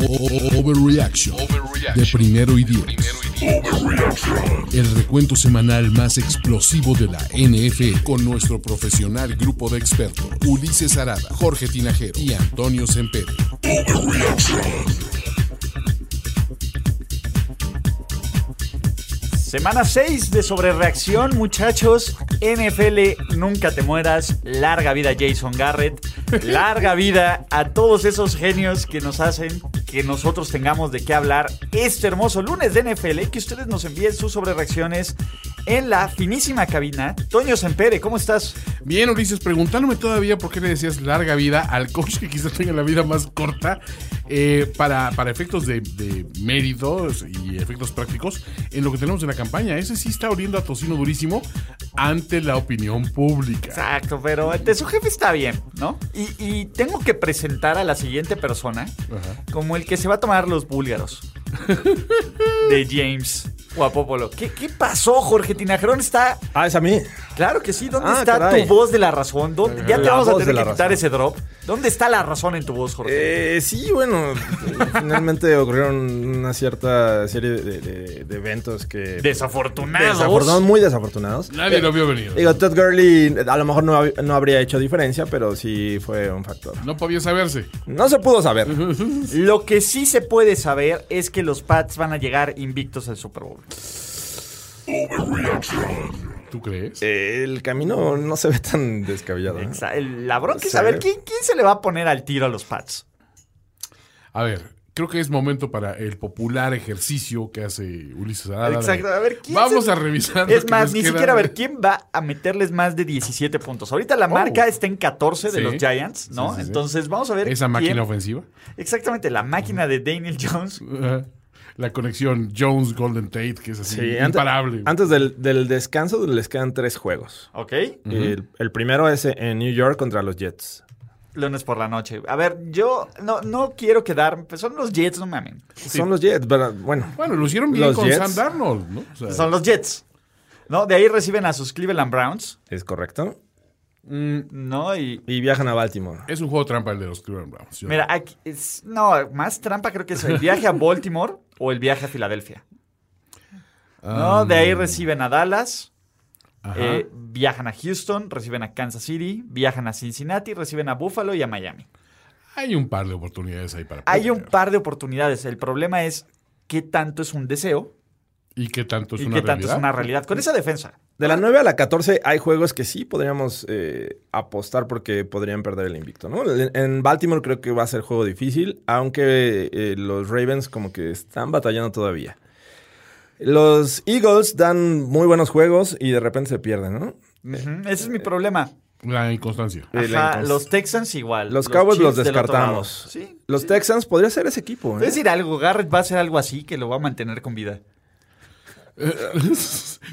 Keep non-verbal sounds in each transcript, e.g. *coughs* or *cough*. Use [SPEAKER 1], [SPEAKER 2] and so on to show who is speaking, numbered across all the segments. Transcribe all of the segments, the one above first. [SPEAKER 1] O- o- o- Overreaction de primero y diez. El recuento semanal más explosivo de la NF con nuestro profesional grupo de expertos Ulises Arada, Jorge Tinajero y Antonio Sempere.
[SPEAKER 2] Semana 6 de sobrereacción, muchachos. NFL, nunca te mueras. Larga vida Jason Garrett. Larga vida a todos esos genios que nos hacen que nosotros tengamos de qué hablar este hermoso lunes de NFL. Que ustedes nos envíen sus sobrereacciones en la finísima cabina. Toño Sempere, ¿cómo estás?
[SPEAKER 3] Bien, Ulises, preguntándome todavía por qué le decías larga vida al coach que quizás tenga la vida más corta. eh, para, para efectos de, de méritos y efectos prácticos, en lo que tenemos en la campaña, ese sí está oliendo a tocino durísimo ante la opinión pública.
[SPEAKER 2] Exacto, pero de su jefe está bien, ¿no? Y, y tengo que presentar a la siguiente persona como el que se va a tomar los búlgaros
[SPEAKER 4] *laughs*
[SPEAKER 2] de James Guapopolo. ¿Qué, qué pasó, Jorge Tinajerón? Está.
[SPEAKER 4] Ah, es a mí.
[SPEAKER 2] Claro que sí. ¿Dónde
[SPEAKER 4] Ah,
[SPEAKER 2] está
[SPEAKER 4] caray.
[SPEAKER 2] tu voz de la razón? ¿Dónde- ya te
[SPEAKER 4] La
[SPEAKER 2] vamos a
[SPEAKER 4] voz
[SPEAKER 2] tener
[SPEAKER 4] de la
[SPEAKER 2] que quitar
[SPEAKER 4] razón.
[SPEAKER 2] ese drop. ¿Dónde está la razón en tu voz, Jorge?
[SPEAKER 4] Eh, sí, *laughs* bueno, finalmente ocurrieron una cierta serie de, de- de eventos que...
[SPEAKER 2] Desafortunados.
[SPEAKER 4] Desafortunados, muy desafortunados.
[SPEAKER 3] Nadie lo vio venir.
[SPEAKER 4] Digo, Todd Gurley a lo mejor no, hab- no habría hecho diferencia, pero sí fue un factor.
[SPEAKER 3] No podía saberse.
[SPEAKER 4] No se pudo saber.
[SPEAKER 2] Lo que sí se puede saber es que los Pats van a llegar invictos al Super Bowl.
[SPEAKER 3] ¿Tú crees?
[SPEAKER 4] Eh, el camino no se ve tan descabellado. ¿eh?
[SPEAKER 2] Exa- el- La bronca es
[SPEAKER 4] Sí.
[SPEAKER 2] saber quién, quién se le va a poner al tiro a los Pats.
[SPEAKER 3] A ver, creo que es momento para el popular ejercicio que hace Ulises Arada.
[SPEAKER 2] Exacto, a ver, ¿quién
[SPEAKER 3] Vamos
[SPEAKER 2] se-
[SPEAKER 3] a revisar. lo
[SPEAKER 2] Es
[SPEAKER 3] que
[SPEAKER 2] más,
[SPEAKER 3] nos
[SPEAKER 2] ni
[SPEAKER 3] queda
[SPEAKER 2] siquiera a
[SPEAKER 3] de- Oh.
[SPEAKER 2] ver quién va a meterles más de 17 puntos. Ahorita la marca está en 14 de
[SPEAKER 3] Sí.
[SPEAKER 2] los Giants, ¿no?
[SPEAKER 3] Sí, sí, sí.
[SPEAKER 2] Entonces vamos a ver.
[SPEAKER 3] Esa máquina
[SPEAKER 2] quién-
[SPEAKER 3] ofensiva.
[SPEAKER 2] Exactamente, la máquina de Daniel Jones.
[SPEAKER 3] Ajá. La conexión Jones-Golden Tate, que es así,
[SPEAKER 4] Sí, antes-
[SPEAKER 3] imparable.
[SPEAKER 4] Antes, del, del descanso les quedan tres juegos.
[SPEAKER 2] ¿Ok?
[SPEAKER 4] el, el primero es en New York contra los Jets.
[SPEAKER 2] Lunes por la noche. A ver, yo no, no quiero quedar. pues son los Jets, no mamen.
[SPEAKER 4] Son los Jets, pero bueno.
[SPEAKER 3] Bueno, lo hicieron bien
[SPEAKER 4] Los
[SPEAKER 3] con
[SPEAKER 4] Jets.
[SPEAKER 3] Sam Darnold, ¿no? O sea,
[SPEAKER 2] Son los Jets. ¿No? De ahí reciben a sus Cleveland Browns,
[SPEAKER 4] Es correcto.
[SPEAKER 3] Mm.
[SPEAKER 2] ¿no? Y.
[SPEAKER 4] Y viajan a Baltimore.
[SPEAKER 3] Es un juego trampa el de los Cleveland Browns. Yo-
[SPEAKER 2] Mira, aquí es- no, más trampa creo que es el
[SPEAKER 3] *laughs*
[SPEAKER 2] viaje a Baltimore o el viaje a Filadelfia.
[SPEAKER 3] Ah,
[SPEAKER 4] Ah,
[SPEAKER 2] No, de ahí reciben a Dallas.
[SPEAKER 3] Ajá.
[SPEAKER 2] Eh, viajan a Houston, reciben a Kansas City, viajan a Cincinnati, reciben a Buffalo y a Miami.
[SPEAKER 3] Hay un par de oportunidades ahí para
[SPEAKER 2] Hay un
[SPEAKER 3] Pittsburgh.
[SPEAKER 2] par de oportunidades. El problema es qué tanto es un deseo
[SPEAKER 3] ¿Y qué tanto
[SPEAKER 4] Pues
[SPEAKER 3] es
[SPEAKER 2] y
[SPEAKER 3] una
[SPEAKER 2] qué tanto es
[SPEAKER 3] realidad?
[SPEAKER 2] una realidad. Con esa defensa.
[SPEAKER 4] De la 9 a la 14 hay juegos que sí podríamos eh, apostar porque podrían perder el invicto, ¿no? En, en Baltimore creo que va a ser juego difícil, aunque eh, los Ravens como que están batallando todavía. Los Eagles dan muy buenos juegos y de repente se pierden, ¿no?
[SPEAKER 2] Ujú, Ese es mi problema.
[SPEAKER 3] La inconstancia. *laughs*
[SPEAKER 4] Eh, la
[SPEAKER 2] Ajá,
[SPEAKER 4] incons-
[SPEAKER 2] los Texans igual.
[SPEAKER 4] Los Cowboys los
[SPEAKER 2] Chiefs del otro lado.
[SPEAKER 4] descartamos.
[SPEAKER 2] Sí.
[SPEAKER 4] Los Texans podría ser ese equipo,
[SPEAKER 2] Es
[SPEAKER 4] ¿eh?
[SPEAKER 2] decir, algo, Garrett va a hacer algo así que lo va a mantener con vida.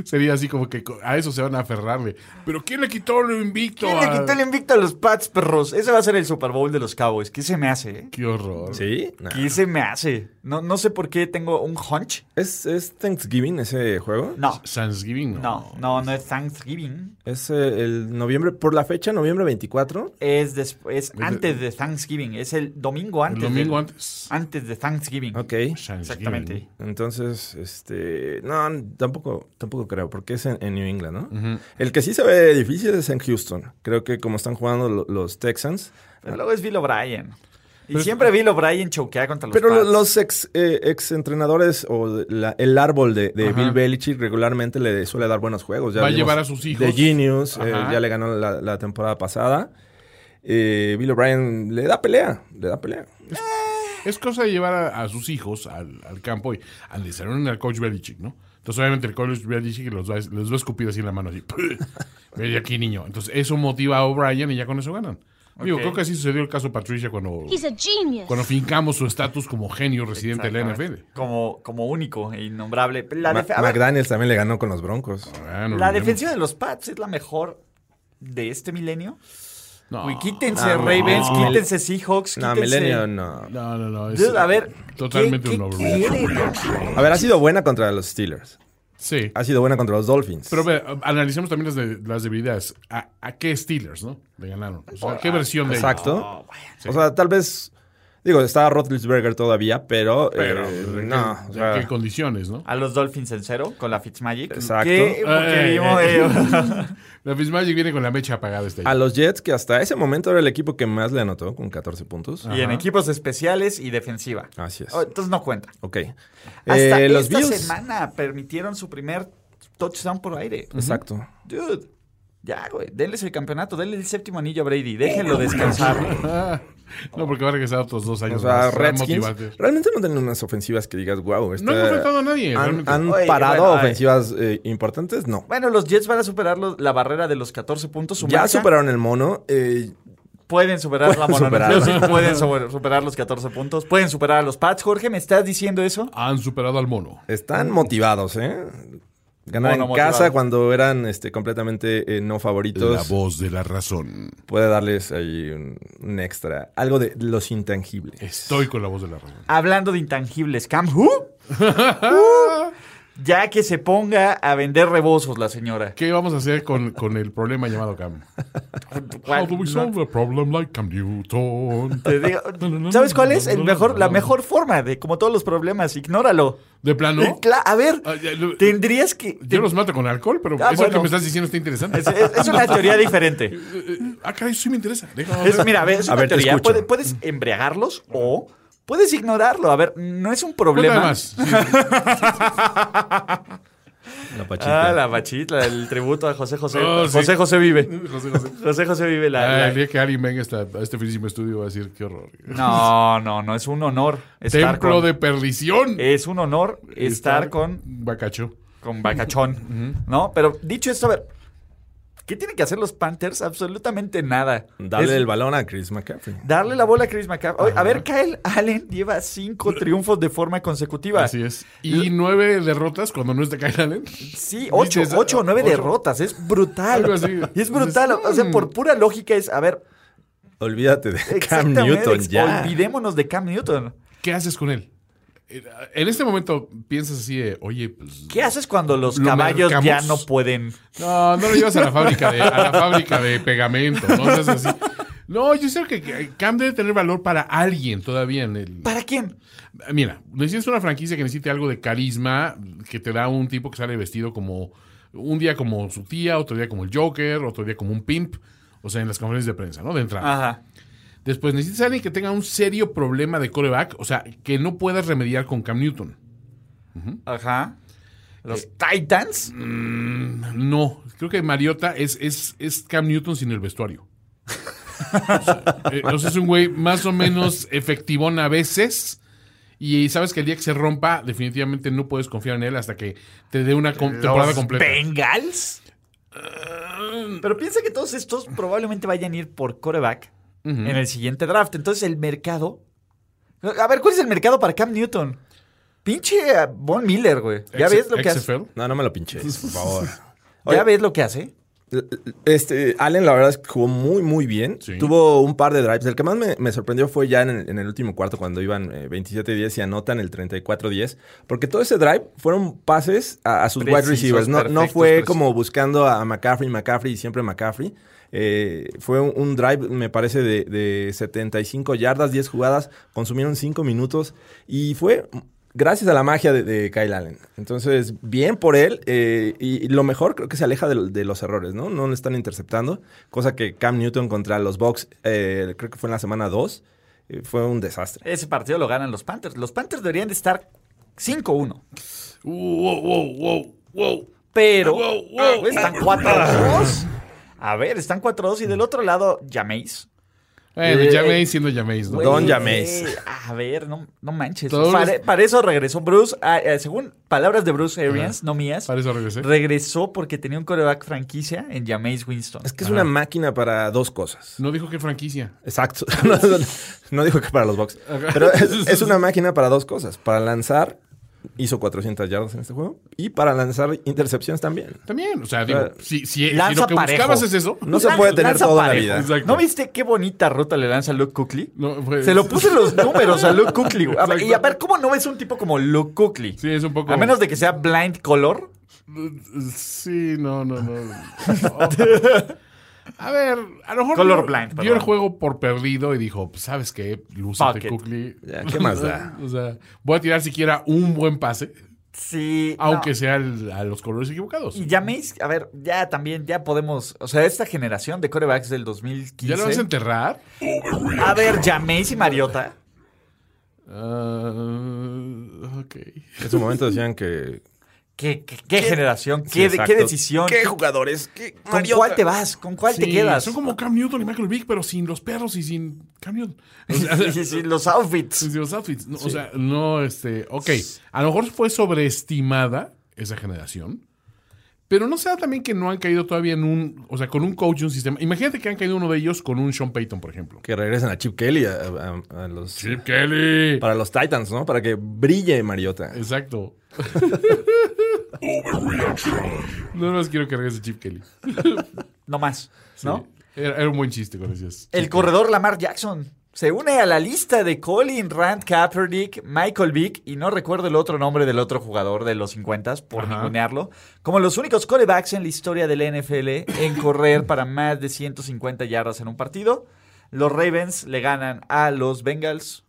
[SPEAKER 3] Sería así como que co- a eso se van a aferrarle. ¿Pero quién le quitó lo invicto?
[SPEAKER 2] ¿Quién le
[SPEAKER 3] a-
[SPEAKER 2] quitó el invicto a los Pats, perros? Ese va a ser el Super Bowl de los Cowboys. ¿Qué se me hace? eh?
[SPEAKER 3] Qué horror.
[SPEAKER 4] Sí. Nah.
[SPEAKER 2] ¿Qué se me hace? No, no sé por qué tengo un hunch.
[SPEAKER 4] ¿Es, es Thanksgiving ese juego?
[SPEAKER 2] No,
[SPEAKER 3] Thanksgiving, no.
[SPEAKER 2] no, no, no es Thanksgiving.
[SPEAKER 4] Es eh, el noviembre, por la fecha, noviembre 24.
[SPEAKER 2] Es, des- es antes de Thanksgiving. Es el domingo
[SPEAKER 3] El
[SPEAKER 2] antes.
[SPEAKER 3] domingo
[SPEAKER 2] del-
[SPEAKER 3] antes.
[SPEAKER 2] Antes de Thanksgiving.
[SPEAKER 4] Ok.
[SPEAKER 3] Thanksgiving.
[SPEAKER 2] Exactamente.
[SPEAKER 4] Entonces, este, no, tampoco, tampoco creo, porque es en, en New England, ¿no? El que sí se ve difícil es en Houston. Creo que como están jugando lo- los Texans,
[SPEAKER 2] Pero luego es Bill O'Brien. Y siempre Bill O'Brien choquea contra los
[SPEAKER 4] pero lo-
[SPEAKER 2] Pats.
[SPEAKER 4] los ex, eh, ex entrenadores o de la- el árbol de, de
[SPEAKER 3] Ajá.
[SPEAKER 4] Bill Belichick regularmente le suele dar buenos juegos.
[SPEAKER 3] Va a
[SPEAKER 4] vimos
[SPEAKER 3] llevar a sus hijos.
[SPEAKER 4] De Genius, eh,
[SPEAKER 3] Ajá.
[SPEAKER 4] ya le ganó la, la temporada pasada. Eh, Bill O'Brien le da pelea, le da pelea.
[SPEAKER 3] Es cosa de llevar a, a sus hijos al, al campo y analizaron al coach Belichick, ¿no? Entonces, obviamente, el coach Belichick los va, a- *laughs* les va a escupir así en la mano, así. Ve de aquí, niño. Entonces, eso motiva a O'Brien y ya con eso ganan. Digo,
[SPEAKER 2] Ok.
[SPEAKER 3] creo que así sucedió el caso Patricia cuando,
[SPEAKER 5] He's a genius.
[SPEAKER 3] cuando fincamos su estatus como genio residente de la NFL.
[SPEAKER 2] Como, como único e innombrable. La,
[SPEAKER 4] Ma-
[SPEAKER 2] defe- a ver,
[SPEAKER 4] McDaniels también le ganó con los Broncos.
[SPEAKER 3] Ah, no
[SPEAKER 2] la
[SPEAKER 3] olvidemos.
[SPEAKER 2] defensiva de los Pats es la mejor de este milenio.
[SPEAKER 3] No.
[SPEAKER 2] Uy, quítense
[SPEAKER 4] Ah,
[SPEAKER 2] Ravens,
[SPEAKER 4] no.
[SPEAKER 2] quítense Seahawks,
[SPEAKER 4] No,
[SPEAKER 2] quítense-
[SPEAKER 4] Milenio no.
[SPEAKER 3] No, no, no. es
[SPEAKER 2] Dude, a ver,
[SPEAKER 3] Totalmente
[SPEAKER 2] ¿qué-
[SPEAKER 3] un
[SPEAKER 2] qué
[SPEAKER 3] overreaction.
[SPEAKER 2] quieren?
[SPEAKER 4] A ver, ha sido buena contra los Steelers.
[SPEAKER 3] Sí.
[SPEAKER 4] Ha sido buena contra los Dolphins.
[SPEAKER 3] Pero ve, analicemos también las, de- las debilidades. ¿A, a qué Steelers, no? Le ganaron. O sea, ¿qué versión de ellos?
[SPEAKER 4] Ah, Exacto. O sea, tal vez. Digo, está Rotlisberger todavía, pero.
[SPEAKER 3] Pero,
[SPEAKER 4] eh,
[SPEAKER 3] ¿de
[SPEAKER 4] no.
[SPEAKER 3] qué-
[SPEAKER 4] o
[SPEAKER 3] de
[SPEAKER 4] sea,
[SPEAKER 3] qué condiciones, no?
[SPEAKER 2] A los Dolphins en cero con la Fitzmagic.
[SPEAKER 4] Exacto.
[SPEAKER 2] ¿Qué? Porque
[SPEAKER 3] Eh,
[SPEAKER 2] vimos,
[SPEAKER 3] eh,
[SPEAKER 2] eh,
[SPEAKER 3] *laughs* La Fitzmagic viene con la mecha apagada este *laughs*
[SPEAKER 4] a
[SPEAKER 3] año.
[SPEAKER 4] los Jets, que hasta ese momento era el equipo que más le anotó, con 14 puntos.
[SPEAKER 2] *laughs*
[SPEAKER 3] Ah.
[SPEAKER 2] y en equipos especiales y defensiva.
[SPEAKER 4] Así es.
[SPEAKER 2] Oh, entonces no cuenta.
[SPEAKER 4] Ok.
[SPEAKER 2] Hasta
[SPEAKER 4] Eh, los
[SPEAKER 2] esta
[SPEAKER 4] Bills.
[SPEAKER 2] semana permitieron su primer touchdown por aire.
[SPEAKER 4] Exacto.
[SPEAKER 2] Dude, ya, güey. Denles el campeonato, denle el séptimo anillo a Brady. Déjenlo descansar.
[SPEAKER 3] No, porque va a regresar otros dos
[SPEAKER 4] O
[SPEAKER 3] años.
[SPEAKER 4] sea,
[SPEAKER 3] más. Está
[SPEAKER 4] Redskins. este,
[SPEAKER 3] motivante.
[SPEAKER 4] Realmente no tienen unas ofensivas que digas, wow.
[SPEAKER 3] No han enfrentado a nadie.
[SPEAKER 4] ¿Han,
[SPEAKER 3] realmente.
[SPEAKER 4] han
[SPEAKER 2] Oye,
[SPEAKER 4] parado
[SPEAKER 2] bueno, ay.
[SPEAKER 4] ofensivas eh, importantes? No.
[SPEAKER 2] Bueno, los Jets van a superar los- la barrera de los 14 puntos. su
[SPEAKER 4] Ya
[SPEAKER 2] marca.
[SPEAKER 4] superaron el mono. eh,
[SPEAKER 2] Pueden superar
[SPEAKER 4] Pueden
[SPEAKER 2] la mononucleosis,
[SPEAKER 4] superarla.
[SPEAKER 2] pueden sobre- superar los 14 puntos, pueden superar a los Pats. Jorge, ¿me estás diciendo eso?
[SPEAKER 3] Han superado al mono.
[SPEAKER 4] están motivados, ¿eh? Ganar
[SPEAKER 2] Mono
[SPEAKER 4] en casa
[SPEAKER 2] motivado.
[SPEAKER 4] cuando eran este, completamente eh, no
[SPEAKER 1] La
[SPEAKER 4] favoritos
[SPEAKER 1] voz de la razón.
[SPEAKER 4] puede darles ahí un, un extra. Algo de los intangibles.
[SPEAKER 3] Estoy con la voz de la razón.
[SPEAKER 2] Hablando de intangibles, Cam, ¿who?
[SPEAKER 3] *laughs*
[SPEAKER 2] Uh, ya que se ponga a vender rebozos la señora.
[SPEAKER 3] ¿Qué vamos a hacer con, con el problema llamado Cam? How do we solve a problem like Cam Newton?
[SPEAKER 2] Te digo, ¿Sabes cuál es? El mejor, la mejor forma de, como todos los problemas, ignóralo.
[SPEAKER 3] ¿De
[SPEAKER 4] *laughs*
[SPEAKER 3] plano?
[SPEAKER 2] Cla- A ver,
[SPEAKER 3] Ah, ya, lo-
[SPEAKER 2] tendrías que...
[SPEAKER 3] Yo los mato con alcohol, pero
[SPEAKER 2] Ah,
[SPEAKER 3] eso
[SPEAKER 2] bueno.
[SPEAKER 3] que me estás diciendo está interesante.
[SPEAKER 2] Es, es- es una teoría diferente.
[SPEAKER 3] *laughs* Ah, caray, eso sí me interesa. Déjame
[SPEAKER 2] Es,
[SPEAKER 3] ver.
[SPEAKER 2] mira, a ver, es
[SPEAKER 4] A
[SPEAKER 2] una
[SPEAKER 4] ver, te
[SPEAKER 2] teoría.
[SPEAKER 4] escucho.
[SPEAKER 2] Puede- puedes embriagarlos o puedes ignorarlo. A ver, no es un
[SPEAKER 3] Cuéntame
[SPEAKER 2] problema.
[SPEAKER 3] más.
[SPEAKER 2] *laughs*
[SPEAKER 3] Sí.
[SPEAKER 4] La pachita.
[SPEAKER 2] Ah, la bachita, el tributo a José José.
[SPEAKER 3] Oh, sí.
[SPEAKER 2] José José vive.
[SPEAKER 3] José, José.
[SPEAKER 2] José José vive la...
[SPEAKER 3] Ah,
[SPEAKER 2] la-
[SPEAKER 3] el día que alguien venga hasta- a este finísimo estudio va a decir, qué horror.
[SPEAKER 2] No, *laughs* no, no, es un honor estar
[SPEAKER 3] Templo
[SPEAKER 2] con...
[SPEAKER 3] de perdición.
[SPEAKER 2] Es un honor estar con,
[SPEAKER 3] Bacacho. *laughs*
[SPEAKER 2] con Bacachón, ¿no? Pero dicho esto, a ver, ¿qué tienen que hacer los Panthers? Absolutamente nada.
[SPEAKER 4] Dale
[SPEAKER 2] Es
[SPEAKER 4] el balón a Chris McCaffrey.
[SPEAKER 2] Darle la bola a Chris McCaffrey. Oye, A ver, Kyle Allen lleva
[SPEAKER 3] *laughs*
[SPEAKER 2] cinco triunfos de forma consecutiva.
[SPEAKER 3] Así es. Y nueve derrotas cuando no es de Kyle Allen.
[SPEAKER 2] Sí, ocho,
[SPEAKER 3] Dices, ah,
[SPEAKER 2] ocho o nueve
[SPEAKER 3] ocho.
[SPEAKER 2] derrotas. Es brutal.
[SPEAKER 3] Algo así.
[SPEAKER 2] Y es brutal. O sea, por pura lógica es, a ver,
[SPEAKER 4] Olvídate de Cam
[SPEAKER 2] exactamente,
[SPEAKER 4] Newton
[SPEAKER 2] ex-
[SPEAKER 4] ya.
[SPEAKER 2] olvidémonos de Cam Newton.
[SPEAKER 3] ¿Qué haces con él? Eh, En este momento piensas así de, oye, pues...
[SPEAKER 2] ¿Qué haces cuando los
[SPEAKER 3] Lo
[SPEAKER 2] caballos ya
[SPEAKER 3] marcamos.
[SPEAKER 2] no pueden?
[SPEAKER 3] No, no lo llevas a la fábrica de, a la fábrica de pegamento. No seas así. No, yo sé que Cam debe tener valor para alguien todavía en el...
[SPEAKER 2] ¿Para quién?
[SPEAKER 3] Mira, necesitas una franquicia que necesite algo de carisma, que te da un tipo que sale vestido como un día como su tía, otro día como el Joker, otro día como un pimp, o sea, en las conferencias de prensa, ¿no? De entrada.
[SPEAKER 2] Ajá.
[SPEAKER 3] Después necesitas a alguien que tenga un serio problema de coreback, o sea, que no puedas remediar con Cam Newton.
[SPEAKER 2] Ajá.
[SPEAKER 3] Eh,
[SPEAKER 2] Los Titans.
[SPEAKER 3] No, creo que Mariota es, es, es Cam Newton sin el vestuario. O sea, eh, o sea, es un güey más o menos efectivón a veces. Y sabes que el día que se rompa, definitivamente no puedes confiar en él hasta que te dé una com- temporada
[SPEAKER 2] los
[SPEAKER 3] completa. Ah,
[SPEAKER 2] Bengals. Pero piensa que todos estos probablemente vayan a ir por coreback en el siguiente draft. Entonces el mercado. A ver, ¿cuál es el mercado para Cam Newton? Pinche eh, Von Miller, güey. Ya
[SPEAKER 3] Ex-
[SPEAKER 2] ves lo que hace.
[SPEAKER 3] XFL.
[SPEAKER 4] No, no me lo pinches, por favor.
[SPEAKER 2] *laughs* Ya ves lo que hace.
[SPEAKER 4] Este, Allen, la verdad es que jugó muy, muy bien.
[SPEAKER 3] Sí.
[SPEAKER 4] Tuvo un par de drives. El que más me, me sorprendió fue ya en el, en el último cuarto, cuando iban eh, 27-10 y anotan el 34-10. Porque todo ese drive fueron pases a, a sus wide
[SPEAKER 2] Precisos,
[SPEAKER 4] receivers. No, no
[SPEAKER 2] perfectos,
[SPEAKER 4] fue
[SPEAKER 2] precisos.
[SPEAKER 4] como buscando a McCaffrey, McCaffrey y siempre McCaffrey. Eh, fue un, un drive, me parece, de, de 75 yardas, 10 jugadas. Consumieron 5 minutos. Y fue. Gracias a la magia de, de Kyle Allen. Entonces, bien por él. eh, y, y lo mejor creo que se aleja de, de los errores, ¿no? No le están interceptando. Cosa que Cam Newton contra los Bucks, eh, creo que fue en la semana 2, eh, fue un desastre.
[SPEAKER 2] Ese partido lo ganan los Panthers. Los Panthers deberían de estar 5-1.
[SPEAKER 3] Uh, Wow, wow, wow, wow.
[SPEAKER 2] Pero
[SPEAKER 3] Wow, wow.
[SPEAKER 2] están 4-2. A ver, están 4-2. Y del otro lado, Jameis.
[SPEAKER 3] Bueno,
[SPEAKER 2] Eh,
[SPEAKER 3] llaméis siendo llaméis, ¿no?
[SPEAKER 2] Güey,
[SPEAKER 4] Don James.
[SPEAKER 2] eh, A ver, no, no manches.
[SPEAKER 3] Todos
[SPEAKER 2] Para,
[SPEAKER 3] los-
[SPEAKER 2] para eso regresó Bruce. ah, eh, según palabras de Bruce Arians, no mías,
[SPEAKER 3] Para eso regresé.
[SPEAKER 2] regresó porque tenía un coreback franquicia en Jameis Winston.
[SPEAKER 4] Es que es una máquina para dos cosas.
[SPEAKER 3] No dijo qué franquicia.
[SPEAKER 4] Exacto. No, no- no dijo que para los box. Pero es, es una máquina para dos cosas. Para lanzar, hizo 400 yardas en este juego. Y para lanzar intercepciones también.
[SPEAKER 3] También, o sea, digo,
[SPEAKER 4] Claro.
[SPEAKER 3] si, si, si
[SPEAKER 2] Lanza
[SPEAKER 3] lo que
[SPEAKER 2] parejo.
[SPEAKER 3] buscabas es eso.
[SPEAKER 4] No se
[SPEAKER 2] Lan-
[SPEAKER 4] puede tener
[SPEAKER 2] lanza
[SPEAKER 4] todo en la
[SPEAKER 2] parejo.
[SPEAKER 4] vida.
[SPEAKER 3] Exacto.
[SPEAKER 2] ¿No viste qué bonita ruta le lanza Luke Cookley?
[SPEAKER 3] No, pues-
[SPEAKER 2] Se lo puse los números a Luke Cookley. güey. A ver,
[SPEAKER 3] Exacto.
[SPEAKER 2] y a ver, ¿cómo no ves un tipo como Luke Cookley?
[SPEAKER 3] Sí, es un poco.
[SPEAKER 2] A menos de que sea blind color.
[SPEAKER 3] Sí, no, no, no.
[SPEAKER 2] *laughs*
[SPEAKER 3] A ver, a lo mejor.
[SPEAKER 2] Color
[SPEAKER 3] vio-
[SPEAKER 2] blind,
[SPEAKER 3] Vio
[SPEAKER 2] perdón.
[SPEAKER 3] el juego por perdido y dijo: pues, ¿Sabes qué?
[SPEAKER 2] Fuck
[SPEAKER 3] Lúcete,
[SPEAKER 2] it.
[SPEAKER 3] Kukli.
[SPEAKER 4] Ya, ¿qué más da?
[SPEAKER 3] *laughs* O sea, voy a tirar siquiera un buen pase,
[SPEAKER 2] Sí. no.
[SPEAKER 3] aunque sea al- a los colores equivocados.
[SPEAKER 2] Y Jameis, a ver, ya también, ya podemos. O sea, esta generación de corebacks del 2015.
[SPEAKER 3] ¿Ya lo vas a enterrar?
[SPEAKER 2] A ver, Jameis y Mariota.
[SPEAKER 3] Ah, ok.
[SPEAKER 4] En su momento decían que.
[SPEAKER 2] ¿Qué, qué, qué generación?
[SPEAKER 4] Sí,
[SPEAKER 2] ¿Qué,
[SPEAKER 4] exacto.
[SPEAKER 2] qué decisión?
[SPEAKER 4] ¿Qué jugadores? ¿Qué
[SPEAKER 2] ¿Con
[SPEAKER 4] Mariota?
[SPEAKER 2] cuál te vas? ¿Con cuál te
[SPEAKER 3] Sí,
[SPEAKER 2] quedas?
[SPEAKER 3] Son como Cam Newton y Michael Vick, pero sin los perros y sin Cam Newton. O sea,
[SPEAKER 2] *laughs* Sí, sí, sí, los outfits.
[SPEAKER 3] sin los Pues outfits. No, O sea, no, este. Ok. A lo mejor fue sobreestimada esa generación. Pero no sea también que no han caído todavía en un. O sea, con un coach y un sistema. Imagínate que han caído uno de ellos con un Sean Payton, por ejemplo.
[SPEAKER 4] Que regresen a Chip Kelly, a, a- a los.
[SPEAKER 3] Chip Kelly.
[SPEAKER 4] Para los Titans, ¿no? Para que brille Mariota.
[SPEAKER 3] Exacto. no más quiero que regrese Chip Kelly.
[SPEAKER 2] No más, ¿no?
[SPEAKER 3] Era, era un buen chiste con decías.
[SPEAKER 2] El corredor Lamar Jackson se une a la lista de Colin Rand Kaepernick, Michael Vick y no recuerdo el otro nombre del otro jugador de los 50 por
[SPEAKER 3] Ajá.
[SPEAKER 2] ningunearlo, como los únicos corebacks en la historia del NFL en correr para más de 150 yardas en un partido. Los Ravens le ganan a los Bengals.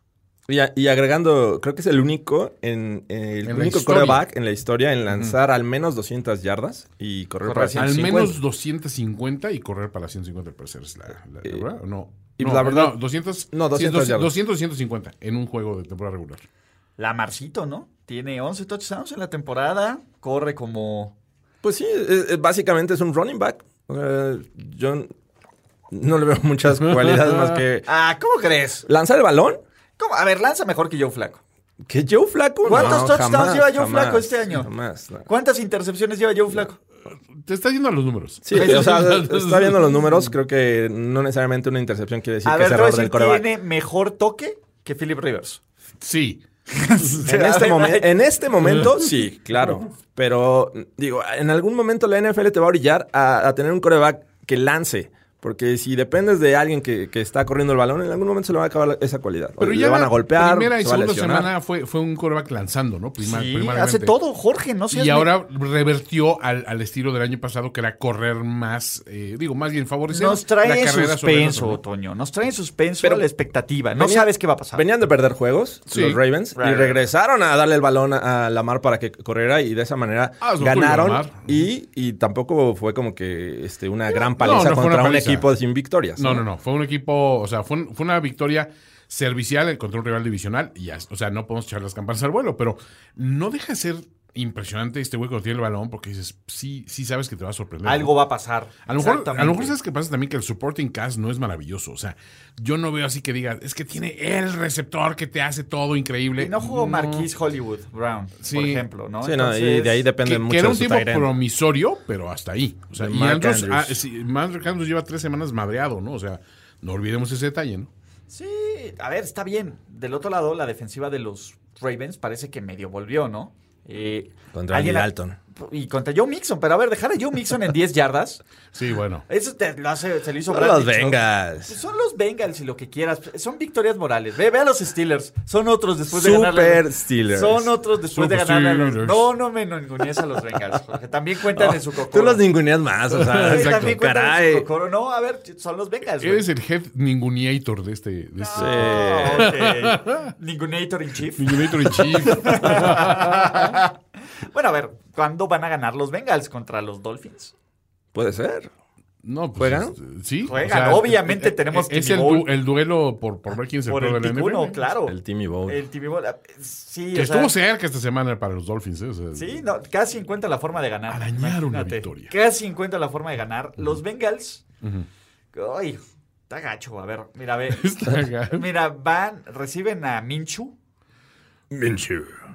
[SPEAKER 4] Y, a- y agregando, creo que es el único en, eh, el
[SPEAKER 3] la
[SPEAKER 4] único
[SPEAKER 3] historia.
[SPEAKER 4] quarterback en la historia en lanzar al menos 200 yardas y correr para
[SPEAKER 2] Correcto.
[SPEAKER 3] Al
[SPEAKER 4] 150.
[SPEAKER 3] menos 250 y correr para 150 al parecer es la, la- la
[SPEAKER 4] Eh,
[SPEAKER 3] verdad. ¿o No.
[SPEAKER 4] y
[SPEAKER 3] no,
[SPEAKER 4] la verdad-
[SPEAKER 3] no, 200,
[SPEAKER 4] No, 200
[SPEAKER 3] 200,
[SPEAKER 4] yardas.
[SPEAKER 3] 200, 150 en un juego de temporada regular.
[SPEAKER 2] Lamarcito, ¿no? Tiene 11 touchdowns en la temporada, corre como...
[SPEAKER 4] Pues sí, es- es- básicamente es un running back. O sea, yo n- no le veo muchas cualidades más que
[SPEAKER 2] Ah, ¿cómo crees?
[SPEAKER 4] lanzar el balón.
[SPEAKER 2] ¿Cómo? A ver, lanza mejor que Joe Flaco.
[SPEAKER 4] ¿Que Joe Flaco?
[SPEAKER 2] ¿Cuántos touchdowns
[SPEAKER 4] jamás,
[SPEAKER 2] lleva Joe
[SPEAKER 4] jamás,
[SPEAKER 2] Flaco este año?
[SPEAKER 4] Jamás. no.
[SPEAKER 2] ¿Cuántas intercepciones lleva Joe Flaco?
[SPEAKER 3] Te está yendo a los números.
[SPEAKER 4] Sí, o
[SPEAKER 2] *laughs*
[SPEAKER 4] sea, está viendo los números. Creo que no necesariamente una intercepción quiere decir
[SPEAKER 2] a
[SPEAKER 4] que
[SPEAKER 2] ver,
[SPEAKER 4] es
[SPEAKER 2] te voy a
[SPEAKER 4] error del
[SPEAKER 2] decir,
[SPEAKER 4] quarterback.
[SPEAKER 2] tiene mejor toque que Philip Rivers.
[SPEAKER 3] Sí.
[SPEAKER 4] En este, *laughs*
[SPEAKER 2] Ay,
[SPEAKER 4] momen-
[SPEAKER 2] ay.
[SPEAKER 4] en este *laughs* momento, sí, claro. Pero, digo, en algún momento la NFL te va a orillar a, a tener un coreback que lance. Porque si dependes de alguien que, que está corriendo el balón, en algún momento se le va a acabar la- esa cualidad. O
[SPEAKER 3] Pero
[SPEAKER 4] le
[SPEAKER 3] ya
[SPEAKER 4] van a
[SPEAKER 3] la
[SPEAKER 4] golpear,
[SPEAKER 3] Primera y
[SPEAKER 4] se va a
[SPEAKER 3] segunda
[SPEAKER 4] lesionar.
[SPEAKER 3] semana fue, fue un quarterback lanzando, ¿no? Prima-
[SPEAKER 2] Sí,
[SPEAKER 3] primariamente.
[SPEAKER 2] hace todo, Jorge, no seas
[SPEAKER 3] Y
[SPEAKER 2] ne-
[SPEAKER 3] ahora revertió al, al estilo del año pasado, que era correr más, eh, digo, más bien
[SPEAKER 4] pues,
[SPEAKER 3] favorecer
[SPEAKER 2] Nos trae en
[SPEAKER 3] sobre el otro,
[SPEAKER 2] suspenso,
[SPEAKER 3] ¿no?
[SPEAKER 2] Otoño. Nos trae en suspenso
[SPEAKER 4] Pero
[SPEAKER 2] la expectativa. No
[SPEAKER 4] venía-
[SPEAKER 2] sabes qué va a pasar.
[SPEAKER 4] Venían de perder juegos,
[SPEAKER 3] Sí.
[SPEAKER 4] los Ravens, y
[SPEAKER 2] Right.
[SPEAKER 4] regresaron a darle el balón a a Lamar para que corriera y de esa manera
[SPEAKER 3] Ah, es lo tuyo,
[SPEAKER 4] ganaron.
[SPEAKER 3] Lamar.
[SPEAKER 4] Y, y tampoco fue como que este, una gran
[SPEAKER 3] no,
[SPEAKER 4] paliza
[SPEAKER 3] no fue
[SPEAKER 4] contra
[SPEAKER 3] una
[SPEAKER 4] un
[SPEAKER 3] paliza.
[SPEAKER 4] equipo sin victorias.
[SPEAKER 3] No, no, no. Fue un equipo, o sea, fue, un- fue una victoria servicial contra un rival divisional. Y ya, o sea, no podemos echar las campanas al vuelo, pero no deja de ser impresionante este güey cuando tiene el balón porque dices, sí, sí sabes que te va a sorprender.
[SPEAKER 2] Algo va a pasar.
[SPEAKER 3] A lo, mejor, a
[SPEAKER 2] Exactamente.
[SPEAKER 3] lo mejor sabes que pasa también que el supporting cast no es maravilloso. O sea, yo no veo así que digas, es que tiene el receptor que te hace todo increíble.
[SPEAKER 2] Y no jugó Marquise Hollywood Brown,
[SPEAKER 3] Sí.
[SPEAKER 2] por ejemplo, ¿no?
[SPEAKER 4] Sí, no, y de ahí depende
[SPEAKER 3] que,
[SPEAKER 4] mucho
[SPEAKER 3] que era
[SPEAKER 4] de
[SPEAKER 3] un
[SPEAKER 4] su
[SPEAKER 3] tipo
[SPEAKER 4] tight end.
[SPEAKER 3] promisorio, pero hasta ahí. O sea,
[SPEAKER 4] De
[SPEAKER 3] y
[SPEAKER 4] Mark
[SPEAKER 3] Andrews,
[SPEAKER 4] Andrews.
[SPEAKER 3] ah, sí, Mark Andrews lleva tres semanas madreado, ¿no? O sea, no olvidemos ese detalle, ¿no?
[SPEAKER 2] Sí, a ver, está bien. Del otro lado, la defensiva de los Ravens parece que medio volvió, ¿no? Eh,
[SPEAKER 4] Contra
[SPEAKER 2] alguien
[SPEAKER 4] Andy
[SPEAKER 2] a-
[SPEAKER 4] Dalton.
[SPEAKER 2] Y contra Joe Mixon. Pero a ver, dejar a Joe Mixon en 10 yardas,
[SPEAKER 3] Sí, bueno.
[SPEAKER 2] eso te lo hace, se le hizo
[SPEAKER 4] No
[SPEAKER 2] Brad
[SPEAKER 4] los
[SPEAKER 2] Pitt, ¿no?
[SPEAKER 4] vengas.
[SPEAKER 2] Pues Son los Bengals y lo que quieras. Son victorias morales. Ve, ve a los Steelers. Son otros después de
[SPEAKER 4] Super
[SPEAKER 2] ganar.
[SPEAKER 4] Steelers.
[SPEAKER 2] Son otros después de
[SPEAKER 3] Super
[SPEAKER 2] ganarle a los-
[SPEAKER 3] Steelers.
[SPEAKER 2] No, no me ningunees a los Bengals. Jorge. También cuentan en su cocoro.
[SPEAKER 4] Tú los ninguneas más, o sea,
[SPEAKER 2] *laughs* Sí,
[SPEAKER 3] Exacto.
[SPEAKER 2] también cuentan en su
[SPEAKER 4] caray.
[SPEAKER 2] cocoro. No, a ver, son los Bengals. güey.
[SPEAKER 3] Eres el head ninguneator de este. De este
[SPEAKER 2] Ah, ok. Ninguneator in chief.
[SPEAKER 3] Ninguneator en
[SPEAKER 4] *laughs*
[SPEAKER 3] chief.
[SPEAKER 2] *laughs* bueno, a ver, ¿cuándo van a ganar los Bengals contra los Dolphins?
[SPEAKER 4] Puede ser.
[SPEAKER 3] No, pues,
[SPEAKER 4] ¿Juegan?
[SPEAKER 3] este, Sí. eh,
[SPEAKER 2] Juegan, obviamente tenemos
[SPEAKER 3] Es
[SPEAKER 2] Timmy
[SPEAKER 3] el,
[SPEAKER 2] Bowl.
[SPEAKER 3] du- el duelo por, por ver quién se
[SPEAKER 2] Por el
[SPEAKER 3] de la
[SPEAKER 2] picuno,
[SPEAKER 3] NFL.
[SPEAKER 2] claro.
[SPEAKER 4] El Timmy Bowl.
[SPEAKER 2] Oh. El Timmy Bowl, ah, Sí,
[SPEAKER 3] Que
[SPEAKER 2] o sea,
[SPEAKER 3] estuvo cerca esta semana para los Dolphins, ¿eh? O sea, *laughs*
[SPEAKER 2] Sí, no, casi encuentra la forma de ganar.
[SPEAKER 3] Arañar una
[SPEAKER 2] Imagínate,
[SPEAKER 3] victoria.
[SPEAKER 2] Casi encuentra la forma de ganar. Los Bengals. ay, Está gacho, a ver, mira, ve.
[SPEAKER 3] *laughs* Está
[SPEAKER 2] *laughs*
[SPEAKER 3] gacho.
[SPEAKER 2] mira, van, reciben a Minchu,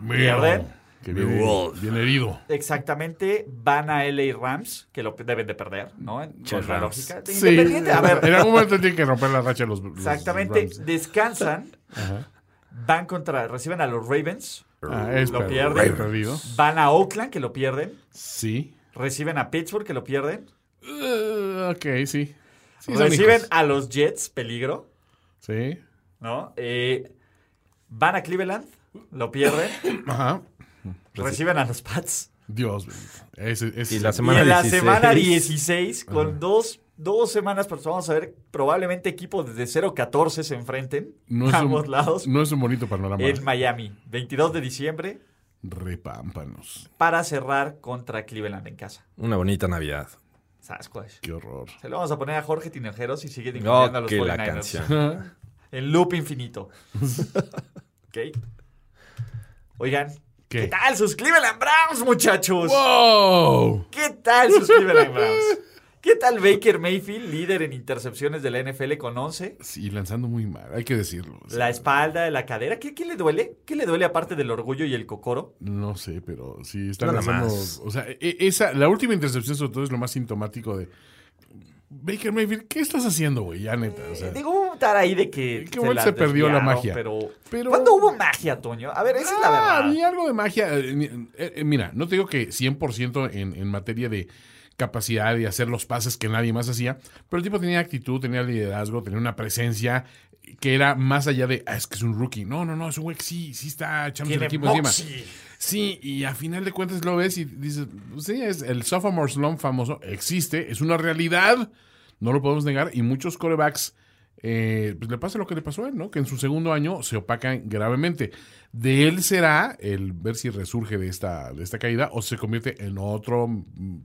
[SPEAKER 3] Mira, que viene,
[SPEAKER 5] Wolf.
[SPEAKER 3] bien herido.
[SPEAKER 2] exactamente, van a LA Rams, que lo deben de perder, ¿no? En- Con la
[SPEAKER 5] Rams.
[SPEAKER 2] lógica. de
[SPEAKER 3] Sí.
[SPEAKER 2] Independiente,
[SPEAKER 3] *laughs*
[SPEAKER 2] a ver,
[SPEAKER 3] En algún momento tienen que romper la racha los, los
[SPEAKER 2] exactamente,
[SPEAKER 3] Rams.
[SPEAKER 2] descansan, van contra, reciben a los Ravens,
[SPEAKER 3] Ah, es
[SPEAKER 2] Lo
[SPEAKER 3] perdido,
[SPEAKER 2] pierden.
[SPEAKER 3] es perdido.
[SPEAKER 2] van a Oakland, que lo pierden,
[SPEAKER 3] Sí.
[SPEAKER 2] reciben a Pittsburgh, que lo pierden,
[SPEAKER 3] Eh, ok, sí. Sí, son
[SPEAKER 2] reciben
[SPEAKER 3] hijos.
[SPEAKER 2] a los Jets, peligro,
[SPEAKER 3] Sí.
[SPEAKER 2] ¿no? Eh, van a Cleveland, lo pierden,
[SPEAKER 3] *laughs* Ajá.
[SPEAKER 2] reciben a los Pats.
[SPEAKER 3] Dios bendito. Ese- ese-
[SPEAKER 4] Y la
[SPEAKER 2] Y
[SPEAKER 4] semana
[SPEAKER 2] en la
[SPEAKER 4] 16.
[SPEAKER 2] semana 16, con dos, dos semanas, pues vamos a ver, probablemente equipos desde 0-14 se enfrenten
[SPEAKER 3] no es
[SPEAKER 2] a
[SPEAKER 3] un-
[SPEAKER 2] ambos lados
[SPEAKER 3] No es un bonito panorama.
[SPEAKER 2] en Miami, 22 de diciembre,
[SPEAKER 3] Repámpanos.
[SPEAKER 2] para cerrar contra Cleveland en casa.
[SPEAKER 4] Una bonita Navidad.
[SPEAKER 2] Sasquatch.
[SPEAKER 3] Qué horror.
[SPEAKER 2] Se lo vamos a poner a Jorge Tinejero si sigue
[SPEAKER 4] No,
[SPEAKER 2] ninguneando a los
[SPEAKER 4] que Oh, la
[SPEAKER 2] 49ers.
[SPEAKER 4] canción.
[SPEAKER 2] En
[SPEAKER 3] *laughs*
[SPEAKER 2] loop infinito. ok. Oigan, ¿qué?
[SPEAKER 3] ¿Qué?
[SPEAKER 2] tal sus Cleveland Browns, muchachos?
[SPEAKER 3] ¡Wow!
[SPEAKER 2] ¿Qué tal sus Cleveland Browns? ¿Qué tal Baker Mayfield, líder en intercepciones de la NFL con 11?
[SPEAKER 3] Sí, lanzando muy mal, hay que decirlo. O sea,
[SPEAKER 2] La espalda, la cadera. ¿Qué, qué le duele? ¿Qué le duele aparte del orgullo y el cocoro?
[SPEAKER 3] No sé, pero sí, está
[SPEAKER 4] Nada
[SPEAKER 3] lanzando.
[SPEAKER 4] más.
[SPEAKER 3] O sea, e- esa, la última intercepción, sobre todo, es lo más sintomático de. Baker Mayfield, ¿qué estás haciendo, güey? Ya neta. O sea,
[SPEAKER 2] Digo, hubo un tar ahí de que.
[SPEAKER 3] ¿En qué momento se perdió la
[SPEAKER 2] desviaron,
[SPEAKER 3] magia?
[SPEAKER 2] Pero,
[SPEAKER 3] Pero-
[SPEAKER 2] ¿Cuándo hubo magia, Toño? A ver, esa es la
[SPEAKER 3] Ah,
[SPEAKER 2] verdad.
[SPEAKER 3] había algo de magia. Eh, ni- eh, eh, mira, no te digo que 100% en, en materia de capacidad y hacer los pases que nadie más hacía, pero el tipo tenía actitud, tenía liderazgo, tenía una presencia que era más allá de, "Ah, es que es un rookie. No, no, no, es un güey que sí, sí está echando el
[SPEAKER 2] Tiene
[SPEAKER 3] equipo encima.
[SPEAKER 2] moxie.
[SPEAKER 3] Sí, y a final de cuentas lo ves y dices, sí, es el sophomore slump famoso, existe, es una realidad, no lo podemos negar, y muchos corebacks, eh, pues le pasa lo que le pasó a él, ¿no? Que en su segundo año se opacan gravemente. De él será el ver si resurge de esta, de esta caída o se convierte en otro mm,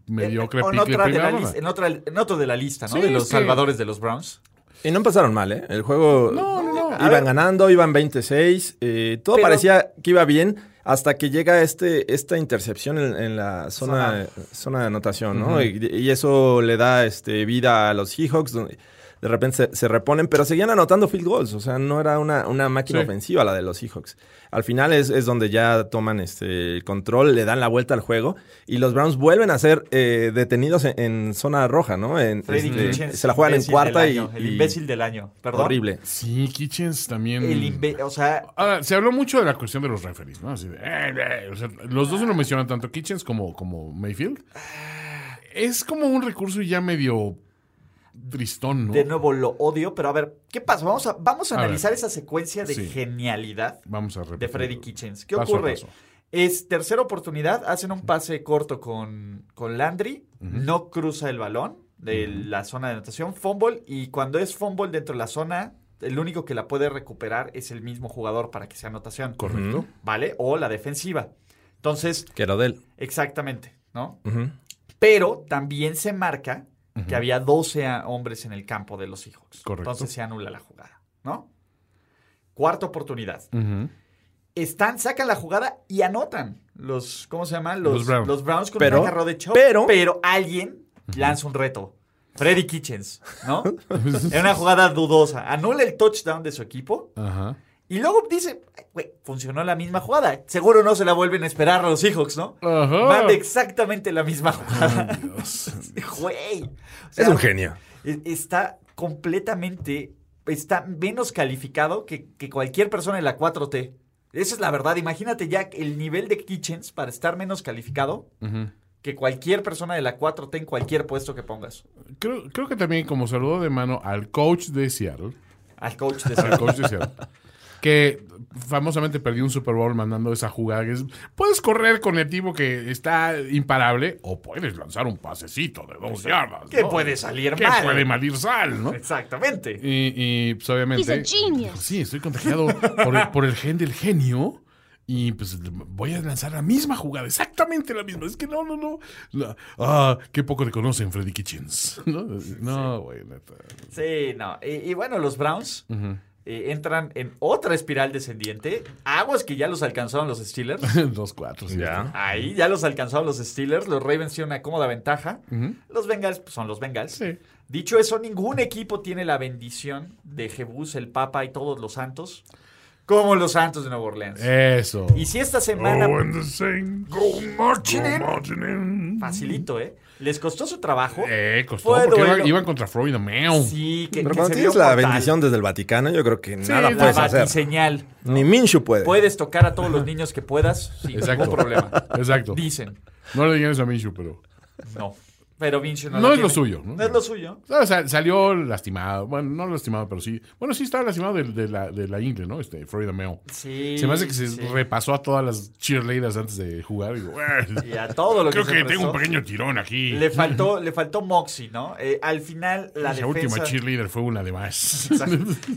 [SPEAKER 3] mediocre
[SPEAKER 2] Eh, en,
[SPEAKER 3] pick de
[SPEAKER 2] otra de
[SPEAKER 3] primera
[SPEAKER 2] la
[SPEAKER 3] ronda.
[SPEAKER 2] lis- en, otra- en otro de la lista, ¿no?
[SPEAKER 3] Sí,
[SPEAKER 2] de los
[SPEAKER 3] es que-
[SPEAKER 2] salvadores de los Browns.
[SPEAKER 4] Y no empezaron mal, ¿eh? El juego.
[SPEAKER 3] No, no, no. A
[SPEAKER 4] Iban ganando, iban 26. eh, todo
[SPEAKER 2] Pero-
[SPEAKER 4] parecía que iba bien hasta que llega este, esta intercepción en, en la zona, zona de anotación, ¿no? y, y eso le da este, vida a los Seahawks. donde de repente se, se reponen, pero seguían anotando field goals. O sea, no era una, una máquina
[SPEAKER 3] Sí.
[SPEAKER 4] ofensiva la de los Seahawks. Al final es, es donde ya toman este el control, le dan la vuelta al juego y los Browns vuelven a ser eh, detenidos en, en zona roja, ¿no? En-
[SPEAKER 2] Freddy
[SPEAKER 4] este,
[SPEAKER 2] Kitchens,
[SPEAKER 4] se la juegan en
[SPEAKER 2] imbécil
[SPEAKER 4] cuarta
[SPEAKER 2] del
[SPEAKER 4] y,
[SPEAKER 2] año, El
[SPEAKER 4] y-
[SPEAKER 2] imbécil del año, perdón.
[SPEAKER 4] Horrible.
[SPEAKER 3] Sí, Kitchens también.
[SPEAKER 2] El imbe- o sea,
[SPEAKER 3] Ahora, Ah, se habló mucho de la cuestión de los referees, ¿no? Así de, "Eh, eh", o sea, los dos lo mencionan, tanto Kitchens como, como Mayfield. Es como un recurso ya medio tristón, ¿no?
[SPEAKER 2] de nuevo lo odio, pero a ver, ¿qué pasa? Vamos a, vamos a,
[SPEAKER 3] Mm. A
[SPEAKER 2] analizar
[SPEAKER 3] ver.
[SPEAKER 2] esa secuencia de
[SPEAKER 3] Sí.
[SPEAKER 2] genialidad
[SPEAKER 3] Vamos a repetir.
[SPEAKER 2] de Freddy Kitchens. ¿Qué
[SPEAKER 3] Paso a
[SPEAKER 2] ocurre?
[SPEAKER 3] paso.
[SPEAKER 2] Es tercera oportunidad, hacen un pase corto con, con Landry, no cruza el balón de la zona de anotación, fumble, y cuando es fumble dentro de la zona, el único que la puede recuperar es el mismo jugador para que sea anotación.
[SPEAKER 3] Correcto.
[SPEAKER 2] ¿Vale? O la defensiva. Entonces,
[SPEAKER 4] Que era de él.
[SPEAKER 2] exactamente, ¿no? Pero también se marca que había 12 a- hombres en el campo de los Seahawks.
[SPEAKER 3] Correcto.
[SPEAKER 2] Entonces se anula la jugada, ¿no? Cuarta oportunidad.
[SPEAKER 3] Ujú.
[SPEAKER 2] Están, sacan la jugada y anotan los, ¿cómo se llaman? Los,
[SPEAKER 3] Los Browns.
[SPEAKER 2] con
[SPEAKER 4] Pero-
[SPEAKER 2] un carro de chop.
[SPEAKER 4] pero-
[SPEAKER 2] alguien lanza un reto. Freddy Kitchens, ¿no? en una jugada dudosa. Anula el touchdown de su equipo
[SPEAKER 3] Ajá.
[SPEAKER 2] y luego dice, "Ay, güey, funcionó la misma jugada. Seguro no se la vuelven a esperar a los Seahawks, ¿no?
[SPEAKER 3] Ajá.
[SPEAKER 2] Manda exactamente la
[SPEAKER 3] *laughs*
[SPEAKER 2] misma jugada.
[SPEAKER 3] Dios.
[SPEAKER 2] Güey. O
[SPEAKER 4] Es
[SPEAKER 2] sea,
[SPEAKER 4] un genio.
[SPEAKER 2] e- Está completamente. Está menos calificado que, que cualquier persona en la 4T. Esa es la verdad. Imagínate ya el nivel de Kitchens para estar menos calificado
[SPEAKER 3] Ujú.
[SPEAKER 2] que cualquier persona de la 4T en cualquier puesto que pongas.
[SPEAKER 3] Creo, creo que también, como saludó de mano al coach de Seattle,
[SPEAKER 2] Al coach de
[SPEAKER 3] al coach de Seattle, *laughs* que famosamente perdió un Super Bowl mandando esa jugada que es, puedes correr con el tipo que está imparable o puedes lanzar un pasecito de dos yardas.
[SPEAKER 2] Que
[SPEAKER 3] ¿no?
[SPEAKER 2] puede salir
[SPEAKER 3] que
[SPEAKER 2] mal.
[SPEAKER 3] puede malir sal,
[SPEAKER 2] *laughs*
[SPEAKER 3] ¿no?
[SPEAKER 2] Exactamente.
[SPEAKER 3] Y, y, pues obviamente.
[SPEAKER 6] He's a genius.
[SPEAKER 3] dijo, sí, estoy contagiado por el, por el gen del genio. Y pues voy a lanzar la misma jugada, exactamente la misma. Es que no, no, no. La- ah, qué poco te conocen, Freddy Kitchens. No, no, güey, neta. *laughs*
[SPEAKER 2] Sí, no. Y, y bueno, los Browns eh, entran en otra espiral descendiente. Aguas que ya los alcanzaron los
[SPEAKER 3] *laughs*
[SPEAKER 2] Steelers.
[SPEAKER 3] 2-4, sí.
[SPEAKER 4] Ya.
[SPEAKER 2] Ahí ya los alcanzaron los Steelers. Los Ravens tienen una cómoda ventaja. Los Bengals pues, son los Bengals.
[SPEAKER 3] Sí.
[SPEAKER 2] Dicho eso, ningún equipo tiene la bendición de Jebús, el Papa y todos los santos como los santos de Nueva Orleans.
[SPEAKER 3] Eh. Eso. Oh,
[SPEAKER 2] Y si esta semana...
[SPEAKER 3] and the saints
[SPEAKER 2] Go marching
[SPEAKER 3] go
[SPEAKER 2] in.
[SPEAKER 3] marching in.
[SPEAKER 2] Facilito, ¿eh? Les costó su trabajo.
[SPEAKER 3] Eh, costó,
[SPEAKER 2] Fue
[SPEAKER 3] porque
[SPEAKER 2] duelo.
[SPEAKER 3] iban, iban contra Freud y Meo.
[SPEAKER 2] Sí, que,
[SPEAKER 4] Pero
[SPEAKER 2] que
[SPEAKER 4] cuando
[SPEAKER 2] se
[SPEAKER 4] tienes
[SPEAKER 2] vio
[SPEAKER 4] la
[SPEAKER 2] fatal.
[SPEAKER 4] bendición desde el Vaticano, yo creo que nada
[SPEAKER 3] la
[SPEAKER 2] La
[SPEAKER 4] puedes hacer.
[SPEAKER 2] batiseñal.
[SPEAKER 4] Ni Minshu puede.
[SPEAKER 2] Puedes tocar a todos los niños que puedas sin
[SPEAKER 3] Exacto.
[SPEAKER 2] ningún problema.
[SPEAKER 3] Exacto.
[SPEAKER 2] Dicen.
[SPEAKER 3] No le digan eso a Minshew, pero.
[SPEAKER 2] No. Pero Vinci no
[SPEAKER 3] No
[SPEAKER 2] la
[SPEAKER 3] es lo
[SPEAKER 2] tiene.
[SPEAKER 3] suyo, ¿no?
[SPEAKER 2] No es lo suyo.
[SPEAKER 3] No, sa- salió lastimado. Bueno, no lastimado, pero sí. Bueno, sí estaba lastimado de, de la, de la ingle, ¿no? Este, Freud y Meo.
[SPEAKER 2] Sí.
[SPEAKER 3] Se me hace que se
[SPEAKER 2] sí.
[SPEAKER 3] repasó a todas las cheerleaders antes de jugar. Y digo,
[SPEAKER 2] Y a todo lo
[SPEAKER 3] creo
[SPEAKER 2] que,
[SPEAKER 3] que,
[SPEAKER 2] se prestó.
[SPEAKER 3] tengo un pequeño tirón aquí.
[SPEAKER 2] Le faltó, le faltó Moxie, ¿no? Eh, al final la
[SPEAKER 3] la última
[SPEAKER 2] defensa...
[SPEAKER 3] cheerleader fue una de más.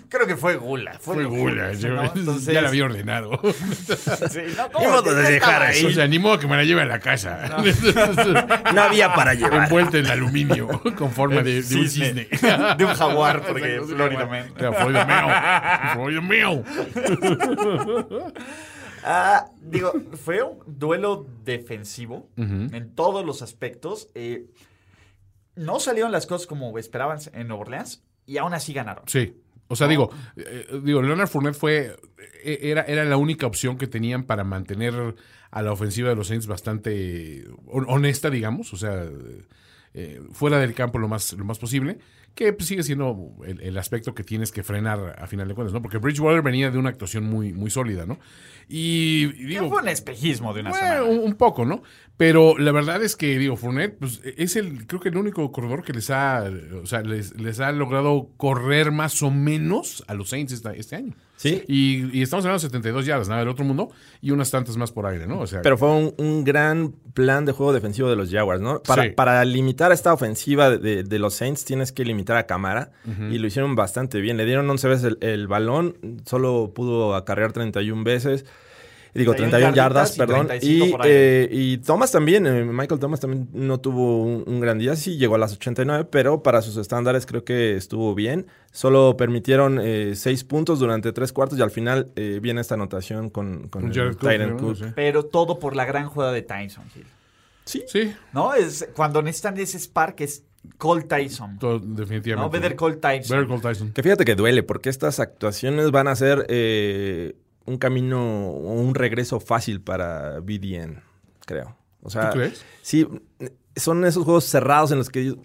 [SPEAKER 2] Creo que fue Gula. Fue,
[SPEAKER 3] Fue gula.
[SPEAKER 2] ¿no?
[SPEAKER 3] yo- *laughs*
[SPEAKER 2] Entonces-
[SPEAKER 3] Ya la había ordenado.
[SPEAKER 2] Sí, no, ¿cómo?
[SPEAKER 4] Ni modo de
[SPEAKER 2] Ya estaba
[SPEAKER 4] dejar ahí.
[SPEAKER 3] O sea, ni modo que me la lleve a la casa. *laughs*
[SPEAKER 4] No había
[SPEAKER 2] *laughs*
[SPEAKER 4] para llevar.
[SPEAKER 3] Envuelta en aluminio, con forma de, de un
[SPEAKER 2] Cisne.
[SPEAKER 3] cisne.
[SPEAKER 2] *laughs* De un jaguar,
[SPEAKER 3] *laughs*
[SPEAKER 2] porque Florida Man.
[SPEAKER 3] Era Florida
[SPEAKER 2] *laughs*
[SPEAKER 3] Meo. Florida Meo.
[SPEAKER 2] Ah, digo, fue un duelo defensivo en todos los aspectos. Eh, no salieron las cosas como esperaban en Nueva Orleans y aún así ganaron.
[SPEAKER 3] Sí. O sea, digo, eh, digo, Leonard Fournette fue eh, era, era la única opción que tenían para mantener a la ofensiva de los Saints bastante hon- honesta, digamos, o sea, eh, fuera del campo lo más lo más posible, que pues, sigue siendo el, el aspecto que tienes que frenar a final de cuentas, ¿no? Porque Bridgewater venía de una actuación muy muy sólida, ¿no? Y, y
[SPEAKER 2] Que
[SPEAKER 3] digo,
[SPEAKER 2] fue un espejismo de una
[SPEAKER 3] bueno,
[SPEAKER 2] semana.
[SPEAKER 3] un, un poco, ¿no? Pero la verdad es que, digo, Fournette, pues es el, creo que el único corredor que les ha, o sea, les, les ha logrado correr más o menos a los Saints esta- este año.
[SPEAKER 4] Sí.
[SPEAKER 3] Y, y estamos hablando de 72 yardas, nada del otro mundo, y unas tantas más por aire, ¿no? O sea,
[SPEAKER 4] Pero fue un, un gran plan de juego defensivo de los Jaguars, ¿no? Para,
[SPEAKER 3] Sí.
[SPEAKER 4] para limitar esta ofensiva de, de los Saints tienes que limitar a Camara y lo hicieron bastante bien. Le dieron 11 veces el, el balón, solo pudo acarrear 31 veces. Digo,
[SPEAKER 2] 31
[SPEAKER 4] 31 yardas,
[SPEAKER 2] yarditas y
[SPEAKER 4] perdón.
[SPEAKER 2] 35
[SPEAKER 4] Y,
[SPEAKER 2] por aire.
[SPEAKER 4] eh, y Thomas también, eh, Michael Thomas también no tuvo un, un gran día, sí llegó a las 89, pero para sus estándares creo que estuvo bien. Solo permitieron eh, seis puntos durante tres cuartos y al final eh, viene esta anotación con, con
[SPEAKER 3] Con
[SPEAKER 4] el
[SPEAKER 3] Jared Cook,
[SPEAKER 4] Tyron
[SPEAKER 3] ¿no?
[SPEAKER 4] Cook.
[SPEAKER 3] Sí.
[SPEAKER 2] Pero todo por la gran jugada de Tyson Hill.
[SPEAKER 3] sí,
[SPEAKER 2] ¿No? Es, cuando necesitan ese spark es Cole Tyson.
[SPEAKER 3] todo-
[SPEAKER 2] ¿No?
[SPEAKER 3] definitivamente.
[SPEAKER 2] Better Cole Tyson.
[SPEAKER 3] Better Call Tyson.
[SPEAKER 4] Que fíjate que duele, porque estas actuaciones van a ser eh, un camino o un regreso fácil para BDN, creo. O sea,
[SPEAKER 3] ¿Tú crees?
[SPEAKER 4] sí, son esos juegos cerrados en los que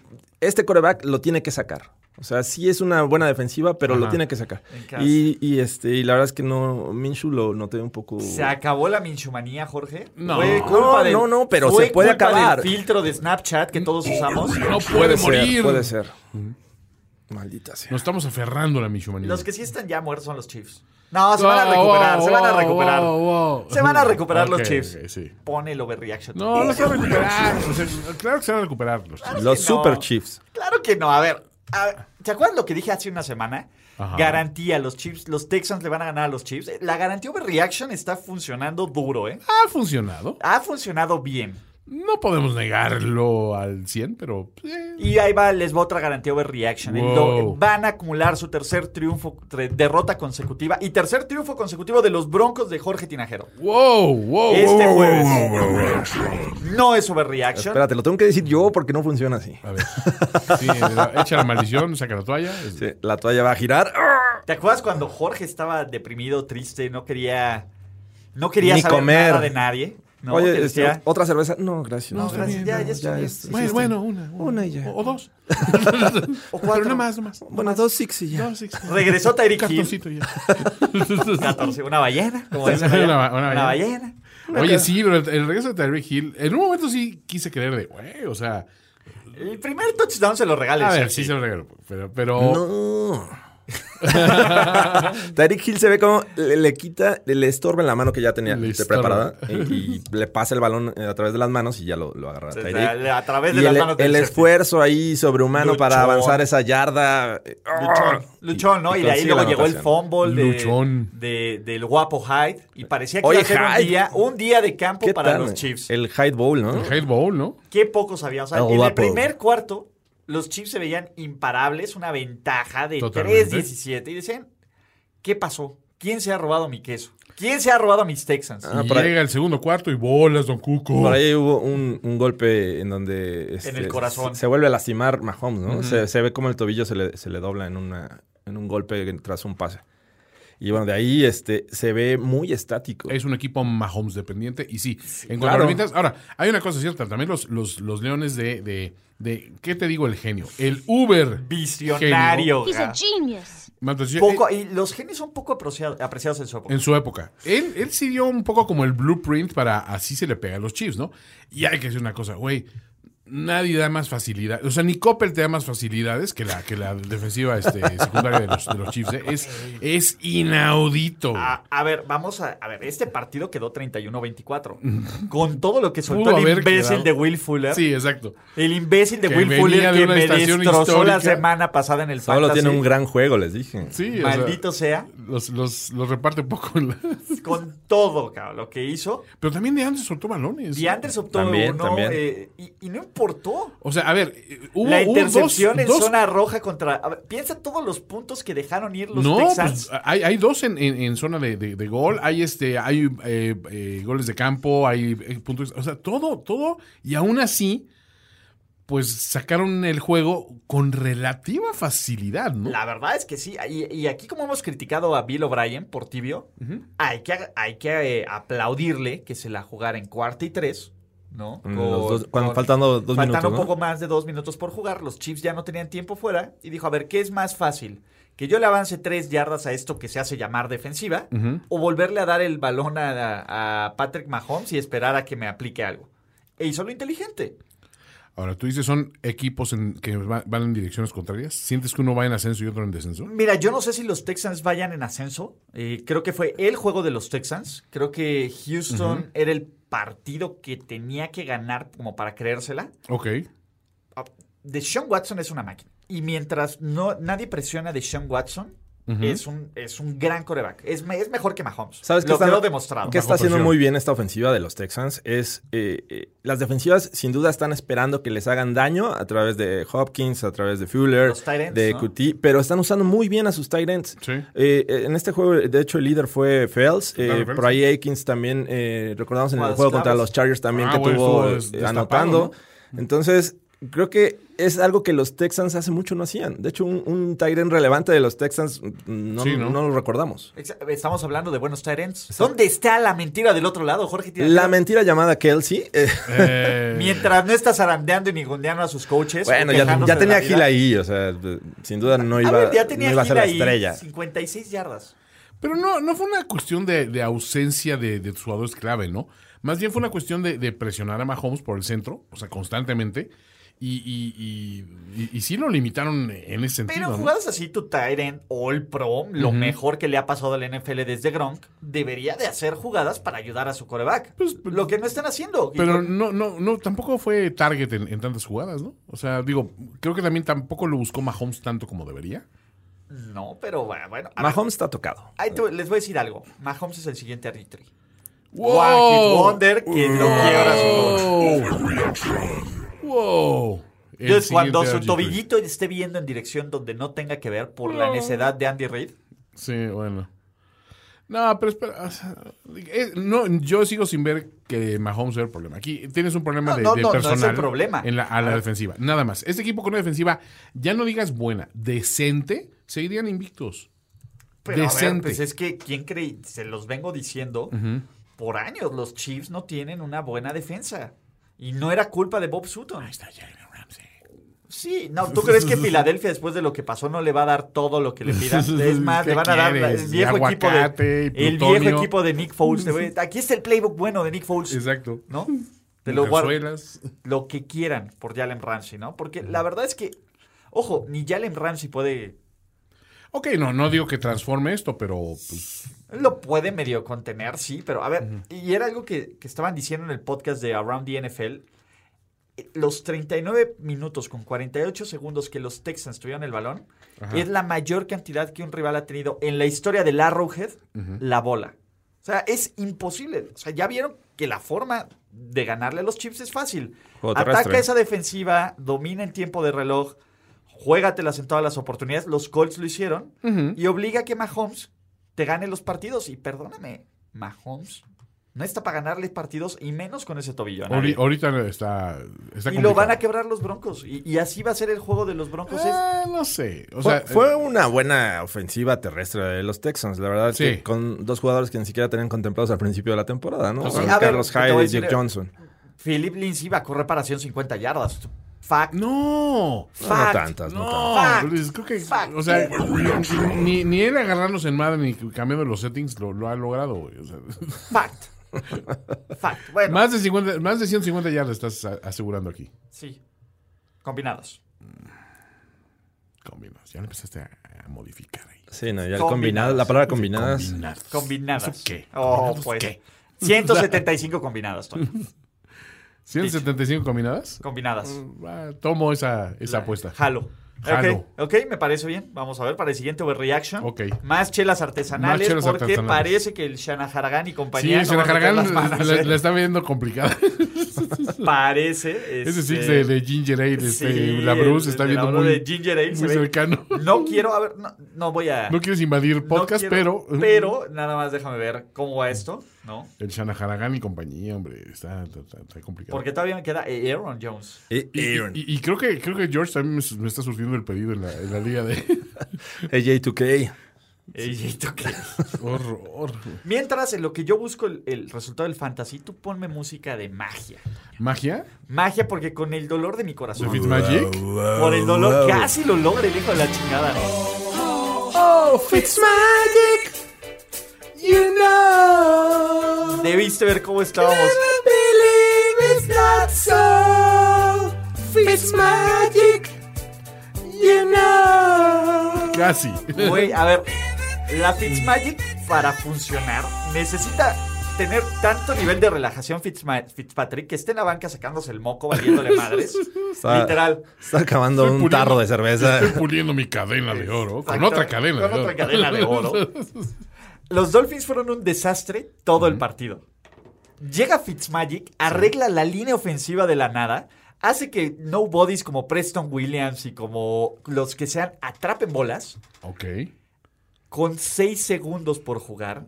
[SPEAKER 4] este coreback lo tiene que sacar. O sea, sí es una buena defensiva, pero lo
[SPEAKER 3] Ajá.
[SPEAKER 4] tiene que sacar.
[SPEAKER 2] En casa.
[SPEAKER 4] Y, y, este, y la verdad es que no, Minshu lo noté un poco.
[SPEAKER 2] ¿Se acabó la minchumanía, Jorge?
[SPEAKER 3] No.
[SPEAKER 2] Fue culpa
[SPEAKER 4] No,
[SPEAKER 2] del-
[SPEAKER 4] no, no, pero
[SPEAKER 2] fue
[SPEAKER 4] se puede
[SPEAKER 2] culpa
[SPEAKER 4] acabar.
[SPEAKER 2] del filtro de Snapchat que todos usamos.
[SPEAKER 3] No puede,
[SPEAKER 4] ser,
[SPEAKER 3] morir.
[SPEAKER 4] puede ser. Maldita sea.
[SPEAKER 3] Nos estamos aferrando a la Michumanía.
[SPEAKER 2] Los que sí están ya muertos son los Chiefs. No, se van a recuperar, se van a recuperar. Se van a recuperar los Chiefs.
[SPEAKER 3] Ponelo sí.
[SPEAKER 2] Pone el overreaction.
[SPEAKER 3] No, los van a recuperar. O sea, claro que se van a recuperar los Chiefs.
[SPEAKER 4] Los
[SPEAKER 2] que no.
[SPEAKER 4] Super Chiefs.
[SPEAKER 2] Claro que no. A ver, a ver, ¿te acuerdas lo que dije hace una semana?
[SPEAKER 3] Ajá.
[SPEAKER 2] Garantía, los Chiefs, los Texans le van a ganar a los Chiefs. La garantía overreaction está funcionando duro, ¿eh?
[SPEAKER 3] Ha funcionado.
[SPEAKER 2] Ha funcionado bien.
[SPEAKER 3] No podemos negarlo al 100, pero eh,
[SPEAKER 2] Y ahí va, les va otra garantía overreaction. El do-
[SPEAKER 3] Wow.
[SPEAKER 2] van a acumular su tercer triunfo, tre- derrota consecutiva y tercer triunfo consecutivo de los Broncos de Jorge Tinajero.
[SPEAKER 3] wow, wow.
[SPEAKER 2] Este
[SPEAKER 3] Oh, wow,
[SPEAKER 2] jueves.
[SPEAKER 3] wow, wow, wow.
[SPEAKER 2] No es overreaction.
[SPEAKER 4] Espérate, lo tengo que decir yo porque no funciona así.
[SPEAKER 3] A ver. Sí, eh, echa la maldición, saca la toalla. Es-
[SPEAKER 4] Sí, la toalla va a girar.
[SPEAKER 2] ¿Te acuerdas cuando Jorge estaba deprimido, triste, no quería, no quería
[SPEAKER 4] Ni
[SPEAKER 2] saber
[SPEAKER 4] comer.
[SPEAKER 2] nada de nadie? ¿no?
[SPEAKER 4] Oye,
[SPEAKER 2] Que
[SPEAKER 4] este,
[SPEAKER 2] decía,
[SPEAKER 3] oh.
[SPEAKER 4] otra cerveza. No, gracias. Este,
[SPEAKER 2] No,
[SPEAKER 4] está
[SPEAKER 2] gracias,
[SPEAKER 4] bien,
[SPEAKER 2] ya,
[SPEAKER 4] no,
[SPEAKER 2] ya estoy bien.
[SPEAKER 4] es-
[SPEAKER 3] Bueno,
[SPEAKER 4] existe.
[SPEAKER 3] bueno, una. Una,
[SPEAKER 4] Una y ya.
[SPEAKER 3] O, o dos.
[SPEAKER 2] O
[SPEAKER 3] Pero
[SPEAKER 2] cuatro.
[SPEAKER 3] una más, una más.
[SPEAKER 4] Bueno, dos six y ya.
[SPEAKER 3] Dos, sí, sí.
[SPEAKER 2] Regresó Tyreek Hill.
[SPEAKER 3] Cartoncito ya.
[SPEAKER 2] *laughs* 14, una ballena,
[SPEAKER 3] *laughs*
[SPEAKER 2] como dicen
[SPEAKER 3] Una
[SPEAKER 2] allá,
[SPEAKER 3] ba-
[SPEAKER 2] una,
[SPEAKER 3] una
[SPEAKER 2] ballena.
[SPEAKER 3] Oye, sí, pero el, el regreso de Tyreek Hill, en un momento sí quise creer de, güey, o sea,
[SPEAKER 2] El primer touchdown se lo regales.
[SPEAKER 3] a ver, sí se lo regalo, pero, pero
[SPEAKER 4] No. *laughs* Tyreek Hill se ve como le, le quita, le, le estorba en la mano que ya tenía
[SPEAKER 3] Le
[SPEAKER 4] de
[SPEAKER 3] estorba. *laughs*
[SPEAKER 4] preparada eh, y, y le pasa el balón eh, a través de las manos y ya lo, lo agarra
[SPEAKER 2] O sea,
[SPEAKER 4] Tyreek.
[SPEAKER 2] a través de
[SPEAKER 4] Y
[SPEAKER 2] las
[SPEAKER 4] el, e,
[SPEAKER 2] manos del
[SPEAKER 4] el
[SPEAKER 2] safety.
[SPEAKER 4] esfuerzo ahí sobrehumano para
[SPEAKER 2] Luchón.
[SPEAKER 4] avanzar esa yarda. eh,
[SPEAKER 2] Luchón, Luchón, ¿no? Y, de ahí
[SPEAKER 4] consigue
[SPEAKER 2] luego
[SPEAKER 4] la
[SPEAKER 2] llegó el
[SPEAKER 4] anotación.
[SPEAKER 2] fumble de-
[SPEAKER 3] Luchón.
[SPEAKER 2] de- del guapo Hyde. Y parecía que
[SPEAKER 4] Oye,
[SPEAKER 2] iba a ser un
[SPEAKER 4] Hyde.
[SPEAKER 2] día, un día de campo
[SPEAKER 4] ¿Qué
[SPEAKER 2] para
[SPEAKER 4] tal?
[SPEAKER 2] los Chiefs.
[SPEAKER 4] El Hyde Bowl, ¿no?
[SPEAKER 3] el Hate Bowl, ¿no?
[SPEAKER 2] Qué poco sabíamos. O sea,
[SPEAKER 4] El
[SPEAKER 2] en el
[SPEAKER 4] guapo.
[SPEAKER 2] primer cuarto, los Chiefs se veían imparables, una ventaja de
[SPEAKER 3] Totalmente.
[SPEAKER 2] 3-17. Y decían, ¿qué pasó? ¿Quién se ha robado mi queso? ¿Quién se ha robado a mis Texans?
[SPEAKER 4] Ah,
[SPEAKER 3] Y
[SPEAKER 4] por ahí-
[SPEAKER 3] llega el segundo cuarto y bolas, Don Cuco.
[SPEAKER 4] Por ahí hubo un, un golpe en donde... este,
[SPEAKER 2] el corazón.
[SPEAKER 4] Se, se vuelve a lastimar Mahomes, ¿no? se, se ve como el tobillo se le, se le dobla en, una, en un golpe tras un pase. Y bueno, de ahí este, se ve muy estático.
[SPEAKER 3] Es un equipo Mahomes dependiente y sí, en cuanto
[SPEAKER 4] claro.
[SPEAKER 3] a herramientas- Ahora, hay una cosa cierta, también los, los, los leones de, de, de- ¿Qué te digo? El genio. El Uber. genio.
[SPEAKER 2] Visionario.
[SPEAKER 5] He's
[SPEAKER 2] ga.
[SPEAKER 5] a genius.
[SPEAKER 3] Más decir,
[SPEAKER 2] Poco-
[SPEAKER 3] eh,
[SPEAKER 2] y los genios son poco apreciado- apreciados en su época.
[SPEAKER 3] en su época. Él, él sí dio un poco como el blueprint para así se le pega a los Chiefs, ¿no? Y hay que decir una cosa, güey. Nadie da más facilidad. O sea, ni Coppel te da más facilidades que la, que la defensiva este, secundaria de los, de los Chiefs. ¿eh? Es, es inaudito.
[SPEAKER 2] A, a ver, vamos a, a ver, este partido quedó 31-24. Con todo lo que
[SPEAKER 3] Pudo
[SPEAKER 2] soltó el
[SPEAKER 3] haber
[SPEAKER 2] imbécil
[SPEAKER 3] quedado.
[SPEAKER 2] de Will Fuller.
[SPEAKER 3] Sí, exacto.
[SPEAKER 2] El imbécil de
[SPEAKER 3] Que
[SPEAKER 2] Will
[SPEAKER 3] venía
[SPEAKER 2] Fuller
[SPEAKER 3] de
[SPEAKER 2] que
[SPEAKER 3] una
[SPEAKER 2] me
[SPEAKER 3] estación
[SPEAKER 2] destrozó la
[SPEAKER 3] histórica.
[SPEAKER 2] semana pasada en el
[SPEAKER 4] Solo
[SPEAKER 2] fantasy.
[SPEAKER 4] tiene un gran juego, les dije.
[SPEAKER 3] Sí, o sea,
[SPEAKER 2] Maldito sea,
[SPEAKER 3] los, los, los reparte poco. en la-
[SPEAKER 2] con todo cabrón, lo que hizo.
[SPEAKER 3] Pero también de antes soltó balones.
[SPEAKER 2] Y antes obtuvo
[SPEAKER 4] También,
[SPEAKER 2] uno
[SPEAKER 4] también.
[SPEAKER 2] eh, y, y no importó.
[SPEAKER 3] O sea, a ver, eh, hubo,
[SPEAKER 2] la
[SPEAKER 3] hubo
[SPEAKER 2] intercepción
[SPEAKER 3] dos,
[SPEAKER 2] en
[SPEAKER 3] dos-
[SPEAKER 2] zona roja contra. a ver, piensa todos los puntos que dejaron ir los
[SPEAKER 3] no,
[SPEAKER 2] Texans.
[SPEAKER 3] pues, hay, hay dos en, en- en zona de, de- de gol, hay este, hay eh, eh, goles de campo, hay eh, puntos, o sea, todo, todo, y aún así, pues sacaron el juego con relativa facilidad, ¿no?
[SPEAKER 2] La verdad es que sí. Y, y aquí, como hemos criticado a Bill O'Brien por tibio, hay que, hay que eh, aplaudirle que se la jugara en cuarta y tres. ¿no?
[SPEAKER 4] Mm, los dos- cuando- faltando dos
[SPEAKER 2] faltando
[SPEAKER 4] minutos, ¿no?
[SPEAKER 2] un poco más de dos minutos por jugar. Los Chiefs ya no tenían tiempo fuera. Y dijo: A ver, ¿qué es más fácil? ¿Que yo le avance tres yardas a esto que se hace llamar defensiva? ¿O volverle a dar el balón a, a Patrick Mahomes y esperar a que me aplique algo? E hizo lo inteligente.
[SPEAKER 3] Ahora, tú dices, son equipos en- que va- van en direcciones contrarias, ¿sientes que uno va en ascenso y otro en descenso?
[SPEAKER 2] Mira, yo no sé si los Texans vayan en ascenso. Eh, creo que fue el juego de los Texans. Creo que Houston era el partido que tenía que ganar como para creérsela.
[SPEAKER 3] Ok,
[SPEAKER 2] De Sean Watson es una máquina. Y mientras no, nadie presiona de Sean Watson, es, un, es un gran coreback. Es, me- es mejor que Mahomes.
[SPEAKER 4] ¿Sabes qué
[SPEAKER 2] Lo
[SPEAKER 4] está,
[SPEAKER 2] quedó demostrado.
[SPEAKER 4] qué está
[SPEAKER 3] Bajo
[SPEAKER 4] haciendo
[SPEAKER 3] presión.
[SPEAKER 4] muy bien esta ofensiva de los Texans? Es eh, eh, las defensivas sin duda están esperando que les hagan daño a través de Hopkins, a través de Fuller,
[SPEAKER 2] Los tight ends,
[SPEAKER 4] de
[SPEAKER 2] ¿no?
[SPEAKER 4] Cutie, pero están usando muy bien a sus tight ends.
[SPEAKER 3] Sí.
[SPEAKER 4] Eh, eh, en este juego, de hecho, el líder fue Fells. eh,
[SPEAKER 3] Claro, Fells.
[SPEAKER 4] por ahí Aikins también, eh, recordamos en el
[SPEAKER 2] Jugadas
[SPEAKER 4] juego contra
[SPEAKER 2] claves.
[SPEAKER 4] los Chargers también
[SPEAKER 3] Ah,
[SPEAKER 4] que
[SPEAKER 3] bueno,
[SPEAKER 4] tuvo
[SPEAKER 3] estuvo
[SPEAKER 4] eh,
[SPEAKER 3] des- destapado,
[SPEAKER 4] anotando. Entonces, creo que es algo que los Texans hace mucho no hacían. De hecho, un, un tight end relevante de los Texans mm, no,
[SPEAKER 3] Sí, ¿no?
[SPEAKER 4] no lo recordamos.
[SPEAKER 2] Exa- Estamos hablando de buenos Tyrants. ¿Dónde está la mentira del otro lado, Jorge? Tiradentes?
[SPEAKER 4] La mentira llamada Kelsey. eh,
[SPEAKER 3] Eh,
[SPEAKER 2] *laughs* Mientras no estás zarandeando y ninguneando a sus coaches.
[SPEAKER 4] bueno,
[SPEAKER 2] o
[SPEAKER 4] ya,
[SPEAKER 2] quejándose
[SPEAKER 4] ya
[SPEAKER 2] de
[SPEAKER 4] tenía
[SPEAKER 2] la vida.
[SPEAKER 4] Gil ahí, o sea, de- sin duda no iba,
[SPEAKER 2] a ver, ya tenía
[SPEAKER 4] no iba a ser
[SPEAKER 2] Gil
[SPEAKER 4] la
[SPEAKER 2] ahí,
[SPEAKER 4] estrella.
[SPEAKER 2] 56 yardas.
[SPEAKER 3] Pero no, no fue una cuestión de, de ausencia de, de tus jugadores clave, ¿no? Más bien fue una cuestión de, de presionar a Mahomes por el centro, o sea, constantemente. Y, y, y, y- y sí lo limitaron en ese sentido.
[SPEAKER 2] Pero
[SPEAKER 3] ¿no?
[SPEAKER 2] jugadas así, tu Tyrant All Pro, lo mejor que le ha pasado al NFL desde Gronk, debería de hacer jugadas para ayudar a su coreback.
[SPEAKER 3] Pues, pues,
[SPEAKER 2] lo que no están haciendo. Y
[SPEAKER 3] Pero
[SPEAKER 2] creo-
[SPEAKER 3] no, no, no, tampoco fue target en, en tantas jugadas, ¿no? O sea, digo, creo que también tampoco lo buscó Mahomes tanto como debería.
[SPEAKER 2] no, pero bueno. bueno, a ver,
[SPEAKER 4] Mahomes está tocado.
[SPEAKER 2] ahí te- les voy a decir algo. Mahomes es el siguiente arbitrio. One hit
[SPEAKER 3] ¡Wow!
[SPEAKER 2] Wonder que no quiebra su coach.
[SPEAKER 3] ¡Wow! El
[SPEAKER 2] Entonces, cuando su
[SPEAKER 3] siguiente RG3.
[SPEAKER 2] tobillito esté viendo en dirección donde no tenga que ver por la necedad de Andy Reid,
[SPEAKER 3] Sí, bueno. No, pero espera. o sea, eh, no, yo sigo sin ver que Mahomes era el problema. Aquí tienes un problema
[SPEAKER 2] No,
[SPEAKER 3] de,
[SPEAKER 2] no,
[SPEAKER 3] de
[SPEAKER 2] no, no es el
[SPEAKER 3] personal.
[SPEAKER 2] problema.
[SPEAKER 3] En la, a la defensiva. Nada más. Este equipo con una defensiva, ya no digas buena, decente, seguirían invictos.
[SPEAKER 2] Pero a ver,
[SPEAKER 3] Decente.
[SPEAKER 2] pues es que, ¿quién cree? Se los vengo diciendo. Por años los Chiefs no tienen una buena defensa. Y no era culpa de Bob Sutton. Sí, no, ¿tú crees que Filadelfia después de lo que pasó no le va a dar todo lo que
[SPEAKER 3] *laughs*
[SPEAKER 2] le pidan? Es más,
[SPEAKER 3] ¿Qué
[SPEAKER 2] le van a dar la-
[SPEAKER 3] quieres?
[SPEAKER 2] el viejo,
[SPEAKER 3] Y
[SPEAKER 2] equipo de,
[SPEAKER 3] aguacate, y
[SPEAKER 2] el
[SPEAKER 3] plutonio.
[SPEAKER 2] viejo equipo de Nick Foles. Te voy- Aquí está el playbook bueno de Nick Foles.
[SPEAKER 3] Exacto. *laughs*
[SPEAKER 2] ¿No? Te lo guardo
[SPEAKER 3] Mujerzuelas.
[SPEAKER 2] lo que quieran por Jalen Ramsey, ¿no? Porque la verdad es que, ojo, ni Jalen Ramsey puede
[SPEAKER 3] Ok, no, no digo que transforme esto, pero pues,
[SPEAKER 2] Lo puede medio contener, sí, pero a ver, y era algo que, que estaban diciendo en el podcast de Around the NFL. eh, Los 39 minutos con 48 segundos que los Texans tuvieron el balón es la mayor cantidad que un rival ha tenido en la historia del Arrowhead la bola. O sea, es imposible. O sea, ya vieron que la forma de ganarle a los Chips es fácil.
[SPEAKER 4] Juego
[SPEAKER 2] Ataca
[SPEAKER 4] terrestre.
[SPEAKER 2] esa defensiva, domina en tiempo de reloj, juégatelas en todas las oportunidades. Los Colts lo hicieron y obliga a que Mahomes te gane los partidos. Y perdóname, Mahomes no está para ganarle partidos y menos con ese tobillo. a nadie.
[SPEAKER 3] Ahori- Ahorita está, está
[SPEAKER 2] y lo van a
[SPEAKER 3] complicado.
[SPEAKER 2] quebrar los Broncos. Y, y así va a ser el juego de los Broncos. es-
[SPEAKER 3] Eh, no sé. O
[SPEAKER 4] Fue-
[SPEAKER 3] sea,
[SPEAKER 4] fue,
[SPEAKER 3] eh,
[SPEAKER 4] una buena ofensiva terrestre de los Texans, la verdad, es
[SPEAKER 3] Sí.
[SPEAKER 4] que con dos jugadores que ni siquiera tenían contemplados al principio de la temporada, ¿no?
[SPEAKER 2] O sea,
[SPEAKER 4] Con
[SPEAKER 2] a ver,
[SPEAKER 4] Carlos
[SPEAKER 2] te voy a
[SPEAKER 4] Hyde y
[SPEAKER 2] decir-
[SPEAKER 4] Jake Johnson.
[SPEAKER 2] Philip Lindsay va a correr paración 50 yardas. Fact.
[SPEAKER 3] eh, No.
[SPEAKER 4] No,
[SPEAKER 2] fact.
[SPEAKER 4] No tantas, no, tantas.
[SPEAKER 3] No,
[SPEAKER 2] Fact.
[SPEAKER 3] Luis, creo que,
[SPEAKER 2] Fact.
[SPEAKER 3] o sea, ni, ni él agarrarnos en madre ni cambiando los settings lo, lo ha logrado, güey. O sea, *laughs*
[SPEAKER 2] Fact. Fact. Bueno,
[SPEAKER 3] más, de 50, más de 150 ya le estás a- asegurando aquí.
[SPEAKER 2] sí. Combinados.
[SPEAKER 3] Combinas, ya le empezaste a, a modificar ahí.
[SPEAKER 4] Sí, no, ya el
[SPEAKER 2] Combinadas.
[SPEAKER 4] combinado, la palabra combinadas.
[SPEAKER 3] Combinadas.
[SPEAKER 2] Combinadas.
[SPEAKER 3] ¿Qué?
[SPEAKER 2] Oh,
[SPEAKER 3] ¿Combinadas
[SPEAKER 2] pues.
[SPEAKER 3] qué?
[SPEAKER 2] 175 combinadas, Toño.
[SPEAKER 3] 175 combinadas.
[SPEAKER 2] Combinadas.
[SPEAKER 3] Ah, Tomo esa, esa apuesta.
[SPEAKER 2] Jalo.
[SPEAKER 3] Jalo.
[SPEAKER 2] Ok, ok, me parece bien. Vamos a ver para el siguiente overreaction.
[SPEAKER 3] Ok.
[SPEAKER 2] Más chelas artesanales
[SPEAKER 3] Más chelas
[SPEAKER 2] porque
[SPEAKER 3] artesanales.
[SPEAKER 2] parece que el Shanahargan y
[SPEAKER 3] Sí,
[SPEAKER 2] compañía. no
[SPEAKER 3] se la
[SPEAKER 2] van a meter
[SPEAKER 3] cargan,
[SPEAKER 2] las manos,
[SPEAKER 3] la,
[SPEAKER 2] ¿eh?
[SPEAKER 3] la está viendo complicada. *laughs*
[SPEAKER 2] *laughs* Parece.
[SPEAKER 3] Ese
[SPEAKER 2] este,
[SPEAKER 3] six de, de Ginger Ale, este,
[SPEAKER 2] sí,
[SPEAKER 3] la Bruce
[SPEAKER 2] el-
[SPEAKER 3] está
[SPEAKER 2] el
[SPEAKER 3] viendo
[SPEAKER 2] labrador
[SPEAKER 3] muy,
[SPEAKER 2] de Ginger Ale se
[SPEAKER 3] muy
[SPEAKER 2] ve-
[SPEAKER 3] cercano. *laughs*
[SPEAKER 2] No quiero, a ver, no, no voy a.
[SPEAKER 3] No quieres invadir
[SPEAKER 2] no
[SPEAKER 3] podcast,
[SPEAKER 2] quiero,
[SPEAKER 3] pero...
[SPEAKER 2] Pero nada más déjame ver cómo va esto, ¿no?
[SPEAKER 3] El Shanaharagán y compañía, hombre, está, está- está complicado.
[SPEAKER 2] Porque todavía me queda eh, Aaron Jones.
[SPEAKER 3] Y,
[SPEAKER 4] Y- E- Aaron.
[SPEAKER 3] y- y creo que creo que George también me, su- me está surtiendo el pedido en la, en la liga de
[SPEAKER 4] AJ2K.
[SPEAKER 2] Ey, ¿tú qué?
[SPEAKER 3] horror.
[SPEAKER 2] Mientras, en lo que yo busco el, el resultado del fantasy, tú ponme música de magia.
[SPEAKER 3] ¿Magia?
[SPEAKER 2] Magia porque con el dolor de mi
[SPEAKER 3] ¿De
[SPEAKER 2] corazón.
[SPEAKER 3] Fitzmagic?
[SPEAKER 2] Por el dolor casi lo logra el hijo de la chingada.
[SPEAKER 3] Fitzmagic, you know.
[SPEAKER 2] Debiste ver cómo estábamos.
[SPEAKER 3] Fitzmagic, you know. Casi.
[SPEAKER 2] Güey, a ver, la Fitzmagic para funcionar necesita tener tanto nivel de relajación Fitzma- Fitzpatrick que esté en la banca sacándose el moco valiéndole madres.
[SPEAKER 4] Está-
[SPEAKER 2] Literal.
[SPEAKER 4] Está acabando un
[SPEAKER 3] puliendo-
[SPEAKER 4] tarro de cerveza.
[SPEAKER 3] Estoy puliendo mi cadena de oro con
[SPEAKER 2] Exacto,
[SPEAKER 3] otra cadena
[SPEAKER 2] con
[SPEAKER 3] de
[SPEAKER 2] otra
[SPEAKER 3] oro.
[SPEAKER 2] cadena de oro. Los Dolphins fueron un desastre todo el partido. Llega Fitzmagic, arregla la línea ofensiva de la nada, hace que nobodies como Preston Williams y como los que sean atrapen bolas.
[SPEAKER 3] *laughs* ok.
[SPEAKER 2] con 6 segundos por jugar,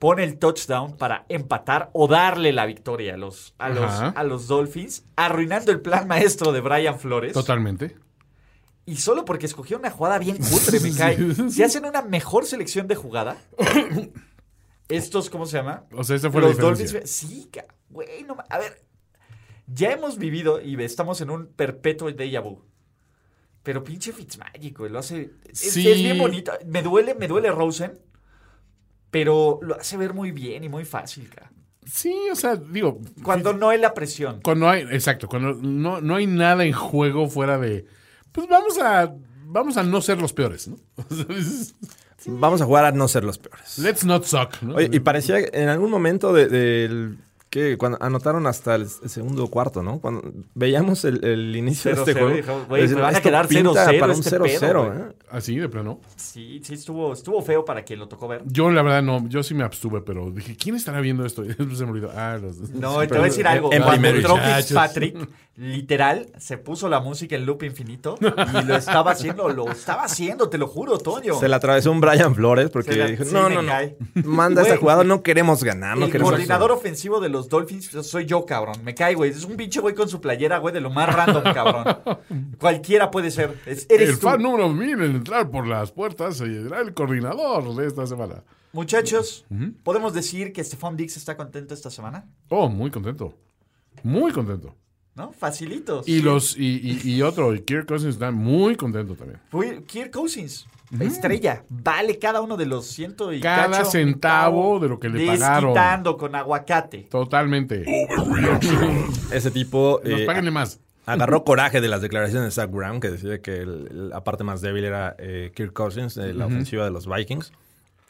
[SPEAKER 2] pone el touchdown para empatar o darle la victoria a los, a los,
[SPEAKER 3] Ajá.
[SPEAKER 2] a los Dolphins, arruinando el plan maestro de Brian Flores.
[SPEAKER 3] Totalmente.
[SPEAKER 2] Y solo porque escogió una jugada bien cutre, me cae. Si hacen una mejor selección de jugada, estos, ¿cómo se llama?
[SPEAKER 3] O sea, esa fue la
[SPEAKER 2] Los
[SPEAKER 3] diferencia.
[SPEAKER 2] Dolphins. Sí, ca- güey, no ma- A ver, ya hemos vivido y estamos en un perpetuo déjà vu. Pero pinche Fitzmagic, güey, lo hace. Es,
[SPEAKER 3] Sí.
[SPEAKER 2] es bien bonito. Me duele, me duele Rosen, pero lo hace ver muy bien y muy fácil, ca.
[SPEAKER 3] Sí, o sea, digo,
[SPEAKER 2] Cuando no es la presión.
[SPEAKER 3] cuando hay, exacto, cuando no, no hay nada en juego fuera de, pues vamos a, vamos a no ser los peores, ¿no? *laughs*
[SPEAKER 4] Vamos a jugar a no ser los peores.
[SPEAKER 3] Let's not suck, ¿no?
[SPEAKER 4] Oye, y parecía que en algún momento de- del que cuando anotaron hasta el, el segundo cuarto, ¿no? Cuando veíamos el, el inicio de este
[SPEAKER 2] 0-0,
[SPEAKER 4] juego.
[SPEAKER 2] dijimos, güey,
[SPEAKER 4] decíamos,
[SPEAKER 2] me van a
[SPEAKER 4] "Esto
[SPEAKER 2] quedar
[SPEAKER 4] pinta
[SPEAKER 2] 0-0
[SPEAKER 4] para un
[SPEAKER 2] este
[SPEAKER 4] 0-0,
[SPEAKER 2] pedo,
[SPEAKER 4] ¿eh?".
[SPEAKER 3] Así, de plano.
[SPEAKER 2] Sí, sí, estuvo, estuvo feo para quien lo tocó ver.
[SPEAKER 3] Yo, la verdad, no, yo sí me abstuve, pero dije, ¿quién estará viendo esto? *laughs* Y después se me olvidó. Ah, los
[SPEAKER 2] No, te voy a decir algo.
[SPEAKER 4] en
[SPEAKER 2] Cuando
[SPEAKER 4] primero,
[SPEAKER 2] entró
[SPEAKER 3] muchachos.
[SPEAKER 2] Fitzpatrick, literal, se puso la música en loop infinito y lo estaba haciendo, lo estaba haciendo, te lo juro, Toño.
[SPEAKER 4] Se le atravesó un Brian Flores porque
[SPEAKER 2] Se la-
[SPEAKER 4] dijo,
[SPEAKER 2] sí,
[SPEAKER 4] no,
[SPEAKER 2] me
[SPEAKER 4] no, no.
[SPEAKER 2] cae".
[SPEAKER 4] Manda
[SPEAKER 2] Güey,
[SPEAKER 4] esta jugada, no queremos
[SPEAKER 3] Ah,
[SPEAKER 4] ganar, no
[SPEAKER 2] el
[SPEAKER 4] queremos
[SPEAKER 2] coordinador ofensivo de los Dolphins pues, soy yo, cabrón. Me cae, güey. Es un pinche güey con su playera, güey, de lo más random,
[SPEAKER 3] *laughs*
[SPEAKER 2] cabrón. Cualquiera puede ser. Es- eres
[SPEAKER 3] El
[SPEAKER 2] tú.
[SPEAKER 3] fan número mil en entrar por las puertas será el coordinador de esta semana.
[SPEAKER 2] Muchachos, ¿podemos decir que Stephon Dix está contento esta semana?
[SPEAKER 3] Oh, muy contento. Muy contento.
[SPEAKER 2] ¿No? Facilitos.
[SPEAKER 3] Y los y, y, y otro, y Kirk Cousins está muy contento también.
[SPEAKER 2] Fue Kirk Cousins, estrella, vale cada uno de los ciento y
[SPEAKER 3] Mm. Cada
[SPEAKER 2] cacho
[SPEAKER 3] centavo de lo que le pagaron.
[SPEAKER 2] Desquitando con aguacate. *laughs*
[SPEAKER 3] Totalmente.
[SPEAKER 4] Ese tipo
[SPEAKER 3] Nos
[SPEAKER 4] eh,
[SPEAKER 3] páguenle más.
[SPEAKER 4] agarró coraje de las declaraciones de Zach Brown, que decía que el- la parte más débil era eh, Kirk Cousins, eh, la ofensiva de los Vikings.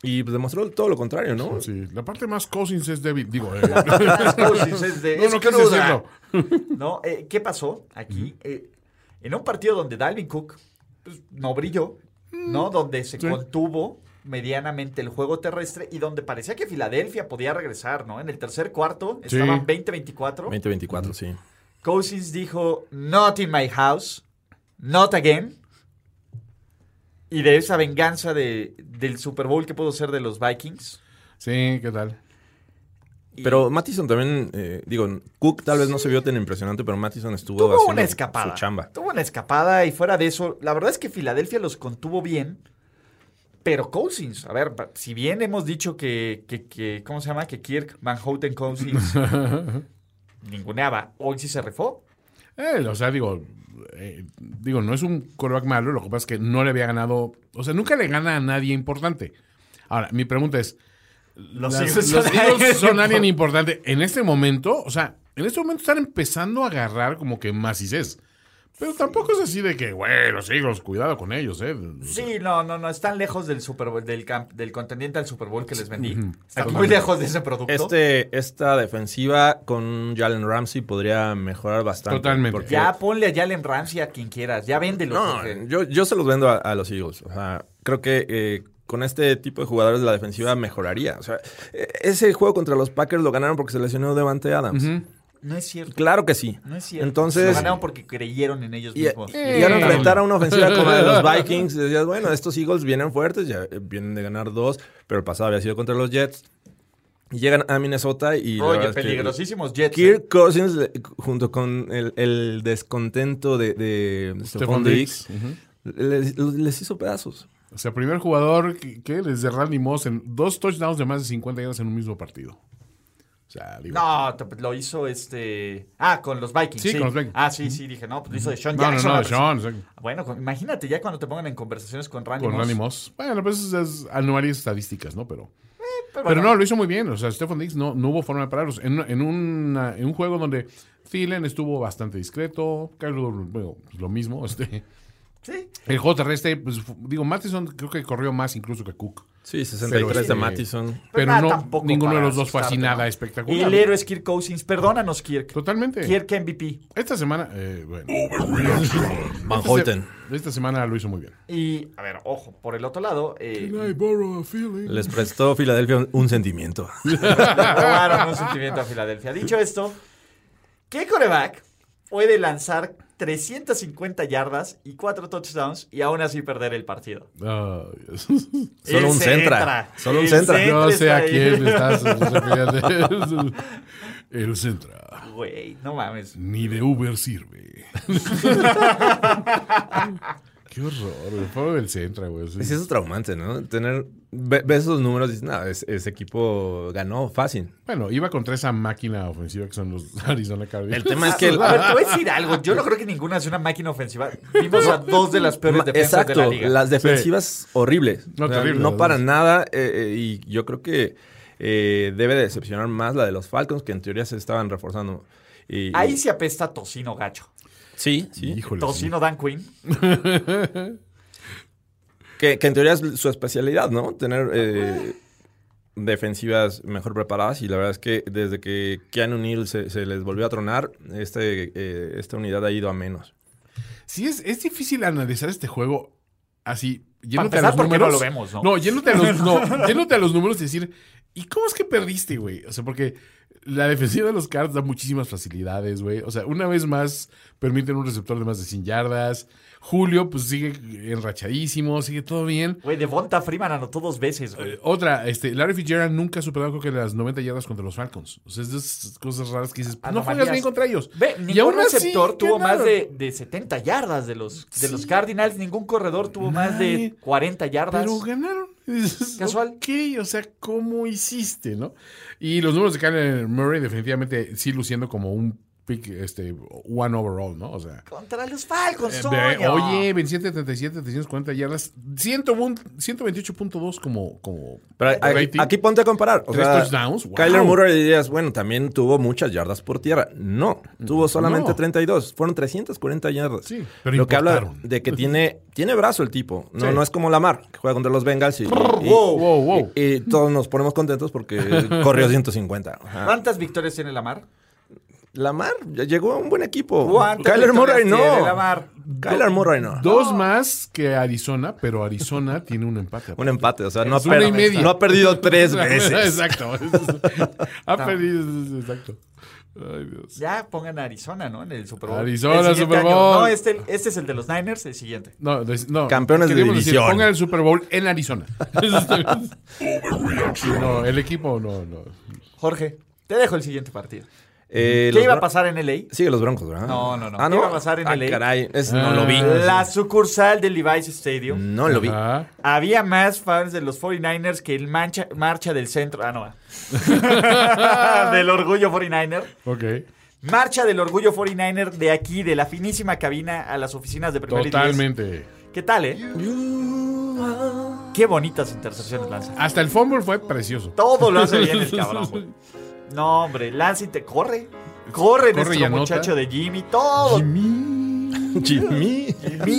[SPEAKER 4] Y pues, demostró todo lo contrario, ¿no?
[SPEAKER 3] Oh, Sí, la parte más Cousins es débil. Digo, eh,
[SPEAKER 2] Cousins *laughs* es de-
[SPEAKER 3] *laughs* no,
[SPEAKER 2] es
[SPEAKER 3] no quise
[SPEAKER 2] cruda.
[SPEAKER 3] decirlo.
[SPEAKER 2] ¿No? Eh, ¿Qué pasó aquí? Eh, en un partido donde Dalvin Cook pues, no brilló, ¿no? Donde se
[SPEAKER 3] Mm. Sí.
[SPEAKER 2] contuvo medianamente el juego terrestre y donde parecía que Filadelfia podía regresar, ¿no? En el tercer cuarto
[SPEAKER 3] Sí.
[SPEAKER 2] estaban 20-24.
[SPEAKER 4] 2024, sí.
[SPEAKER 2] Cousins dijo, not in my house, not again. y de esa venganza de, del Super Bowl que pudo ser de los Vikings.
[SPEAKER 3] Sí, ¿qué tal?
[SPEAKER 4] Pero Mattison también, eh, digo, Cook tal vez no se vio tan impresionante, pero Mattison estuvo
[SPEAKER 2] Tuvo
[SPEAKER 4] haciendo
[SPEAKER 2] una escapada.
[SPEAKER 4] su chamba.
[SPEAKER 2] Tuvo una escapada y fuera de eso, la verdad es que Filadelfia los contuvo bien. Pero Cousins, a ver, pa- si bien hemos dicho que, que- que- ¿cómo se llama? Que Kirk Van Houten *laughs* Cousins ninguneaba, hoy sí se refó.
[SPEAKER 3] Eh, o sea, digo, eh, digo, no es un coreback malo, lo que pasa es que no le había ganado, o sea, nunca le gana a nadie importante. Ahora, mi pregunta es,
[SPEAKER 2] Los
[SPEAKER 3] las-
[SPEAKER 2] Eagles
[SPEAKER 3] los
[SPEAKER 2] son-
[SPEAKER 3] Eagles
[SPEAKER 2] *laughs*
[SPEAKER 3] son *laughs* alguien importante en este momento, o sea, en este momento están empezando a agarrar como que macizés. Pero tampoco es así de que, güey, los Eagles, cuidado con ellos, ¿eh?
[SPEAKER 2] Sí, no, no, no, están lejos del Super Bowl, del, camp- del contendiente al Super Bowl que les vendí. Están muy lejos de ese producto.
[SPEAKER 4] Este, esta defensiva con Jalen Ramsey podría mejorar bastante.
[SPEAKER 3] Totalmente.
[SPEAKER 2] ya ponle a Jalen Ramsey a quien quieras, ya véndelo.
[SPEAKER 4] No,
[SPEAKER 2] porque-
[SPEAKER 4] yo, yo se los vendo a, a los Eagles. O sea, creo que eh, con este tipo de jugadores la defensiva mejoraría. O sea, e- ese juego contra los Packers lo ganaron porque se lesionó Devante Adams.
[SPEAKER 2] no es cierto.
[SPEAKER 4] Claro que sí.
[SPEAKER 2] No es cierto.
[SPEAKER 4] Entonces-
[SPEAKER 2] Lo ganaron porque creyeron en ellos
[SPEAKER 4] Y, y,
[SPEAKER 2] mismos.
[SPEAKER 4] y ahora enfrentar a una ofensiva como la de los Vikings, decías, bueno, estos Eagles vienen fuertes, ya eh, vienen de ganar dos, pero el pasado había sido contra los Jets. Y llegan a Minnesota y... la verdad
[SPEAKER 2] Oye,
[SPEAKER 4] es que
[SPEAKER 2] peligrosísimos Jets. ¿eh?
[SPEAKER 4] Kirk Cousins, eh, junto con el, el descontento de, de Stephon
[SPEAKER 3] Stephon
[SPEAKER 4] Diggs,
[SPEAKER 3] Diggs. Ujú.
[SPEAKER 4] les, les hizo pedazos.
[SPEAKER 3] O sea, primer jugador que, que desde Randy Moss en dos touchdowns de más de 50 yardas en un mismo partido. O sea, digo.
[SPEAKER 2] No, te- lo hizo este. Ah, con los Vikings. Sí,
[SPEAKER 3] Sí, con los Vikings.
[SPEAKER 2] Ah, sí, sí, dije, no, pues lo hizo de Sean
[SPEAKER 3] no, no,
[SPEAKER 2] Jackson.
[SPEAKER 3] no,
[SPEAKER 2] la
[SPEAKER 3] Sean, o sea,
[SPEAKER 2] presión. Bueno, con- imagínate ya cuando te pongan en conversaciones con Randy.
[SPEAKER 3] con
[SPEAKER 2] Moss.
[SPEAKER 3] Randy Moss. Bueno, pues es, es anuales estadísticas, ¿no? Pero,
[SPEAKER 2] Eh, Pero,
[SPEAKER 3] pero
[SPEAKER 2] bueno,
[SPEAKER 3] no, lo hizo muy bien. O sea, Stephon Diggs no, no hubo forma de pararlos. En, en, una- en un juego donde Thielen estuvo bastante discreto, Carlos, bueno, pues lo mismo.
[SPEAKER 2] *laughs*
[SPEAKER 3] Este,
[SPEAKER 2] Sí.
[SPEAKER 3] el juego terrestre, pues, fu- digo, Matheson creo que corrió más incluso que Cook.
[SPEAKER 4] Sí, 63
[SPEAKER 3] Pero,
[SPEAKER 4] de
[SPEAKER 3] este,
[SPEAKER 4] Mattison.
[SPEAKER 3] Pero
[SPEAKER 2] nada,
[SPEAKER 3] no,
[SPEAKER 2] tampoco
[SPEAKER 3] ninguno de
[SPEAKER 2] para
[SPEAKER 3] los dos fue así
[SPEAKER 2] asustarte,
[SPEAKER 3] nada
[SPEAKER 2] ¿no? Y
[SPEAKER 3] espectacular.
[SPEAKER 2] el héroe es Kirk Cousins. Perdónanos, Kirk.
[SPEAKER 3] Totalmente.
[SPEAKER 2] Kirk MVP.
[SPEAKER 3] Esta semana, eh, bueno.
[SPEAKER 4] Van
[SPEAKER 3] Esta
[SPEAKER 4] Houten.
[SPEAKER 3] se- Esta semana lo hizo muy bien.
[SPEAKER 2] Y, a ver, ojo, por el otro lado, eh,
[SPEAKER 3] *laughs*
[SPEAKER 4] Les prestó Filadelfia un, un sentimiento.
[SPEAKER 2] le robaron un sentimiento a Filadelfia. Dicho esto, ¿qué coreback puede lanzar 350 yardas y 4 touchdowns y aún así perder el partido?
[SPEAKER 3] Ah, Dios.
[SPEAKER 4] Solo
[SPEAKER 2] El
[SPEAKER 4] un centra. Solo un
[SPEAKER 2] El
[SPEAKER 4] centra.
[SPEAKER 3] no sé a
[SPEAKER 2] está ahí.
[SPEAKER 3] quién estás refiriendo. El Centra.
[SPEAKER 2] Güey, no mames.
[SPEAKER 3] Ni de Uber sirve. Qué horror, güey. Pobre del Centra, güey. Sí.
[SPEAKER 4] Sí, eso es traumante, ¿no? Tener, ve- ves esos números y dices, nada, es- ese equipo ganó fácil.
[SPEAKER 3] Bueno, iba contra esa máquina ofensiva que son los *laughs* Arizona Cardinals.
[SPEAKER 4] El tema es que... el-
[SPEAKER 2] A ver, te voy a decir algo. Yo no creo que ninguna sea una máquina ofensiva. Vimos a dos de las peores
[SPEAKER 4] Ma-
[SPEAKER 2] defensas
[SPEAKER 4] Exacto,
[SPEAKER 2] de la liga.
[SPEAKER 4] las defensivas horribles.
[SPEAKER 3] No,
[SPEAKER 4] O sea,
[SPEAKER 3] terrible,
[SPEAKER 4] no
[SPEAKER 3] las
[SPEAKER 4] para
[SPEAKER 3] dos.
[SPEAKER 4] nada. eh, eh, y yo creo que eh, debe de decepcionar más la de los Falcons, que en teoría se estaban reforzando. Y,
[SPEAKER 2] Ahí se apesta tocino gacho.
[SPEAKER 4] Sí, Pues sí.
[SPEAKER 3] Híjole.
[SPEAKER 2] Tocino Dan Quinn.
[SPEAKER 4] Que, que en teoría es su especialidad, ¿no? Tener eh, defensivas mejor preparadas. Y la verdad es que desde que Keanu Neal se, se les volvió a tronar, este, eh, esta unidad ha ido a menos.
[SPEAKER 3] Sí, es, es difícil analizar este juego así, yéndote a
[SPEAKER 2] empezar,
[SPEAKER 3] los
[SPEAKER 2] porque
[SPEAKER 3] números.
[SPEAKER 2] no lo vemos, ¿no?
[SPEAKER 3] yéndote a
[SPEAKER 2] *laughs*
[SPEAKER 3] los, no, yéndote a los números y decir, ¿y cómo es que perdiste, güey? O sea, porque la defensiva de los Cards da muchísimas facilidades, güey. O sea, una vez más permiten un receptor de más de 100 yardas. Julio, pues sigue enrachadísimo, sigue todo bien.
[SPEAKER 2] Güey, Devonta Freeman anotó dos veces, güey.
[SPEAKER 3] Eh, Otra, este, Larry Fitzgerald nunca ha superado creo que las 90 yardas contra los Falcons. O sea, es de esas cosas raras que dices, "Pues, no
[SPEAKER 2] Anomalías.
[SPEAKER 3] juegas bien contra ellos.
[SPEAKER 2] Ve,
[SPEAKER 3] Y aún
[SPEAKER 2] ningún
[SPEAKER 3] así,
[SPEAKER 2] receptor tuvo más
[SPEAKER 3] ganaron.
[SPEAKER 2] de, de 70 yardas de los, de los Cardinals. Ningún corredor tuvo más de
[SPEAKER 3] Nadie.
[SPEAKER 2] 40 yardas.
[SPEAKER 3] Pero ganaron. *laughs*
[SPEAKER 2] Casual.
[SPEAKER 3] Ok, o sea, ¿cómo hiciste, no? Y los números de Kyler Murray definitivamente sí luciendo como un pick, este, one overall, ¿no? O sea...
[SPEAKER 2] Contra los Falcons,
[SPEAKER 3] eh, ve-
[SPEAKER 2] Toño.
[SPEAKER 3] oye, 27, 37, 340 yardas, 101 128.2 como, como
[SPEAKER 4] Pero a-
[SPEAKER 3] rating.
[SPEAKER 4] aquí ponte a comparar. O
[SPEAKER 3] Tres
[SPEAKER 4] sea,
[SPEAKER 3] touchdowns, wow.
[SPEAKER 4] Kyler Murray dirías, bueno, también tuvo muchas yardas por tierra. No, tuvo solamente
[SPEAKER 3] Mm, No.
[SPEAKER 4] 32. Fueron 340 yardas.
[SPEAKER 3] Sí, pero
[SPEAKER 4] Lo que habla
[SPEAKER 3] importaron. *laughs*
[SPEAKER 4] de que titiene, tiene brazo el tipo. No,
[SPEAKER 3] Sí.
[SPEAKER 4] no es como Lamar, que juega contra los Bengals y, y-
[SPEAKER 3] Wow, wow, wow.
[SPEAKER 4] y- y todos nos ponemos
[SPEAKER 3] *laughs*
[SPEAKER 4] contentos porque corrió 150. Ajá.
[SPEAKER 2] ¿Cuántas victorias tiene Lamar?
[SPEAKER 4] Lamar ya llegó a un buen equipo.
[SPEAKER 2] ¿Cuántas
[SPEAKER 4] Kyler Murray
[SPEAKER 2] victorias
[SPEAKER 4] no.
[SPEAKER 2] tiene Lamar?
[SPEAKER 4] Kyler Murray no.
[SPEAKER 3] dos más que Arizona, pero
[SPEAKER 4] *laughs*
[SPEAKER 3] Arizona tiene un empate.
[SPEAKER 4] Un empate, o sea, no ha,
[SPEAKER 3] Es una
[SPEAKER 4] per-
[SPEAKER 3] y media. *laughs*
[SPEAKER 4] *laughs* no ha perdido tres veces.
[SPEAKER 3] exacto. ha perdido, exacto. Ay, Dios.
[SPEAKER 2] Ya pongan a Arizona, ¿no? En el Super Bowl.
[SPEAKER 3] Arizona,
[SPEAKER 2] El siguiente
[SPEAKER 3] Super
[SPEAKER 2] año.
[SPEAKER 3] Bowl.
[SPEAKER 2] No, este, este es el de los Niners, el siguiente.
[SPEAKER 3] No, des- no.
[SPEAKER 4] Campeones de
[SPEAKER 3] Queremos
[SPEAKER 4] división.
[SPEAKER 3] pongan el Super Bowl en
[SPEAKER 4] *laughs*
[SPEAKER 3] Arizona. Eso está bien. no, el equipo no, no.
[SPEAKER 2] Jorge, te dejo el siguiente partido.
[SPEAKER 4] Eh,
[SPEAKER 2] ¿Qué
[SPEAKER 4] los
[SPEAKER 2] iba a
[SPEAKER 4] Bron-
[SPEAKER 2] pasar en LA?
[SPEAKER 4] Sigue los Broncos, ¿verdad?
[SPEAKER 2] No, no, no.
[SPEAKER 4] Ah,
[SPEAKER 2] ¿Qué
[SPEAKER 4] no.
[SPEAKER 2] iba a pasar en
[SPEAKER 4] ah,
[SPEAKER 2] LA?
[SPEAKER 4] caray, ese no lo vi.
[SPEAKER 2] La sucursal del Levi's Stadium.
[SPEAKER 4] No lo vi.
[SPEAKER 3] Ajá.
[SPEAKER 2] Había más fans de los 49ers que el mancha- marcha del centro. Ah, no. va. *laughs* del orgullo 49er.
[SPEAKER 3] Ok.
[SPEAKER 2] Marcha del orgullo 49er de aquí, de la finísima cabina a las oficinas de primer y diez.
[SPEAKER 3] Totalmente.
[SPEAKER 2] ¿Qué tal, eh? Qué bonitas intercepciones lanza.
[SPEAKER 3] Hasta el fumble fue precioso.
[SPEAKER 2] Todo lo hace bien el cabrón, güey. No, hombre, lanza y te corre.
[SPEAKER 3] Corre
[SPEAKER 2] Corre,
[SPEAKER 3] y
[SPEAKER 2] nuestro
[SPEAKER 3] anota.
[SPEAKER 2] muchacho de Jimmy. Todo.
[SPEAKER 4] Jimmy.
[SPEAKER 3] *laughs* Qué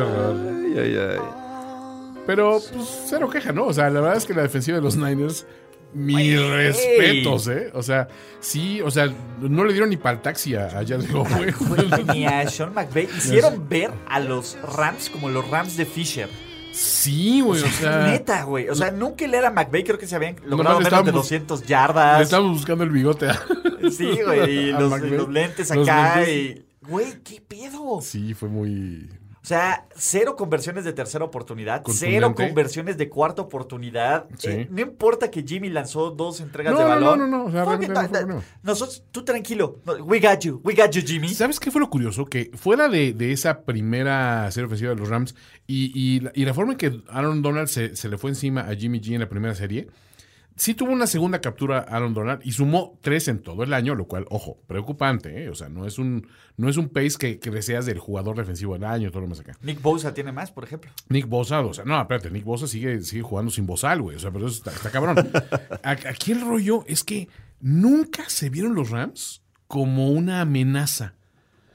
[SPEAKER 3] horror.
[SPEAKER 4] Ay, ay, ay.
[SPEAKER 3] Pero, pues, cero queja, ¿no? O sea, la verdad es que la defensiva de los Niners, mis respetos, ¿eh? O sea, sí, o sea, no le dieron ni para el taxi a, a Jared Goff, güey.
[SPEAKER 2] *laughs* Ni a
[SPEAKER 3] *laughs*
[SPEAKER 2] Sean McVay. Hicieron ver a los Rams como los Rams de Fisher.
[SPEAKER 3] Sí, güey, o sea.
[SPEAKER 2] Neta, güey. O sea, nunca le era McVay. Creo que se habían
[SPEAKER 3] Nomás
[SPEAKER 2] logrado
[SPEAKER 3] le
[SPEAKER 2] menos de
[SPEAKER 3] estábamos-
[SPEAKER 2] 200
[SPEAKER 3] Le
[SPEAKER 2] yardas.
[SPEAKER 3] estamos buscando el bigote. a-
[SPEAKER 2] Sí, güey. Y
[SPEAKER 3] *laughs* a
[SPEAKER 2] los,
[SPEAKER 3] McVay.
[SPEAKER 2] los lentes
[SPEAKER 3] Los
[SPEAKER 2] acá.
[SPEAKER 3] lentes.
[SPEAKER 2] y- Güey, ¿qué pedo?
[SPEAKER 3] Sí, fue muy.
[SPEAKER 2] O sea, cero conversiones de tercera oportunidad,
[SPEAKER 3] Contundente.
[SPEAKER 2] cero conversiones de cuarta oportunidad.
[SPEAKER 3] Sí.
[SPEAKER 2] Eh, no importa que Jimmy lanzó dos entregas
[SPEAKER 3] No,
[SPEAKER 2] de
[SPEAKER 3] no,
[SPEAKER 2] balón.
[SPEAKER 3] no, no, no, o sea,
[SPEAKER 2] Fuck
[SPEAKER 3] realmente
[SPEAKER 2] it,
[SPEAKER 3] no
[SPEAKER 2] no,
[SPEAKER 3] fue
[SPEAKER 2] no.
[SPEAKER 3] bueno.
[SPEAKER 2] Nosotros, tú tranquilo. No, We got you, we got you, Jimmy.
[SPEAKER 3] ¿Sabes qué fue lo curioso? Que fuera de, de esa primera serie ofensiva de los Rams y, y la- y la forma en que Aaron Donald se, se le fue encima a Jimmy G en la primera serie, sí tuvo una segunda captura Aaron Donald y sumó tres en todo el año, lo cual, ojo, preocupante, ¿eh? O sea, no es un, no es un pace que, que deseas del jugador defensivo del año, todo lo más acá.
[SPEAKER 2] Nick Bosa tiene más, por ejemplo.
[SPEAKER 3] Nick Bosa, o sea, no, espérate, Nick Bosa sigue, sigue jugando sin bozal, güey. O sea, pero eso está, está *laughs* cabrón. A- Aquí el rollo es que nunca se vieron los Rams como una amenaza.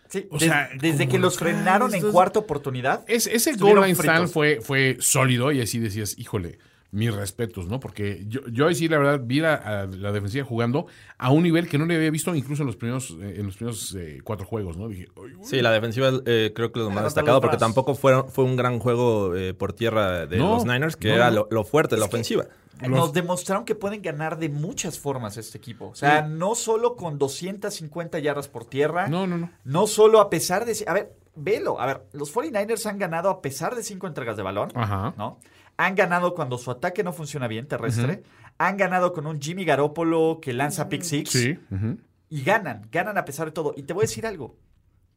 [SPEAKER 2] Sí,
[SPEAKER 3] O
[SPEAKER 2] des-
[SPEAKER 3] sea,
[SPEAKER 2] desde
[SPEAKER 3] como
[SPEAKER 2] que los
[SPEAKER 3] acá,
[SPEAKER 2] frenaron en
[SPEAKER 3] estos-
[SPEAKER 2] cuarta oportunidad.
[SPEAKER 3] Es- ese
[SPEAKER 2] Estuvieron
[SPEAKER 3] goal line stand
[SPEAKER 2] fritos.
[SPEAKER 3] fue, fue sólido y así decías, híjole, mis respetos, ¿no? Porque yo, yo ahí sí, la verdad, vi la, a la defensiva jugando a un nivel que no le había visto incluso en los primeros, eh, en los primeros eh, cuatro juegos, ¿no? Dije, "Ay, güey".
[SPEAKER 4] Sí, la defensiva eh, creo que es lo más
[SPEAKER 2] Levanta
[SPEAKER 4] destacado
[SPEAKER 2] los
[SPEAKER 4] porque
[SPEAKER 2] brazos.
[SPEAKER 4] tampoco fueron, fue un gran juego eh, por tierra de
[SPEAKER 3] No,
[SPEAKER 4] los Niners, que
[SPEAKER 3] no,
[SPEAKER 4] era
[SPEAKER 3] no.
[SPEAKER 4] lo, lo fuerte, la ofensiva.
[SPEAKER 2] Nos demostraron que pueden ganar de muchas formas este equipo. O sea, no solo con 250 yardas por tierra.
[SPEAKER 3] No, no, no.
[SPEAKER 2] No solo a pesar de... A ver, velo. A ver, los 49ers han ganado a pesar de cinco entregas de balón.
[SPEAKER 3] Ajá.
[SPEAKER 2] ¿no? Han ganado cuando su ataque no funciona bien terrestre. Han ganado con un Jimmy Garoppolo que lanza pick six.
[SPEAKER 3] Sí. ujú.
[SPEAKER 2] Y ganan, ganan a pesar de todo. Y te voy a decir algo.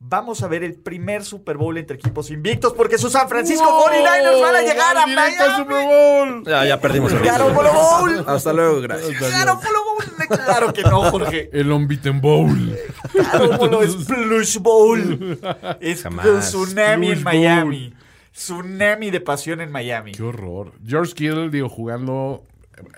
[SPEAKER 2] Vamos a ver el primer Super Bowl entre equipos invictos porque sus San Francisco 49ers van a llegar a
[SPEAKER 3] Directo al
[SPEAKER 2] Miami.
[SPEAKER 3] Super Bowl.
[SPEAKER 4] Ya, ya perdimos el
[SPEAKER 2] Garoppolo Bowl.
[SPEAKER 4] Hasta luego, gracias.
[SPEAKER 2] Garoppolo Bowl. Claro que no, Jorge.
[SPEAKER 3] El Unbeaten Bowl. *laughs*
[SPEAKER 2] Garoppolo es Plush Bowl. Es
[SPEAKER 4] Jamás.
[SPEAKER 2] tsunami en
[SPEAKER 3] Plush Bowl.
[SPEAKER 2] Miami. Tsunami de pasión en Miami.
[SPEAKER 3] Qué horror. George Kittle, digo, jugando.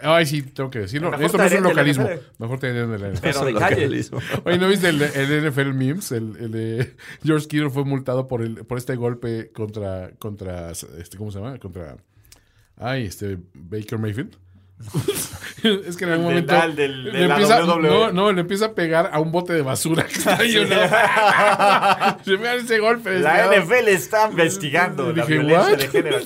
[SPEAKER 3] Ay, sí, tengo que decirlo.
[SPEAKER 2] Mejor
[SPEAKER 3] Esto no es un
[SPEAKER 2] tarea de la
[SPEAKER 3] localismo.
[SPEAKER 2] NFL.
[SPEAKER 3] Mejor te de la NFL.
[SPEAKER 2] Pero de
[SPEAKER 4] Lo
[SPEAKER 2] calle.
[SPEAKER 4] localizo.
[SPEAKER 3] Oye, ¿no viste el, el NFL memes? El, el de George Kittle fue multado por el, por este golpe contra, contra este, ¿cómo se llama? Contra ay, este Baker Mayfield. *laughs* es que en algún
[SPEAKER 2] del-
[SPEAKER 3] momento
[SPEAKER 2] al del- de
[SPEAKER 3] le
[SPEAKER 2] la E.
[SPEAKER 3] empieza,
[SPEAKER 2] WWE.
[SPEAKER 3] no, no, le empieza a pegar a un bote de basura que está
[SPEAKER 2] *laughs*
[SPEAKER 3] ahí. ¿no? *laughs* Se me da ese golpe.
[SPEAKER 2] La
[SPEAKER 3] desviado.
[SPEAKER 2] NFL está investigando la
[SPEAKER 3] Dije,
[SPEAKER 2] violencia
[SPEAKER 3] "What?"
[SPEAKER 2] de género.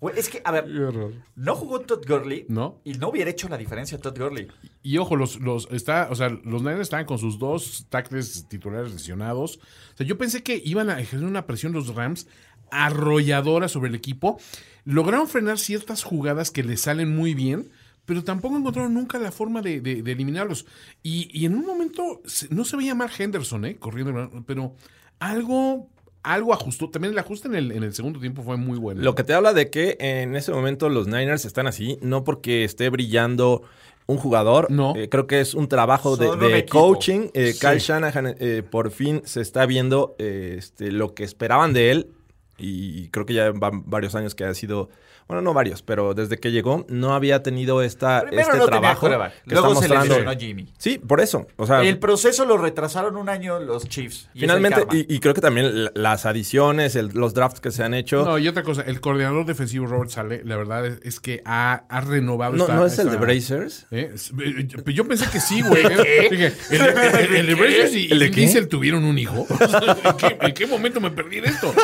[SPEAKER 2] Güey, es que, a ver,
[SPEAKER 3] Qué horror.
[SPEAKER 2] no jugó Todd Gurley
[SPEAKER 3] No.
[SPEAKER 2] y no hubiera hecho la diferencia Todd Gurley.
[SPEAKER 3] Y ojo, los, los está, o sea, los Niners estaban con sus dos tackles titulares lesionados. O sea, yo pensé que iban a ejercer una presión los Rams arrolladora sobre el equipo. Lograron frenar ciertas jugadas que les salen muy bien, pero tampoco encontraron nunca la forma de, de- de eliminarlos. Y, y en un momento se- no se veía Mark Henderson, eh, corriendo, pero algo, algo ajustó. También el ajuste en el, en el segundo tiempo fue muy bueno.
[SPEAKER 4] Lo que te habla de que en ese momento los Niners están así, no porque esté brillando un jugador.
[SPEAKER 3] No.
[SPEAKER 4] Eh, creo que es un trabajo de,
[SPEAKER 2] Son un
[SPEAKER 4] de
[SPEAKER 2] equipo.
[SPEAKER 4] coaching. Eh,
[SPEAKER 3] Sí.
[SPEAKER 4] Kyle Shanahan eh, por fin se está viendo eh, este, lo que esperaban de él. Y creo que ya van varios años que ha sido, bueno, no varios, pero desde que llegó no había tenido esta,
[SPEAKER 2] Primero
[SPEAKER 4] este
[SPEAKER 2] no tenía
[SPEAKER 4] trabajo
[SPEAKER 2] quarterback,
[SPEAKER 4] que
[SPEAKER 2] luego
[SPEAKER 4] está
[SPEAKER 2] se
[SPEAKER 4] mostrando.
[SPEAKER 2] lesionó Jimmy.
[SPEAKER 4] Sí, por eso. O sea,
[SPEAKER 2] El proceso lo retrasaron un año los Chiefs. y es el
[SPEAKER 4] Finalmente,
[SPEAKER 2] karma.
[SPEAKER 4] y, y creo que también la- las adiciones, el- los drafts que se han hecho.
[SPEAKER 3] No, y otra cosa, el coordinador defensivo Robert Sale, la verdad es, es que ha, ha renovado
[SPEAKER 4] No,
[SPEAKER 3] esta-
[SPEAKER 4] ¿no es el
[SPEAKER 3] esta-
[SPEAKER 4] de Brazers.
[SPEAKER 3] ¿Eh? Es- eh, Yo yo pensé que sí, güey. ¿eh? Dije, el, el- el- el de Brazers y
[SPEAKER 4] ¿El
[SPEAKER 3] el
[SPEAKER 4] de
[SPEAKER 3] de *laughs*
[SPEAKER 4] qué?
[SPEAKER 3] Diesel tuvieron un hijo. ¿En qué, en qué momento me perdí de esto?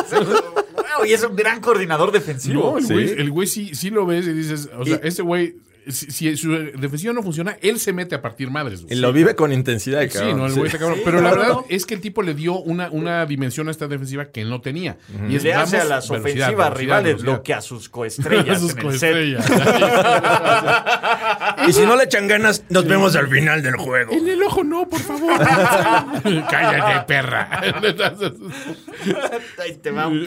[SPEAKER 2] Claro, y es un gran coordinador defensivo.
[SPEAKER 3] No, el
[SPEAKER 4] Sí.
[SPEAKER 3] güey el güey sí, sí lo ves y dices, o sea,
[SPEAKER 2] Y-
[SPEAKER 3] este güey, si, si su defensiva no funciona, él se mete a partir madres.
[SPEAKER 4] Y
[SPEAKER 3] güey.
[SPEAKER 4] lo vive con intensidad,
[SPEAKER 3] Sí,
[SPEAKER 4] cabrón.
[SPEAKER 3] no, el
[SPEAKER 4] Sí.
[SPEAKER 3] güey está cabrón.
[SPEAKER 2] Sí,
[SPEAKER 3] Pero la
[SPEAKER 2] claro.
[SPEAKER 3] verdad es que el tipo le dio una, una dimensión a esta defensiva que no tenía. Y es,
[SPEAKER 2] le hace a
[SPEAKER 3] vamos,
[SPEAKER 2] las
[SPEAKER 3] velocidad,
[SPEAKER 2] ofensivas
[SPEAKER 3] velocidad,
[SPEAKER 2] rivales
[SPEAKER 3] velocidad.
[SPEAKER 2] lo que a sus
[SPEAKER 3] *laughs*
[SPEAKER 2] coestrellas.
[SPEAKER 3] A sus
[SPEAKER 2] en el set.
[SPEAKER 3] coestrellas.
[SPEAKER 4] Y si no le echan ganas, nos vemos al final del
[SPEAKER 3] *laughs*
[SPEAKER 4] juego.
[SPEAKER 3] en el ojo no, por
[SPEAKER 2] *laughs*
[SPEAKER 3] favor. *laughs* Cállate, perra. *laughs*
[SPEAKER 2] Ahí te va Ah, un
[SPEAKER 3] Ay,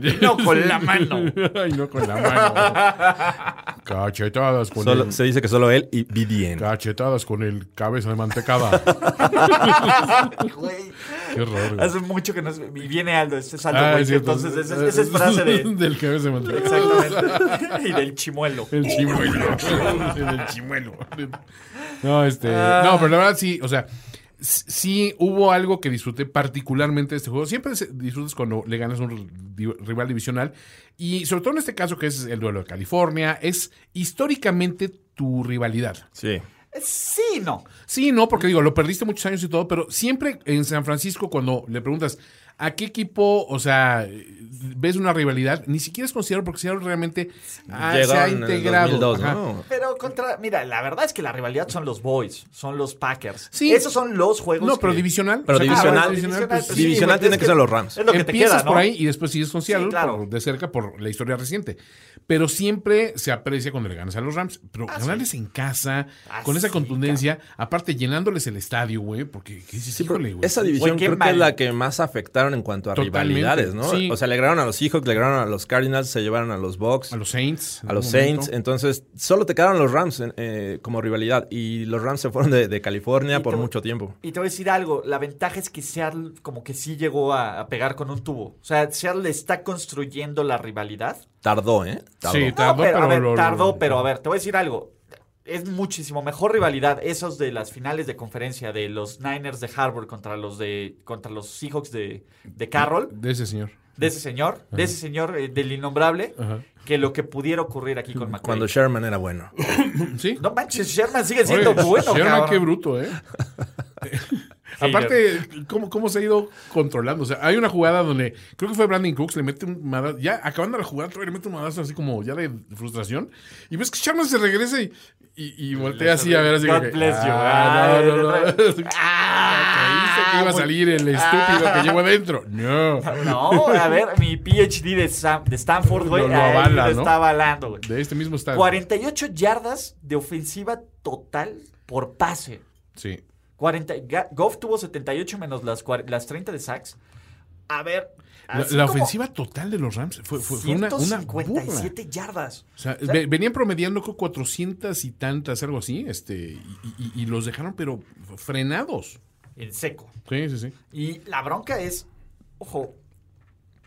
[SPEAKER 3] *laughs* te va.
[SPEAKER 2] Y No con la mano.
[SPEAKER 3] Ay, no con la
[SPEAKER 2] *laughs*
[SPEAKER 3] mano. Cachetadas con
[SPEAKER 4] Solo-
[SPEAKER 3] el...
[SPEAKER 4] se dice que solo él y BDN.
[SPEAKER 3] Cachetadas con el cabeza de mantecada.
[SPEAKER 2] Güey.
[SPEAKER 3] Qué horror. güey.
[SPEAKER 2] *laughs* Hace mucho que no se- Y viene Aldo, este es Aldo,
[SPEAKER 3] Ah,
[SPEAKER 2] güey,
[SPEAKER 3] es
[SPEAKER 2] que
[SPEAKER 3] cierto.
[SPEAKER 2] entonces esa es-
[SPEAKER 3] *laughs*
[SPEAKER 2] esa es frase de...
[SPEAKER 3] del cabeza de mantecada.
[SPEAKER 2] Exactamente. *laughs* Y del chimuelo.
[SPEAKER 3] El chimuelo. *laughs* el chimuelo. No, este.
[SPEAKER 4] Ah.
[SPEAKER 3] No, pero la verdad sí, o sea. s- Sí hubo algo que disfruté particularmente de este juego. Siempre se- disfrutas cuando le ganas a un di- rival divisional. Y sobre todo en este caso que es el duelo de California, es históricamente tu rivalidad.
[SPEAKER 4] Sí.
[SPEAKER 2] Sí, no.
[SPEAKER 3] Sí, no, porque digo, lo perdiste muchos años y todo, pero siempre en San Francisco cuando le preguntas a qué equipo, o sea, ves una rivalidad, ni siquiera es considerado porque Seattle realmente ah, se ha
[SPEAKER 4] Llegaron en el
[SPEAKER 3] integrado.
[SPEAKER 4] 2002,
[SPEAKER 3] Ajá.
[SPEAKER 4] ¿no?
[SPEAKER 2] Pero contra... Mira, la verdad es que la rivalidad son los boys, son los Packers.
[SPEAKER 3] Sí.
[SPEAKER 2] Esos son los juegos
[SPEAKER 3] No, pero
[SPEAKER 2] que- Ah,
[SPEAKER 3] divisional.
[SPEAKER 4] Pero
[SPEAKER 3] O sea,
[SPEAKER 4] divisional-
[SPEAKER 3] como divisional,
[SPEAKER 2] divisional,
[SPEAKER 3] pues,
[SPEAKER 2] pues,
[SPEAKER 3] sí.
[SPEAKER 4] Divisional
[SPEAKER 2] güey,
[SPEAKER 4] tiene
[SPEAKER 2] es
[SPEAKER 4] que
[SPEAKER 2] que-
[SPEAKER 4] ser los Rams.
[SPEAKER 2] Es lo que te
[SPEAKER 3] Empiezas
[SPEAKER 2] queda, ¿no?
[SPEAKER 3] por ahí y después sigues con Seattle
[SPEAKER 2] Sí, claro.
[SPEAKER 3] por- de cerca por la historia reciente. Pero siempre se aprecia cuando le ganas a los Rams. Pero ganarles en casa,
[SPEAKER 2] Ah,
[SPEAKER 3] con esa
[SPEAKER 2] sí,
[SPEAKER 3] contundencia, aparte llenándoles el estadio, güey, porque ¿qué dices?
[SPEAKER 4] Sí, pero
[SPEAKER 3] Híjole, güey.
[SPEAKER 4] esa división
[SPEAKER 2] Güey, qué
[SPEAKER 4] creo que
[SPEAKER 2] mal.
[SPEAKER 4] es la que más afectaron en cuanto a
[SPEAKER 3] Totalmente,
[SPEAKER 4] rivalidades, ¿no?
[SPEAKER 3] sí.
[SPEAKER 4] O sea, le ganaron a los Seahawks, le ganaron a los Cardinals, se llevaron a los Bucks,
[SPEAKER 3] a los Saints. en
[SPEAKER 4] a los
[SPEAKER 3] algún momento.
[SPEAKER 4] Saints. Entonces, solo te quedaron los Rams en- eh, como rivalidad. Y los Rams se fueron de, de California
[SPEAKER 2] Y
[SPEAKER 4] por
[SPEAKER 2] te-
[SPEAKER 4] mucho tiempo.
[SPEAKER 2] Y te voy a decir algo, la ventaja es que Seattle como que sí llegó a, a pegar con un tubo. O sea, Seattle está construyendo la rivalidad.
[SPEAKER 4] Tardó, ¿eh? Tardó.
[SPEAKER 3] Sí.
[SPEAKER 2] No,
[SPEAKER 3] Tardó,
[SPEAKER 2] pero,
[SPEAKER 3] pero
[SPEAKER 2] a ver,
[SPEAKER 3] lo- lo-
[SPEAKER 2] tardó, pero a ver, te voy a decir algo. Es muchísimo mejor rivalidad esos de las finales de conferencia de los Niners de Harvard contra los de contra los Seahawks de, de Carroll,
[SPEAKER 3] De ese señor.
[SPEAKER 2] de ese señor, de ese señor eh, del innombrable,
[SPEAKER 3] Ajá.
[SPEAKER 2] que lo que pudiera ocurrir aquí con McVay.
[SPEAKER 4] Cuando Sherman era bueno.
[SPEAKER 3] Sí.
[SPEAKER 2] No manches, Sherman sigue siendo
[SPEAKER 3] Oye,
[SPEAKER 2] bueno,
[SPEAKER 3] Sherman,
[SPEAKER 2] cabrón.
[SPEAKER 3] qué bruto, ¿eh? Aparte, ¿cómo, ¿cómo se ha ido controlando? O sea, hay una jugada donde creo que fue Brandon Cooks, le mete un madazo, ya acabando la jugada, todavía le mete un madazo así como ya de frustración. Y ves que Sherman se regresa y, y, y voltea así a ver, así
[SPEAKER 2] God
[SPEAKER 3] como que,
[SPEAKER 2] bless you.
[SPEAKER 3] "Ah,
[SPEAKER 2] Ay,
[SPEAKER 3] no, no, Ah, no".
[SPEAKER 2] ay,
[SPEAKER 3] *laughs*
[SPEAKER 2] ay.
[SPEAKER 3] Creíste que iba a
[SPEAKER 2] muy-
[SPEAKER 3] salir el estúpido que llevo adentro. No.
[SPEAKER 2] No, a ver, mi PhD de, Sam- de Stanford, güey,
[SPEAKER 3] Lo- lo
[SPEAKER 2] ahí
[SPEAKER 3] avala,
[SPEAKER 2] lo
[SPEAKER 3] ¿no?
[SPEAKER 2] está avalando, güey.
[SPEAKER 3] De este mismo estado.
[SPEAKER 2] 48 yardas de ofensiva total por pase.
[SPEAKER 3] Sí.
[SPEAKER 2] 40, Ga- Goff tuvo 78 menos las, cuar- las 30 de sacks. A ver.
[SPEAKER 3] La,
[SPEAKER 2] así
[SPEAKER 3] la
[SPEAKER 2] como
[SPEAKER 3] ofensiva total de los Rams fue, fue, fue una, una burla.
[SPEAKER 2] 157 yardas.
[SPEAKER 3] O sea, ve- venían promediando creo, 400 y tantas, algo así, este, y, y- y los dejaron, pero frenados.
[SPEAKER 2] En seco.
[SPEAKER 3] Sí, sí, sí.
[SPEAKER 2] Y la bronca es, ojo,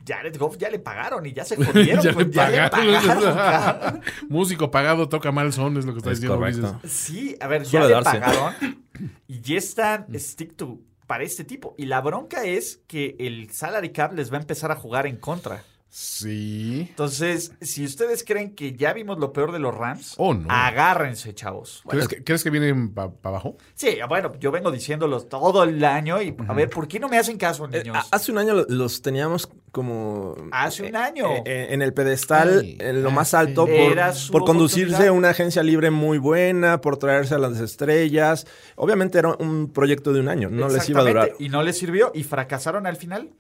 [SPEAKER 2] Jared Goff ya le pagaron y ya se jodieron.
[SPEAKER 3] *laughs* ya le
[SPEAKER 2] pues, ya le
[SPEAKER 3] pagaron. *laughs*
[SPEAKER 2] pagaron, cabrón.
[SPEAKER 3] Músico pagado toca mal son, es lo que está
[SPEAKER 4] Es
[SPEAKER 3] diciendo
[SPEAKER 4] correcto.
[SPEAKER 3] Ulises.
[SPEAKER 2] Sí, a ver,
[SPEAKER 4] Suele
[SPEAKER 2] ya le
[SPEAKER 4] darse. *coughs* Mm.
[SPEAKER 2] pagaron y ya están stick to para este tipo. Y la bronca es que el salary cap les va a empezar a jugar en contra.
[SPEAKER 3] Sí.
[SPEAKER 2] Entonces, si ustedes creen que ya vimos lo peor de los Rams,
[SPEAKER 3] Oh, no.
[SPEAKER 2] agárrense, chavos.
[SPEAKER 3] ¿Crees, que, ¿Crees que vienen para abajo?
[SPEAKER 2] Sí, bueno, yo vengo diciéndolos todo el año y a ver, ¿por qué no me hacen caso,
[SPEAKER 4] Eh,
[SPEAKER 2] niños?
[SPEAKER 4] a- hace un año lo- los teníamos como...
[SPEAKER 2] Hace un año.
[SPEAKER 4] eh, eh, en el pedestal,
[SPEAKER 3] Ay,
[SPEAKER 4] en lo
[SPEAKER 3] ah,
[SPEAKER 4] más alto,
[SPEAKER 2] sí.
[SPEAKER 4] por,
[SPEAKER 2] Era su
[SPEAKER 4] por conducirse
[SPEAKER 2] oportunidad.
[SPEAKER 4] a una agencia libre muy buena, por traerse a las estrellas. Obviamente era un proyecto de un año, no les iba a durar.
[SPEAKER 2] Exactamente, Y no les sirvió y fracasaron al final.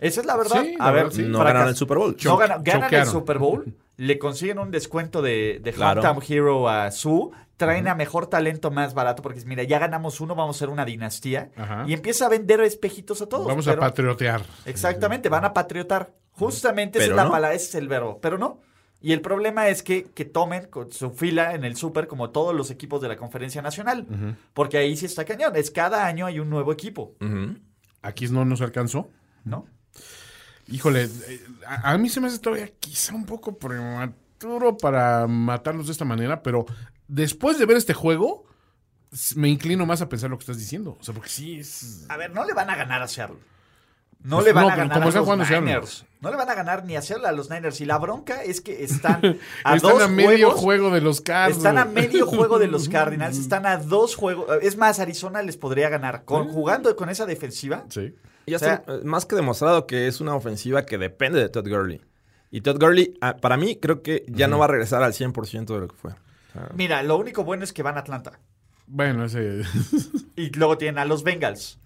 [SPEAKER 2] Esa es la verdad.
[SPEAKER 3] Sí, la
[SPEAKER 2] a ver,
[SPEAKER 3] verdad, sí.
[SPEAKER 4] No
[SPEAKER 2] fracas-
[SPEAKER 4] ganaron el Super Bowl.
[SPEAKER 2] No
[SPEAKER 3] Choc-
[SPEAKER 2] ganan, ganan el
[SPEAKER 3] choquearon.
[SPEAKER 2] Super Bowl, le consiguen un descuento de, de
[SPEAKER 4] Claro.
[SPEAKER 2] Hometown Hero a Su, traen a mejor talento más barato, porque mira, ya ganamos uno, vamos a ser una dinastía.
[SPEAKER 3] Ajá.
[SPEAKER 2] Y empieza a vender espejitos a todos.
[SPEAKER 3] Vamos a
[SPEAKER 2] pero-
[SPEAKER 3] patriotear.
[SPEAKER 2] Exactamente, van a patriotar. Justamente esa
[SPEAKER 4] Pero
[SPEAKER 2] es la
[SPEAKER 4] no.
[SPEAKER 2] palabra, ese es el verbo, pero no. Y el problema es que, que tomen con su fila en el Super como todos los equipos de la Conferencia Nacional, porque ahí sí está cañón, es cada año hay un nuevo equipo,
[SPEAKER 4] Ujú.
[SPEAKER 3] Aquí no nos alcanzó.
[SPEAKER 2] ¿no?
[SPEAKER 3] Híjole, eh, a, a mí se me hace todavía quizá un poco prematuro para matarlos de esta manera, pero después de ver este juego, s- me inclino más a pensar lo que estás diciendo. O sea, porque sí es...
[SPEAKER 2] A ver, no le van a ganar a Seattle. No
[SPEAKER 3] Pues
[SPEAKER 2] le van
[SPEAKER 3] no,
[SPEAKER 2] a
[SPEAKER 3] pero
[SPEAKER 2] ganar
[SPEAKER 3] como
[SPEAKER 2] a
[SPEAKER 3] está
[SPEAKER 2] los
[SPEAKER 3] jugando Seattle.
[SPEAKER 2] Niners. No le van a ganar ni a Seattle a los Niners. Y la bronca es que están
[SPEAKER 3] *laughs*
[SPEAKER 2] a
[SPEAKER 3] están
[SPEAKER 2] dos
[SPEAKER 3] a medio
[SPEAKER 2] juegos.
[SPEAKER 3] juego de los Cards.
[SPEAKER 2] Están a
[SPEAKER 3] güey.
[SPEAKER 2] medio juego
[SPEAKER 3] *laughs*
[SPEAKER 2] de los
[SPEAKER 3] Mm.
[SPEAKER 2] Cardinals. Están a dos juegos. Es más, Arizona les podría ganar. Con, jugando con esa defensiva,
[SPEAKER 3] Sí.
[SPEAKER 4] Ya
[SPEAKER 2] O sea-
[SPEAKER 4] está eh, más que demostrado que es una ofensiva que depende de Todd Gurley. Y Todd Gurley, ah, para mí, creo que ya no va a regresar al 100% de lo que fue.
[SPEAKER 2] Mira, lo único bueno es que van a Atlanta.
[SPEAKER 3] Bueno, ese. *laughs*
[SPEAKER 2] Y luego tienen a los Bengals.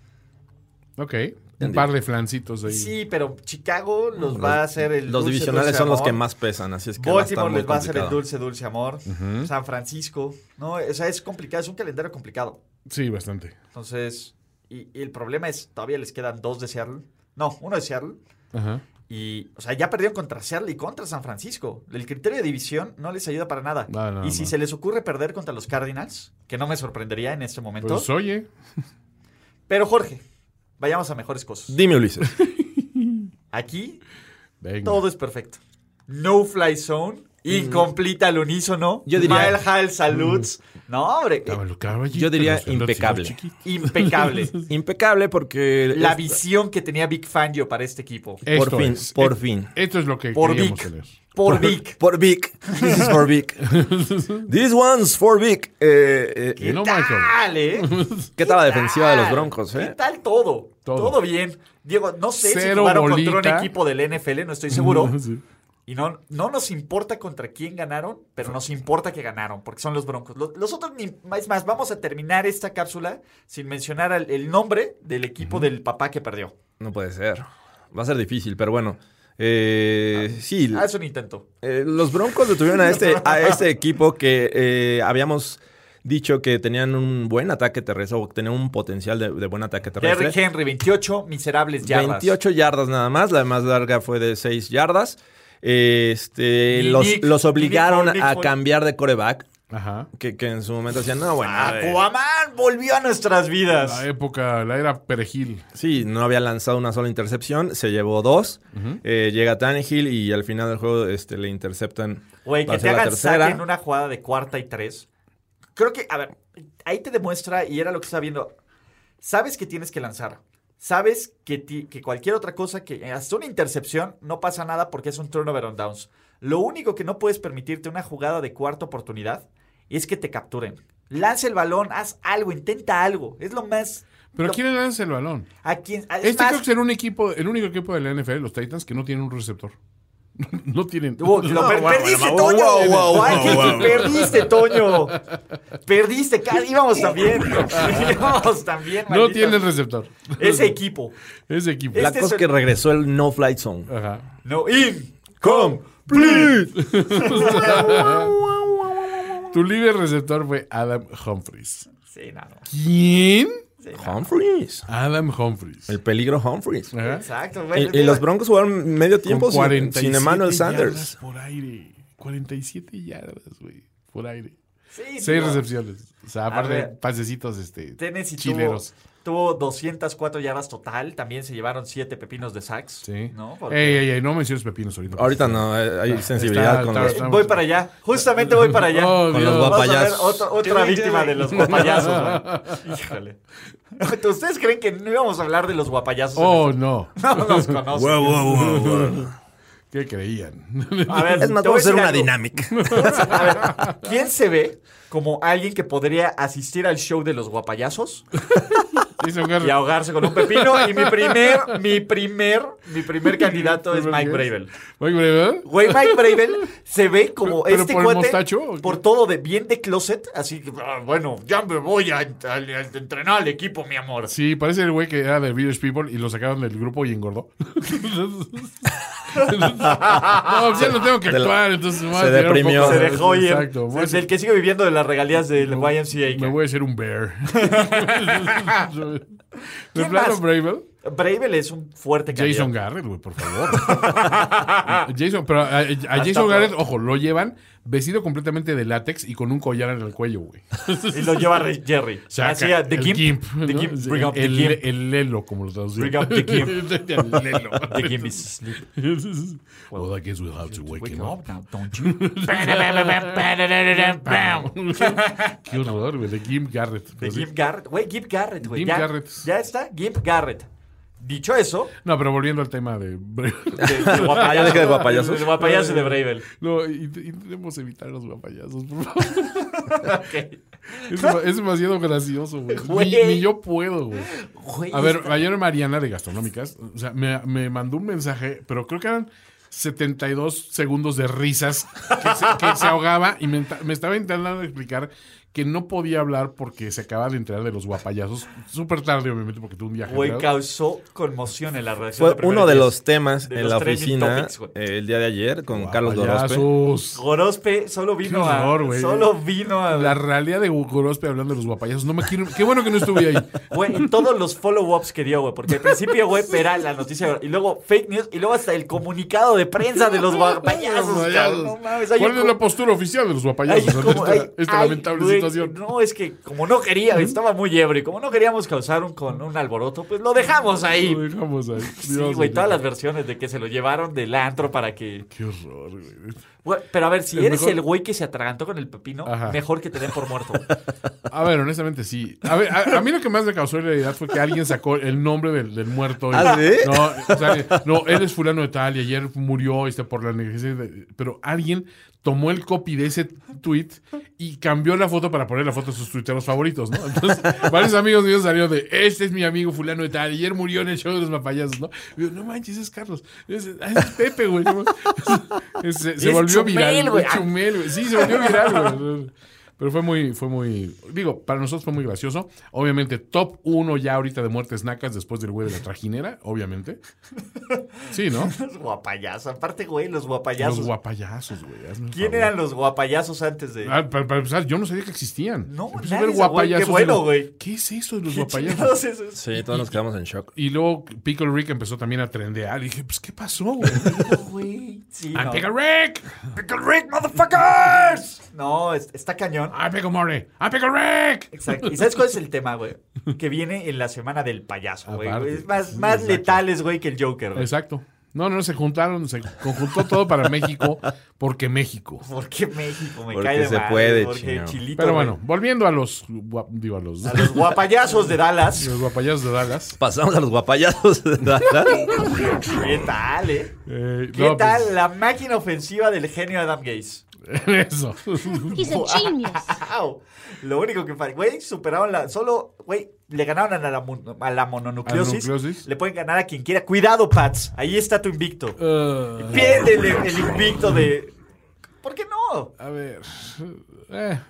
[SPEAKER 3] ok. Un par de flancitos ahí.
[SPEAKER 2] Sí, pero Chicago los va a hacer el
[SPEAKER 4] Mm, Los
[SPEAKER 2] dulce,
[SPEAKER 4] divisionales
[SPEAKER 2] dulce
[SPEAKER 4] son los
[SPEAKER 2] amor.
[SPEAKER 4] que más pesan, así es que va a estar
[SPEAKER 2] Baltimore
[SPEAKER 4] muy
[SPEAKER 2] les va a hacer el
[SPEAKER 4] complicado.
[SPEAKER 2] dulce, dulce amor. San Francisco. No, o sea, es complicado, es un calendario complicado.
[SPEAKER 3] Sí, bastante.
[SPEAKER 2] Entonces, y, y el problema es, todavía les quedan dos de Seattle. No, uno de Seattle.
[SPEAKER 3] Ajá.
[SPEAKER 2] Y, o sea, ya perdieron contra Seattle y contra San Francisco. El criterio de división no les ayuda para nada.
[SPEAKER 3] No, no,
[SPEAKER 2] y si
[SPEAKER 3] no.
[SPEAKER 2] se les ocurre perder contra los Cardinals, que no me sorprendería en este momento.
[SPEAKER 3] Pues oye.
[SPEAKER 2] Pero Jorge, vayamos a mejores cosas.
[SPEAKER 4] Dime, Ulises.
[SPEAKER 2] Aquí
[SPEAKER 3] Venga.
[SPEAKER 2] todo es perfecto. No fly zone,
[SPEAKER 3] Mm.
[SPEAKER 2] incompleta al unísono.
[SPEAKER 4] Yo diría-
[SPEAKER 2] Mile high salutes.
[SPEAKER 3] Mm.
[SPEAKER 2] No, hombre,
[SPEAKER 3] Dámelo, caballito,
[SPEAKER 4] Yo *laughs* diría
[SPEAKER 3] los pelotitos
[SPEAKER 4] impecable.
[SPEAKER 3] chiquitos. *laughs*
[SPEAKER 2] impecable.
[SPEAKER 4] Impecable porque...
[SPEAKER 2] La
[SPEAKER 4] es-
[SPEAKER 2] visión que tenía Big Fangio para este equipo.
[SPEAKER 3] Esto
[SPEAKER 4] fin,
[SPEAKER 3] es.
[SPEAKER 4] por
[SPEAKER 3] Eh,
[SPEAKER 4] fin.
[SPEAKER 3] Esto es lo que
[SPEAKER 2] Por
[SPEAKER 3] queríamos
[SPEAKER 2] Vic.
[SPEAKER 3] tener.
[SPEAKER 2] Por Big.
[SPEAKER 4] Por Vic. This is for Vic. This one's for Vic. Eh, eh,
[SPEAKER 3] Y no, Michael. *laughs*
[SPEAKER 2] Tal, eh?
[SPEAKER 4] ¿Qué tal la defensiva de los Broncos,
[SPEAKER 2] ¿Qué
[SPEAKER 4] eh?
[SPEAKER 2] tal todo?
[SPEAKER 3] Todo.
[SPEAKER 2] Todo, bien. Diego, no sé si
[SPEAKER 3] Cero
[SPEAKER 2] jugaron contra
[SPEAKER 3] bolita.
[SPEAKER 2] un equipo del NFL, no estoy seguro.
[SPEAKER 3] *laughs* Sí.
[SPEAKER 2] Y no, no nos importa contra quién ganaron, pero nos importa que ganaron, porque son los Broncos. Los, los otros, ni, es más, vamos a terminar esta cápsula sin mencionar al- el nombre del equipo del papá que perdió.
[SPEAKER 4] No puede ser. Va a ser difícil, pero bueno. Eh, sí,
[SPEAKER 2] Ah, es un intento.
[SPEAKER 4] eh, los Broncos detuvieron a este, a este equipo que eh, habíamos dicho que tenían un buen ataque terrestre o que tenían un potencial de, de buen ataque terrestre.
[SPEAKER 2] Derrick Henry, 28 miserables yardas.
[SPEAKER 4] 28 yardas nada más, la más larga fue de 6 yardas. Este,
[SPEAKER 2] Y
[SPEAKER 4] los,
[SPEAKER 2] Nick-
[SPEAKER 4] los
[SPEAKER 2] y Nick
[SPEAKER 4] obligaron
[SPEAKER 2] Foles, Nick
[SPEAKER 4] a
[SPEAKER 2] Foles.
[SPEAKER 4] cambiar de coreback,
[SPEAKER 3] Ajá.
[SPEAKER 4] que, que en su momento decían,
[SPEAKER 2] Pues,
[SPEAKER 4] no, bueno,
[SPEAKER 2] ah,
[SPEAKER 4] a ver,
[SPEAKER 2] Aquaman volvió a nuestras vidas.
[SPEAKER 3] La época, la era perejil.
[SPEAKER 4] Sí, no había lanzado una sola intercepción, se llevó dos. Eh, llega Tannehill y al final del juego este, le interceptan.
[SPEAKER 2] Güey,
[SPEAKER 4] para
[SPEAKER 2] que te
[SPEAKER 4] hacer la
[SPEAKER 2] hagan
[SPEAKER 4] tercera.
[SPEAKER 2] saque en una jugada de cuarta y tres. Creo que, a ver, ahí te demuestra, y era lo que estaba viendo. Sabes que tienes que lanzar. Sabes que, ti- que cualquier otra cosa, que hasta una intercepción, no pasa nada porque es un turnover on downs. Lo único que no puedes permitirte una jugada de cuarta oportunidad es que te capturen. Lanza el balón, haz algo, intenta algo. Es lo más.
[SPEAKER 3] Pero
[SPEAKER 2] lo-
[SPEAKER 3] ¿quién le lanza el balón?
[SPEAKER 2] a quien- es
[SPEAKER 3] Este
[SPEAKER 2] más,
[SPEAKER 3] creo que es el, un equipo, el único equipo de la NFL, los Titans, que no tienen un receptor. *laughs* No tienen.
[SPEAKER 2] Wow, lo per-
[SPEAKER 3] bueno,
[SPEAKER 2] perdiste,
[SPEAKER 3] bueno,
[SPEAKER 2] Toño.
[SPEAKER 3] wow, wow, wow,
[SPEAKER 2] Ay,
[SPEAKER 3] wow.
[SPEAKER 2] Perdiste, Toño. Perdiste, ca-
[SPEAKER 3] *laughs*
[SPEAKER 2] íbamos también. íbamos también,
[SPEAKER 3] No
[SPEAKER 2] maldito.
[SPEAKER 3] tienen receptor. *laughs*
[SPEAKER 2] Ese equipo.
[SPEAKER 3] Ese equipo.
[SPEAKER 4] La
[SPEAKER 2] Este
[SPEAKER 4] cosa
[SPEAKER 2] es
[SPEAKER 4] es que
[SPEAKER 2] el-
[SPEAKER 4] regresó el no flight zone.
[SPEAKER 3] Ajá.
[SPEAKER 2] No, in.
[SPEAKER 4] Come,
[SPEAKER 3] Tu líder receptor fue Adam Humphries.
[SPEAKER 2] Sí, no, no.
[SPEAKER 3] ¿Quién?
[SPEAKER 4] Humphreys.
[SPEAKER 3] Adam Humphries.
[SPEAKER 4] El peligro Humphreys.
[SPEAKER 3] Ajá.
[SPEAKER 2] Exacto.
[SPEAKER 4] Y,
[SPEAKER 2] bueno,
[SPEAKER 4] y los Broncos jugaron medio tiempo
[SPEAKER 3] Con
[SPEAKER 4] sin,
[SPEAKER 3] 47
[SPEAKER 4] sin Emmanuel
[SPEAKER 3] yardas
[SPEAKER 4] Sanders.
[SPEAKER 3] por aire. 47 yardas, güey. Por aire.
[SPEAKER 2] sí,
[SPEAKER 3] Seis
[SPEAKER 2] no.
[SPEAKER 3] recepciones. O sea, aparte,
[SPEAKER 2] ver.
[SPEAKER 3] pasecitos este,
[SPEAKER 2] Tennessee tuvo,
[SPEAKER 3] chileros.
[SPEAKER 2] tuvo 204 yardas total. También se llevaron 7 pepinos de sacks.
[SPEAKER 3] Sí.
[SPEAKER 2] ¿no? Eh, Porque-
[SPEAKER 3] Ey, ey, ey, no menciones pepinos ahorita.
[SPEAKER 4] Ahorita no, eh, hay sensibilidad
[SPEAKER 3] está-
[SPEAKER 4] con
[SPEAKER 3] está-
[SPEAKER 4] los.
[SPEAKER 3] está-
[SPEAKER 2] Voy para allá. Justamente voy para
[SPEAKER 3] *laughs*
[SPEAKER 2] allá.
[SPEAKER 3] Oh,
[SPEAKER 4] Con los
[SPEAKER 3] Dios.
[SPEAKER 4] guapayazos.
[SPEAKER 2] Vamos a ver otro- otra víctima de los guapayazos. güey. Híjole. ¿Ustedes creen que no íbamos a hablar de los guapayazos? en
[SPEAKER 3] Oh,
[SPEAKER 2] este-
[SPEAKER 3] no.
[SPEAKER 2] *laughs* No los conozco.
[SPEAKER 4] Wow, wow, wow, wow.
[SPEAKER 3] *laughs* ¿Qué creían? *laughs*
[SPEAKER 2] A ver,
[SPEAKER 4] Es más,
[SPEAKER 2] te voy
[SPEAKER 4] vamos a hacer
[SPEAKER 2] decir
[SPEAKER 4] una
[SPEAKER 2] algo.
[SPEAKER 4] dinámica.
[SPEAKER 2] A ver, ¿quién se ve como alguien que podría asistir al show de los guapayazos
[SPEAKER 3] Dice un gar-
[SPEAKER 2] y ahogarse con un pepino? Y mi primer, mi primer, mi primer candidato es Mike Bravel.
[SPEAKER 3] Oye, ¿verdad?
[SPEAKER 2] Güey, Mike Bravel se ve como
[SPEAKER 3] ¿Pero
[SPEAKER 2] este
[SPEAKER 3] por el
[SPEAKER 2] cuate.
[SPEAKER 3] mostacho, o qué?
[SPEAKER 2] por todo de bien de closet. Así que, ah, bueno, ya me voy a, ent- a- a entrenar al equipo, mi amor.
[SPEAKER 3] Sí, parece el güey que era de Village People y lo sacaron del grupo y engordó. *laughs* no, ya no tengo que
[SPEAKER 4] De la-
[SPEAKER 3] actuar, entonces me voy a
[SPEAKER 4] se
[SPEAKER 3] tirar un
[SPEAKER 4] deprimió.
[SPEAKER 3] poco
[SPEAKER 2] Se
[SPEAKER 3] de-
[SPEAKER 2] dejó ir.
[SPEAKER 3] Exacto. voy a
[SPEAKER 2] Es
[SPEAKER 3] ser-
[SPEAKER 2] el que sigue viviendo de las regalías del YMCA.
[SPEAKER 3] me voy a hacer un bear.
[SPEAKER 2] *laughs*
[SPEAKER 3] ¿De
[SPEAKER 2] ¿Quién
[SPEAKER 3] plano
[SPEAKER 2] más?
[SPEAKER 3] Bravel?
[SPEAKER 2] Bravel es un fuerte candidato.
[SPEAKER 3] Jason Garrett, güey, por
[SPEAKER 2] *laughs*
[SPEAKER 3] favor. Jason, pero a, a Jason Garrett, ojo, lo llevan vestido completamente de látex y con un collar en el cuello, güey.
[SPEAKER 2] Y lo
[SPEAKER 3] *laughs*
[SPEAKER 2] lleva Re- Jerry.
[SPEAKER 3] O sea,
[SPEAKER 2] Hacía The
[SPEAKER 3] el
[SPEAKER 2] Gimp.
[SPEAKER 3] ¿no?
[SPEAKER 2] The Gimp. Bring up The
[SPEAKER 3] el,
[SPEAKER 2] Gimp.
[SPEAKER 3] el lelo, como lo traducimos.
[SPEAKER 2] Bring up the Gimp.
[SPEAKER 3] el lelo.
[SPEAKER 2] The
[SPEAKER 3] *laughs*
[SPEAKER 2] Gimp is asleep.
[SPEAKER 3] well, I guess we'll have to wake
[SPEAKER 2] Wake
[SPEAKER 3] him up.
[SPEAKER 2] up now, don't you?
[SPEAKER 3] Qué horror, güey, de Gimp Garrett.
[SPEAKER 2] The
[SPEAKER 3] Pero sí.
[SPEAKER 2] Gimp Garrett. Güey, Gimp Garrett, güey.
[SPEAKER 3] Gimp
[SPEAKER 2] ya,
[SPEAKER 3] Garrett.
[SPEAKER 2] Ya está, Gimp Garrett.
[SPEAKER 3] *laughs*
[SPEAKER 2] Dicho eso,
[SPEAKER 3] No, pero volviendo al tema de... Bravel.
[SPEAKER 2] de, de guapayazo-
[SPEAKER 4] Ah, ya dejé de guapayazo.
[SPEAKER 2] de guapayazo de Bravel.
[SPEAKER 3] No, int- intentemos evitar los guapayazos, por favor.
[SPEAKER 2] Ok.
[SPEAKER 3] Es, dema- es demasiado gracioso, güey. Ni,
[SPEAKER 2] Güey.
[SPEAKER 3] ni yo puedo, güey.
[SPEAKER 2] Güey, este
[SPEAKER 3] A ver,
[SPEAKER 2] está-
[SPEAKER 3] ayer Mariana de Gastronómicas, o sea, me, me mandó un mensaje, pero creo que eran 72 segundos de risas que se, que se ahogaba y me, enta- me estaba intentando explicar que no podía hablar porque se acaba de enterar de los guapayazos. Súper tarde, obviamente, porque tuvo un viaje.
[SPEAKER 2] Güey,
[SPEAKER 3] ¿verdad?
[SPEAKER 2] causó conmoción en la reacción.
[SPEAKER 4] Fue
[SPEAKER 2] de primer
[SPEAKER 4] uno de
[SPEAKER 2] día.
[SPEAKER 4] los temas
[SPEAKER 2] de
[SPEAKER 4] en
[SPEAKER 2] los
[SPEAKER 4] la
[SPEAKER 2] trending
[SPEAKER 4] oficina
[SPEAKER 2] topics, güey.
[SPEAKER 4] eh, el día de ayer con Carlos Dorospe.
[SPEAKER 3] Guapayazos.
[SPEAKER 2] Gorospe solo vino
[SPEAKER 3] Qué horror,
[SPEAKER 2] a.
[SPEAKER 3] güey.
[SPEAKER 2] Solo vino a.
[SPEAKER 3] La realidad de Gorospe hablando de los guapayazos. No me quiero. Qué bueno que no estuve ahí.
[SPEAKER 2] Güey, en todos los follow-ups que dio, güey. Porque al principio, güey, era la noticia. Y luego fake news. Y luego hasta el comunicado de prensa de los guapayazos, cabrón. No mames. hay
[SPEAKER 3] ¿Cuál
[SPEAKER 2] un
[SPEAKER 3] es
[SPEAKER 2] co-
[SPEAKER 3] la postura oficial de los
[SPEAKER 2] hay
[SPEAKER 3] guapayazos ante
[SPEAKER 2] como-
[SPEAKER 3] esta,
[SPEAKER 2] hay-
[SPEAKER 3] esta
[SPEAKER 2] hay,
[SPEAKER 3] lamentable
[SPEAKER 2] güey,
[SPEAKER 3] situación?
[SPEAKER 2] No, es que como no quería, estaba muy ebrio. y Como no queríamos causar un, con un alboroto, pues lo dejamos ahí.
[SPEAKER 3] Lo dejamos ahí.
[SPEAKER 2] Sí,
[SPEAKER 3] Dios
[SPEAKER 2] güey,
[SPEAKER 3] mío.
[SPEAKER 2] todas las versiones de que se lo llevaron del antro para que.
[SPEAKER 3] Qué horror, güey.
[SPEAKER 2] Güey, pero a ver, si
[SPEAKER 3] El
[SPEAKER 2] eres
[SPEAKER 3] mejor-
[SPEAKER 2] el güey que se atragantó con el pepino,
[SPEAKER 3] Ajá.
[SPEAKER 2] mejor que te den por muerto. *laughs*
[SPEAKER 3] A ver, honestamente sí. A, ver, a, a mí lo que más me causó realidad fue que alguien sacó el nombre del, del muerto. y-
[SPEAKER 4] ¿Ah, sí?
[SPEAKER 3] No, o sea, no, él es fulano de tal y ayer murió este, por la negligencia. de- Pero alguien tomó el copy de ese tweet y cambió la foto para poner la foto de sus tuiteros favoritos, ¿no? Entonces, varios amigos míos salieron de, este es mi amigo fulano de tal, ayer murió en el show de los mapayazos, ¿no? Y yo, no manches, ese es Carlos. Ese- ah, ese es Pepe, güey. *laughs* Ese- se
[SPEAKER 2] es
[SPEAKER 3] volvió
[SPEAKER 2] Chumel,
[SPEAKER 3] viral.
[SPEAKER 2] güey.
[SPEAKER 3] es Chumel, güey. Sí, se volvió viral, güey. Pero fue muy, fue muy, digo, para nosotros fue muy gracioso. Obviamente, top uno ya ahorita de muertes nacas después del güey de la trajinera, obviamente. Sí, ¿no?
[SPEAKER 2] Los guapayazos. Aparte, güey, los
[SPEAKER 3] Los
[SPEAKER 2] guapayazos.
[SPEAKER 3] guapayazos, güey. hazme un
[SPEAKER 2] ¿Quién
[SPEAKER 3] favor.
[SPEAKER 2] eran los guapayazos antes de.?
[SPEAKER 3] Ah, para, para empezar, yo no sabía que existían.
[SPEAKER 2] No,
[SPEAKER 3] Empecé
[SPEAKER 2] nadie sabía, qué bueno,
[SPEAKER 3] de los-
[SPEAKER 2] güey.
[SPEAKER 3] ¿Qué es eso de los
[SPEAKER 2] ¿Qué
[SPEAKER 3] guapayazos?
[SPEAKER 2] chingados es eso?
[SPEAKER 4] Sí, todos nos quedamos en shock.
[SPEAKER 3] Y luego Pickle Rick empezó también a trendear. Y dije, pues, ¿qué pasó, güey? *laughs*
[SPEAKER 2] Güey, sí,
[SPEAKER 3] ¡Ah,
[SPEAKER 2] no.
[SPEAKER 3] Pickle Rick!
[SPEAKER 2] Pickle Rick, motherfuckers! No, es- está cañón.
[SPEAKER 3] ¡Ah, Pickle More! ¡Ah, Pickle Rick!
[SPEAKER 2] Exacto. ¿Y sabes cuál es el tema, güey? Que viene en la semana del payaso, güey.
[SPEAKER 3] Aparte.
[SPEAKER 2] Es más, más
[SPEAKER 3] Exacto.
[SPEAKER 2] letales, güey, que el Joker, güey.
[SPEAKER 3] Exacto. No, no, se juntaron, se conjuntó todo para México, porque México.
[SPEAKER 2] ¿Por qué México? Me
[SPEAKER 4] Porque
[SPEAKER 2] cae de
[SPEAKER 4] se
[SPEAKER 2] madre,
[SPEAKER 4] puede,
[SPEAKER 2] Porque
[SPEAKER 4] chingado.
[SPEAKER 2] chilito.
[SPEAKER 3] Pero
[SPEAKER 2] güey.
[SPEAKER 3] bueno, volviendo a los, guap- digo, a los,
[SPEAKER 2] A los guapayazos de
[SPEAKER 3] *laughs*
[SPEAKER 2] Dallas.
[SPEAKER 3] los guapayazos de Dallas.
[SPEAKER 4] Pasamos a los *laughs* guapayazos.
[SPEAKER 2] ¿Qué tal, eh?
[SPEAKER 3] Eh,
[SPEAKER 2] ¿Qué
[SPEAKER 3] no, *laughs*
[SPEAKER 2] tal la máquina ofensiva del genio Adam Gaze?
[SPEAKER 3] pues,
[SPEAKER 2] *laughs*
[SPEAKER 3] eso.
[SPEAKER 5] He's a genius.
[SPEAKER 2] Au. Lo único que falta. Güey, superaron la. Solo, güey, le ganaron a la, mon- a la mononucleosis.
[SPEAKER 3] ¿A la nucleosis?
[SPEAKER 2] Le pueden ganar a quien quiera. Cuidado, Pats. Ahí está tu invicto.
[SPEAKER 3] Eh,
[SPEAKER 2] Pierde el, el invicto de. ¿Por qué no?
[SPEAKER 3] a ver. eh,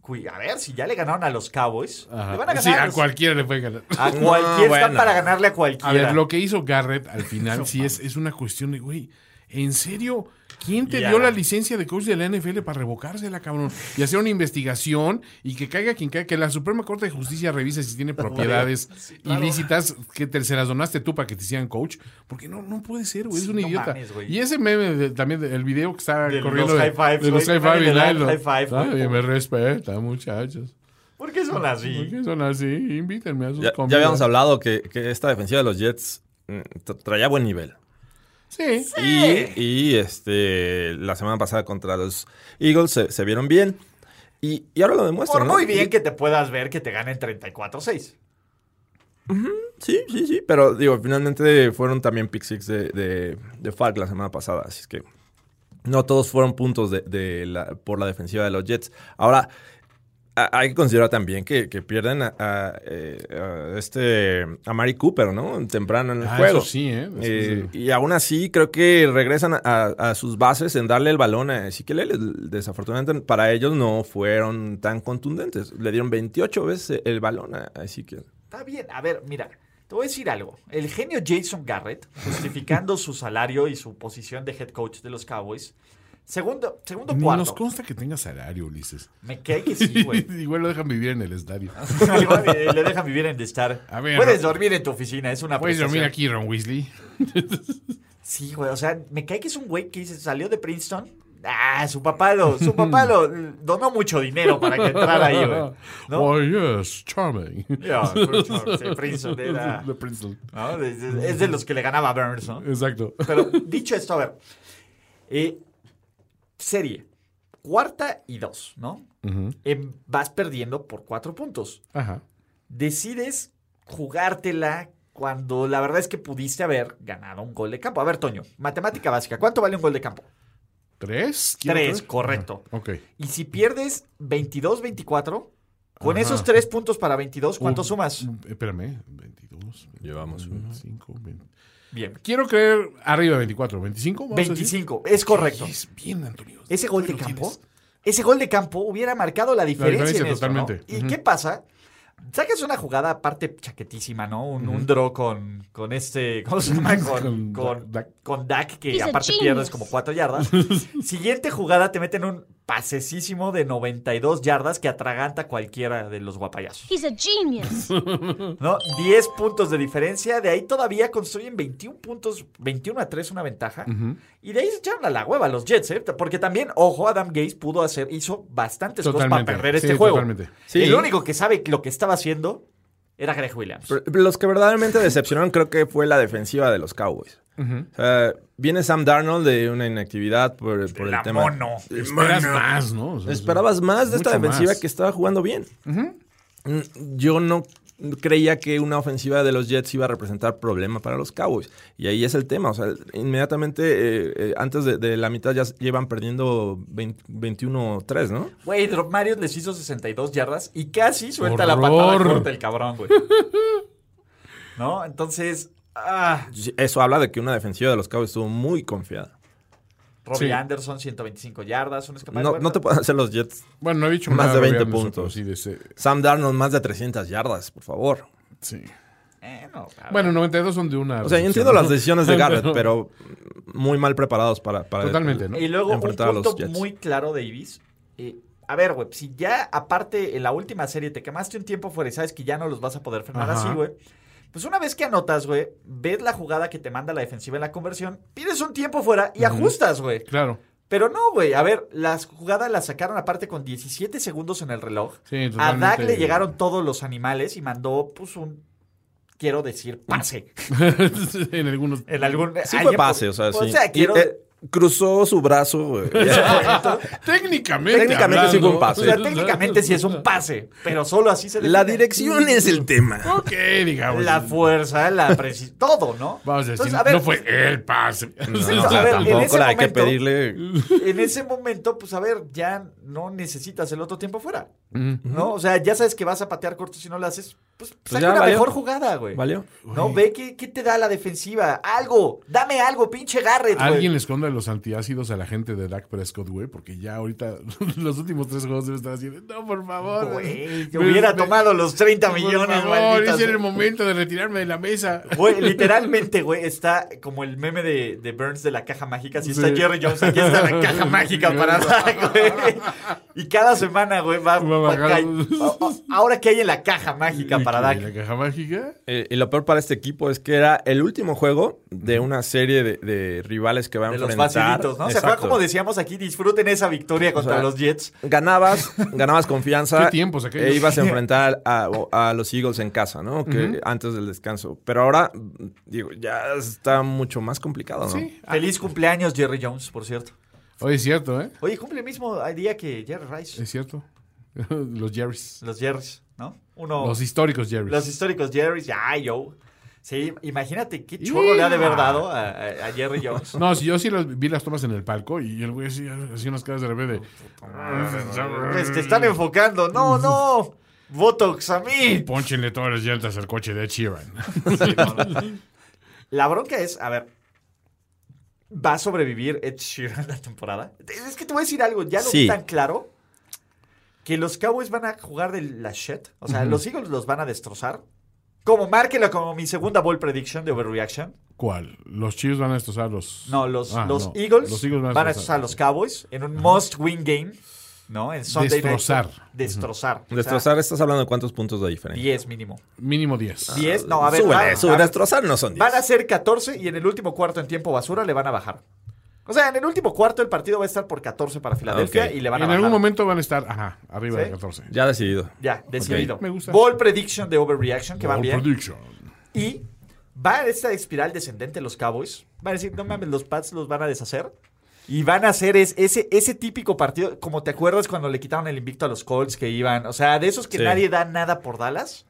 [SPEAKER 2] Cui- A ver, si ya le ganaron a los Cowboys,
[SPEAKER 3] ajá.
[SPEAKER 2] le van a ganar
[SPEAKER 3] Sí,
[SPEAKER 2] a,
[SPEAKER 3] a
[SPEAKER 2] los-
[SPEAKER 3] cualquiera le puede ganar. *laughs*
[SPEAKER 2] a cualquier.
[SPEAKER 4] No,
[SPEAKER 2] están
[SPEAKER 4] bueno.
[SPEAKER 2] para ganarle a
[SPEAKER 3] A
[SPEAKER 2] cualquiera.
[SPEAKER 3] ver, lo que hizo Garrett al final sí es, es una cuestión de, güey, ¿en serio? ¿Quién te
[SPEAKER 2] Ya.
[SPEAKER 3] dio la licencia de coach de la NFL para revocársela, cabrón? Y hacer una investigación y que caiga quien caiga, que la Suprema Corte de Justicia revise si
[SPEAKER 2] *laughs*
[SPEAKER 3] tiene propiedades ilícitas que te se las donaste tú para que te hicieran coach. Porque no, no puede ser, güey, es
[SPEAKER 2] Sí,
[SPEAKER 3] un
[SPEAKER 2] no
[SPEAKER 3] idiota.
[SPEAKER 2] mames, güey.
[SPEAKER 3] y ese meme de- también, del video que está
[SPEAKER 2] De los
[SPEAKER 3] corriendo
[SPEAKER 2] high fives,
[SPEAKER 3] de los
[SPEAKER 2] güey.
[SPEAKER 3] high five
[SPEAKER 2] Nadie
[SPEAKER 3] y
[SPEAKER 2] le da
[SPEAKER 3] nadie lo-
[SPEAKER 2] high five, güey.
[SPEAKER 3] Nadie me respeta, muchachos.
[SPEAKER 2] ¿Por qué son
[SPEAKER 3] ¿Por
[SPEAKER 2] así?
[SPEAKER 3] qué son así? Invítenme a sus
[SPEAKER 4] Ya, ya
[SPEAKER 3] comidas.
[SPEAKER 4] habíamos hablado que, que esta defensiva de los Jets mm, tra- traía buen nivel.
[SPEAKER 3] Sí.
[SPEAKER 4] Y, y, este la semana pasada contra los Eagles se, se vieron bien. Y, y ahora lo demuestran.
[SPEAKER 2] Por
[SPEAKER 4] ¿no?
[SPEAKER 2] muy bien
[SPEAKER 4] Y-
[SPEAKER 2] que te puedas ver que te ganen 34-6.
[SPEAKER 4] Sí, sí, sí. Pero digo, finalmente fueron también pick six de, de, de Falk la semana pasada. Así es que no todos fueron puntos de, de la- por la defensiva de los Jets. Ahora, a- hay que considerar también que, que pierden a, a, eh, a este a Mari Cooper, ¿no? Temprano en el
[SPEAKER 3] Ah,
[SPEAKER 4] juego.
[SPEAKER 3] eso sí, ¿eh? Después
[SPEAKER 4] Eh,
[SPEAKER 3] del-
[SPEAKER 4] y aún así, creo que regresan a, a sus bases en darle el balón a Ezequiel Elliott. Desafortunadamente, para ellos no fueron tan contundentes. Le dieron 28 veces el balón a a Ezequiel.
[SPEAKER 2] Está bien. A ver, mira, te voy a decir algo. El genio Jason Garrett, justificando su salario y su posición de head coach de los Cowboys, segundo, segundo
[SPEAKER 3] Ni nos
[SPEAKER 2] cuarto.
[SPEAKER 3] consta que tenga salario, Ulises.
[SPEAKER 2] Me cae que sí, güey.
[SPEAKER 3] *laughs*
[SPEAKER 2] *laughs*
[SPEAKER 3] Igual lo dejan vivir en el estadio.
[SPEAKER 2] Igual, eh, Le dejan vivir en estar.
[SPEAKER 3] A ver,
[SPEAKER 2] Puedes
[SPEAKER 3] no.
[SPEAKER 2] dormir en tu oficina, es una
[SPEAKER 3] Puedes dormir aquí,
[SPEAKER 2] prestación.
[SPEAKER 3] Ron Weasley.
[SPEAKER 2] Sí, güey, o sea, me cae que es un güey que se salió de Princeton. Ah, su papá lo, su
[SPEAKER 3] *laughs*
[SPEAKER 2] papá lo donó mucho dinero para que entrara ahí, güey. ¿No?
[SPEAKER 3] Oh, yes,
[SPEAKER 2] *laughs*
[SPEAKER 3] charming.
[SPEAKER 2] Ya, Princeton, sí, Princeton era-
[SPEAKER 3] *laughs* De Princeton.
[SPEAKER 2] ¿no? Es de- es de los que le ganaba a Burns, ¿no?
[SPEAKER 3] Exacto.
[SPEAKER 2] Pero dicho esto, a ver. eh, serie. Cuarta y dos, ¿no? Em, vas perdiendo por cuatro puntos.
[SPEAKER 3] Ajá.
[SPEAKER 2] Decides jugártela cuando la verdad es que pudiste haber ganado un gol de campo. A ver, Toño, matemática básica. ¿Cuánto vale un gol de campo?
[SPEAKER 3] ¿Tres? ¿Quién
[SPEAKER 2] Tres,
[SPEAKER 3] otra vez?
[SPEAKER 2] correcto.
[SPEAKER 3] Ah, ok.
[SPEAKER 2] Y si pierdes 22-24, con
[SPEAKER 3] Ajá.
[SPEAKER 2] esos tres puntos para 22, ¿cuánto
[SPEAKER 3] Un-
[SPEAKER 2] sumas?
[SPEAKER 3] un- Espérame, 22.
[SPEAKER 4] Llevamos uno.
[SPEAKER 3] 25, 20.
[SPEAKER 2] Bien.
[SPEAKER 3] Quiero creer arriba de 24, 25. vamos a decir.
[SPEAKER 2] 25, es correcto.
[SPEAKER 3] Es bien, Antonio.
[SPEAKER 2] Ese gol de
[SPEAKER 3] Lo
[SPEAKER 2] campo,
[SPEAKER 3] tienes.
[SPEAKER 2] ese gol de campo hubiera marcado la diferencia.
[SPEAKER 3] diferencia
[SPEAKER 2] en esto, ¿no?
[SPEAKER 3] totalmente.
[SPEAKER 2] ¿Y
[SPEAKER 3] Ujú.
[SPEAKER 2] qué pasa? Sacas una jugada aparte chaquetísima, ¿no? Un, un draw con, con este, ¿cómo
[SPEAKER 3] *laughs*
[SPEAKER 2] se llama? *laughs*
[SPEAKER 3] Con
[SPEAKER 2] Con, con,
[SPEAKER 3] Dak.
[SPEAKER 2] con Dak, que
[SPEAKER 5] He's a
[SPEAKER 2] aparte
[SPEAKER 5] genius.
[SPEAKER 2] pierdes como cuatro
[SPEAKER 3] *laughs*
[SPEAKER 2] yardas. Siguiente jugada te meten un pasecísimo de 92 yardas que atraganta a cualquiera de los guapayazos.
[SPEAKER 5] He's a genius.
[SPEAKER 2] ¿no? 10 puntos de diferencia. De ahí todavía construyen 21 puntos, 21 a 3 una ventaja. Y de ahí se echaron a la hueva los Jets, ¿eh? Porque también, ojo, Adam Gaze pudo hacer, hizo bastantes cosas
[SPEAKER 3] Totalmente,
[SPEAKER 2] para perder este
[SPEAKER 3] sí,
[SPEAKER 2] juego.
[SPEAKER 3] totalmente.
[SPEAKER 4] Sí.
[SPEAKER 2] El único que sabe lo que estaba haciendo era Greg Williams.
[SPEAKER 4] Pero- pero los
[SPEAKER 3] *laughs*
[SPEAKER 4] que verdaderamente decepcionaron creo que fue la defensiva de los Cowboys. O sea, viene Sam Darnold de una inactividad por, por el
[SPEAKER 2] la
[SPEAKER 4] tema.
[SPEAKER 2] mono.
[SPEAKER 3] Esperas más, ¿no? O sea,
[SPEAKER 4] Esperabas más de esta
[SPEAKER 3] mucho
[SPEAKER 4] defensiva
[SPEAKER 3] más.
[SPEAKER 4] que estaba jugando bien. Mm, Yo no creía que una ofensiva de los Jets iba a representar problema para los Cowboys. Y ahí es el tema. O sea, inmediatamente eh, eh, antes de, de la mitad ya llevan perdiendo 20 21-3, ¿no?
[SPEAKER 2] Güey, Drop Marion les hizo 62 yardas y casi suelta la
[SPEAKER 3] Horror.
[SPEAKER 2] patada corta el
[SPEAKER 3] *laughs*
[SPEAKER 2] cabrón, güey. ¿No? Entonces, ah,
[SPEAKER 4] Eso habla de que una defensiva de los Cowboys estuvo muy confiada.
[SPEAKER 2] Robbie
[SPEAKER 3] Sí.
[SPEAKER 2] Anderson, 125 yardas, un escapado.
[SPEAKER 4] No, no te pueden *laughs* hacer los Jets.
[SPEAKER 3] Bueno, no he dicho
[SPEAKER 4] Más
[SPEAKER 3] nada
[SPEAKER 4] de 20
[SPEAKER 3] Robbie Anderson, pero
[SPEAKER 4] puntos.
[SPEAKER 3] sí, de ese-
[SPEAKER 4] Sam Darnold más de 300 yardas, por favor.
[SPEAKER 3] sí.
[SPEAKER 2] Eh, no, a ver.
[SPEAKER 3] Bueno, 92 son de una.
[SPEAKER 4] O sea,
[SPEAKER 3] recepción,
[SPEAKER 4] yo entiendo
[SPEAKER 3] ¿no?
[SPEAKER 4] las decisiones
[SPEAKER 3] *laughs*
[SPEAKER 4] de Garrett, pero muy mal preparados para... para
[SPEAKER 3] Totalmente, ¿no?
[SPEAKER 2] Y luego un
[SPEAKER 4] enfrentar a los
[SPEAKER 2] punto
[SPEAKER 4] Jets.
[SPEAKER 2] muy claro de Ibis. Eh, a ver, güey, si ya aparte en la última serie te quemaste un tiempo fuera y sabes que ya no los vas a poder frenar
[SPEAKER 3] Ajá.
[SPEAKER 2] así, güey. Pues una vez que anotas, güey, ves la jugada que te manda la defensiva en la conversión, pides un tiempo fuera y ajustas, güey.
[SPEAKER 3] Claro.
[SPEAKER 2] Pero no, güey. A ver, las jugadas las sacaron aparte con 17 segundos en el reloj.
[SPEAKER 3] Sí,
[SPEAKER 2] a
[SPEAKER 3] totalmente.
[SPEAKER 2] Dak
[SPEAKER 3] *laughs*
[SPEAKER 2] le llegaron todos los animales y mandó, pues, un, quiero decir, pase.
[SPEAKER 3] en algunos.
[SPEAKER 2] En algún...
[SPEAKER 4] Sí
[SPEAKER 2] alguien
[SPEAKER 4] fue pase, o sea, sí.
[SPEAKER 2] Ah, pues, O sea, quiero...
[SPEAKER 4] Y, eh, cruzó su brazo, *laughs* güey.
[SPEAKER 2] *laughs*
[SPEAKER 3] Técnicamente.
[SPEAKER 4] Técnicamente
[SPEAKER 3] hablando,
[SPEAKER 4] sí fue un pase.
[SPEAKER 2] O sea,
[SPEAKER 3] pues,
[SPEAKER 2] técnicamente sí es un pase, pero solo así se
[SPEAKER 4] La
[SPEAKER 2] define.
[SPEAKER 4] dirección es el tema.
[SPEAKER 3] Ok, digamos.
[SPEAKER 2] La fuerza, la precisión, todo, ¿no?
[SPEAKER 3] Vamos a decir,
[SPEAKER 2] Entonces, a ver,
[SPEAKER 3] no fue el
[SPEAKER 2] *laughs*
[SPEAKER 3] pase.
[SPEAKER 2] no, a ver, en ese
[SPEAKER 4] tampoco la hay que
[SPEAKER 2] momento-
[SPEAKER 4] pedirle...
[SPEAKER 2] pues, En ese momento, pues a ver, ya no necesitas el otro tiempo fuera, ¿no? O sea, ya sabes que vas a patear corto si no lo haces, pues saca
[SPEAKER 4] ya
[SPEAKER 2] una
[SPEAKER 4] valió.
[SPEAKER 2] mejor jugada, güey.
[SPEAKER 4] ¿Valió?
[SPEAKER 2] No, ve qué, qué te da la defensiva. Algo, dame algo, pinche Garrett, güey.
[SPEAKER 3] Alguien le esconde los antiácidos a la gente de Dak Prescott, güey, porque ya ahorita *laughs* los últimos tres juegos deben estar haciendo, no, por favor.
[SPEAKER 2] Güey, yo
[SPEAKER 3] Me-
[SPEAKER 2] hubiera
[SPEAKER 3] me-
[SPEAKER 2] tomado los 30 millones,
[SPEAKER 3] Pues, Por favor,
[SPEAKER 2] maldita
[SPEAKER 3] ese
[SPEAKER 2] sea.
[SPEAKER 3] era el momento de retirarme de la mesa.
[SPEAKER 2] Güey, literalmente, güey, está como el meme de, de Burns de la caja mágica. Si está
[SPEAKER 3] Sí.
[SPEAKER 2] Jerry Jones, aquí está
[SPEAKER 3] *laughs*
[SPEAKER 2] la caja mágica para Dak, güey. Y cada semana, güey, va,
[SPEAKER 3] Va
[SPEAKER 2] va
[SPEAKER 3] bajando.
[SPEAKER 2] cay- o- o- Ahora que hay en la caja mágica para
[SPEAKER 3] Y
[SPEAKER 2] Dak.
[SPEAKER 3] La caja mágica.
[SPEAKER 4] Eh, y lo peor para este equipo es que era el último juego de una serie de, de rivales que va a
[SPEAKER 2] De los
[SPEAKER 4] enfrentar.
[SPEAKER 2] facilitos, ¿no? Se acuerdan
[SPEAKER 4] Exacto.
[SPEAKER 2] como decíamos aquí, disfruten esa victoria contra
[SPEAKER 4] sea,
[SPEAKER 2] los Jets.
[SPEAKER 4] Ganabas, ganabas
[SPEAKER 3] *laughs*
[SPEAKER 4] confianza.
[SPEAKER 3] Qué tiempos aquellos.
[SPEAKER 4] E ibas a enfrentar a, a los Eagles en casa, ¿no? Que antes del descanso. Pero ahora, digo, ya está mucho más complicado, ¿no?
[SPEAKER 3] Sí.
[SPEAKER 2] Feliz cumpleaños, Jerry Jones, por cierto.
[SPEAKER 3] Oye, es cierto, ¿eh?
[SPEAKER 2] Oye, cumple el mismo día que Jerry Rice.
[SPEAKER 3] Es cierto. *laughs* Los Jerrys.
[SPEAKER 2] Los Jerrys, ¿no? Uno.
[SPEAKER 3] Los históricos Jerrys.
[SPEAKER 2] Los históricos Jerrys, ya, yo. Sí, imagínate qué chorro le ha de haber dado a, a- a Jerry Jones.
[SPEAKER 3] No, si yo sí los- vi las tomas en el palco y el güey así- hacía unas caras de repente.
[SPEAKER 2] Pues te están enfocando. No, no. Botox a mí.
[SPEAKER 3] Pónchenle todas las llantas al coche de Ed Sheeran.
[SPEAKER 2] *laughs* La bronca es, a ver. ¿Va a sobrevivir Ed Sheeran la temporada? Es que te voy a decir algo, ya lo vi
[SPEAKER 4] Sí.
[SPEAKER 2] tan claro que los Cowboys van a jugar de la shit. O sea, los Eagles los van a destrozar. Como márquelo como mi segunda ball prediction de overreaction.
[SPEAKER 3] ¿Cuál? ¿Los Chiefs van a destrozar los.?
[SPEAKER 2] No, los,
[SPEAKER 3] Ah,
[SPEAKER 2] los
[SPEAKER 3] no.
[SPEAKER 2] Eagles,
[SPEAKER 3] Los Eagles
[SPEAKER 2] van a destrozar a los Cowboys en un must-win game, ¿no? En Sunday Night
[SPEAKER 3] Destrozar.
[SPEAKER 2] Football. Destrozar. O sea,
[SPEAKER 4] Destrozar, estás hablando de cuántos puntos de diferencia.
[SPEAKER 2] 10 mínimo.
[SPEAKER 3] Mínimo 10.
[SPEAKER 2] 10, no, a ver.
[SPEAKER 4] Súbele,
[SPEAKER 2] van-
[SPEAKER 4] súbele.
[SPEAKER 2] a ver,
[SPEAKER 4] Destrozar no son 10.
[SPEAKER 2] Van a ser 14 y en el último cuarto en tiempo basura le van a bajar. O sea, en el último cuarto el partido va a estar por 14 para Filadelfia
[SPEAKER 4] Ok.
[SPEAKER 2] y le van a
[SPEAKER 3] en
[SPEAKER 2] bajar.
[SPEAKER 3] algún momento van a estar, ajá, arriba
[SPEAKER 2] ¿Sí?
[SPEAKER 3] de 14.
[SPEAKER 4] Ya decidido.
[SPEAKER 2] Ya, decidido.
[SPEAKER 4] Ok.
[SPEAKER 3] Me gusta.
[SPEAKER 2] Ball prediction de overreaction, que van
[SPEAKER 3] Ball
[SPEAKER 2] bien.
[SPEAKER 3] prediction.
[SPEAKER 2] Y va esta espiral descendente los Cowboys. Van a decir, no mames, los Pats los van a deshacer. Y van a hacer es- ese, ese típico partido, como te acuerdas cuando le quitaron el invicto a los Colts que iban. O sea, de esos que
[SPEAKER 4] Sí.
[SPEAKER 2] nadie da nada por Dallas.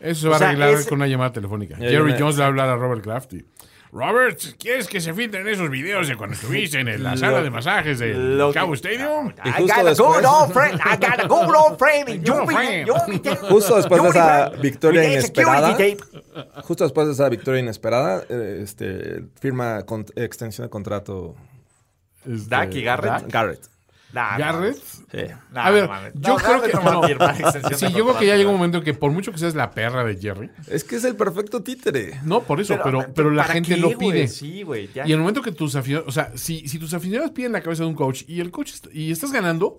[SPEAKER 3] Eso se va
[SPEAKER 2] O sea,
[SPEAKER 3] a arreglar
[SPEAKER 2] ese-
[SPEAKER 3] con una llamada telefónica.
[SPEAKER 4] Ya,
[SPEAKER 3] Jerry
[SPEAKER 4] ya.
[SPEAKER 3] Jones le va a hablar a Robert Kraft y, Robert, ¿quieres que se filtren esos videos de cuando estuviste en la sala de masajes del
[SPEAKER 2] lo que-
[SPEAKER 3] Cabo Stadium?
[SPEAKER 4] Y
[SPEAKER 6] I got
[SPEAKER 4] justo
[SPEAKER 6] a good
[SPEAKER 4] después,
[SPEAKER 6] old friend. I got a good old friend. And
[SPEAKER 3] *laughs* Good
[SPEAKER 6] you
[SPEAKER 3] old
[SPEAKER 6] be-
[SPEAKER 3] friend.
[SPEAKER 6] you be taking-
[SPEAKER 4] *laughs* Justo después
[SPEAKER 6] you
[SPEAKER 4] de
[SPEAKER 6] be
[SPEAKER 4] esa
[SPEAKER 6] friend.
[SPEAKER 4] victoria
[SPEAKER 6] We get
[SPEAKER 4] inesperada.
[SPEAKER 6] security tape.
[SPEAKER 4] Justo después de esa victoria inesperada, eh, este, firma con- extensión de contrato
[SPEAKER 3] Este,
[SPEAKER 2] Dak y Garrett.
[SPEAKER 4] Garrett.
[SPEAKER 2] Nah, no
[SPEAKER 3] Garrett.
[SPEAKER 4] Sí.
[SPEAKER 2] Nah,
[SPEAKER 3] a ver,
[SPEAKER 2] no mames.
[SPEAKER 3] yo
[SPEAKER 2] No,
[SPEAKER 3] creo
[SPEAKER 2] Garrett
[SPEAKER 3] que.
[SPEAKER 2] no va a
[SPEAKER 3] no.
[SPEAKER 2] firmar extensión de
[SPEAKER 3] Sí, yo creo que ya
[SPEAKER 2] contrato,
[SPEAKER 3] llega un momento que, por mucho que seas la perra de Jerry,
[SPEAKER 4] Es que es el perfecto títere.
[SPEAKER 3] no, por eso, pero, pero, la
[SPEAKER 2] ¿para
[SPEAKER 3] gente
[SPEAKER 2] qué,
[SPEAKER 3] lo
[SPEAKER 2] güey?
[SPEAKER 3] pide.
[SPEAKER 2] Sí, güey. ya.
[SPEAKER 3] Y en el momento que tus aficionados, o sea, si, si tus aficionados piden la cabeza de un coach y el coach est- y estás ganando,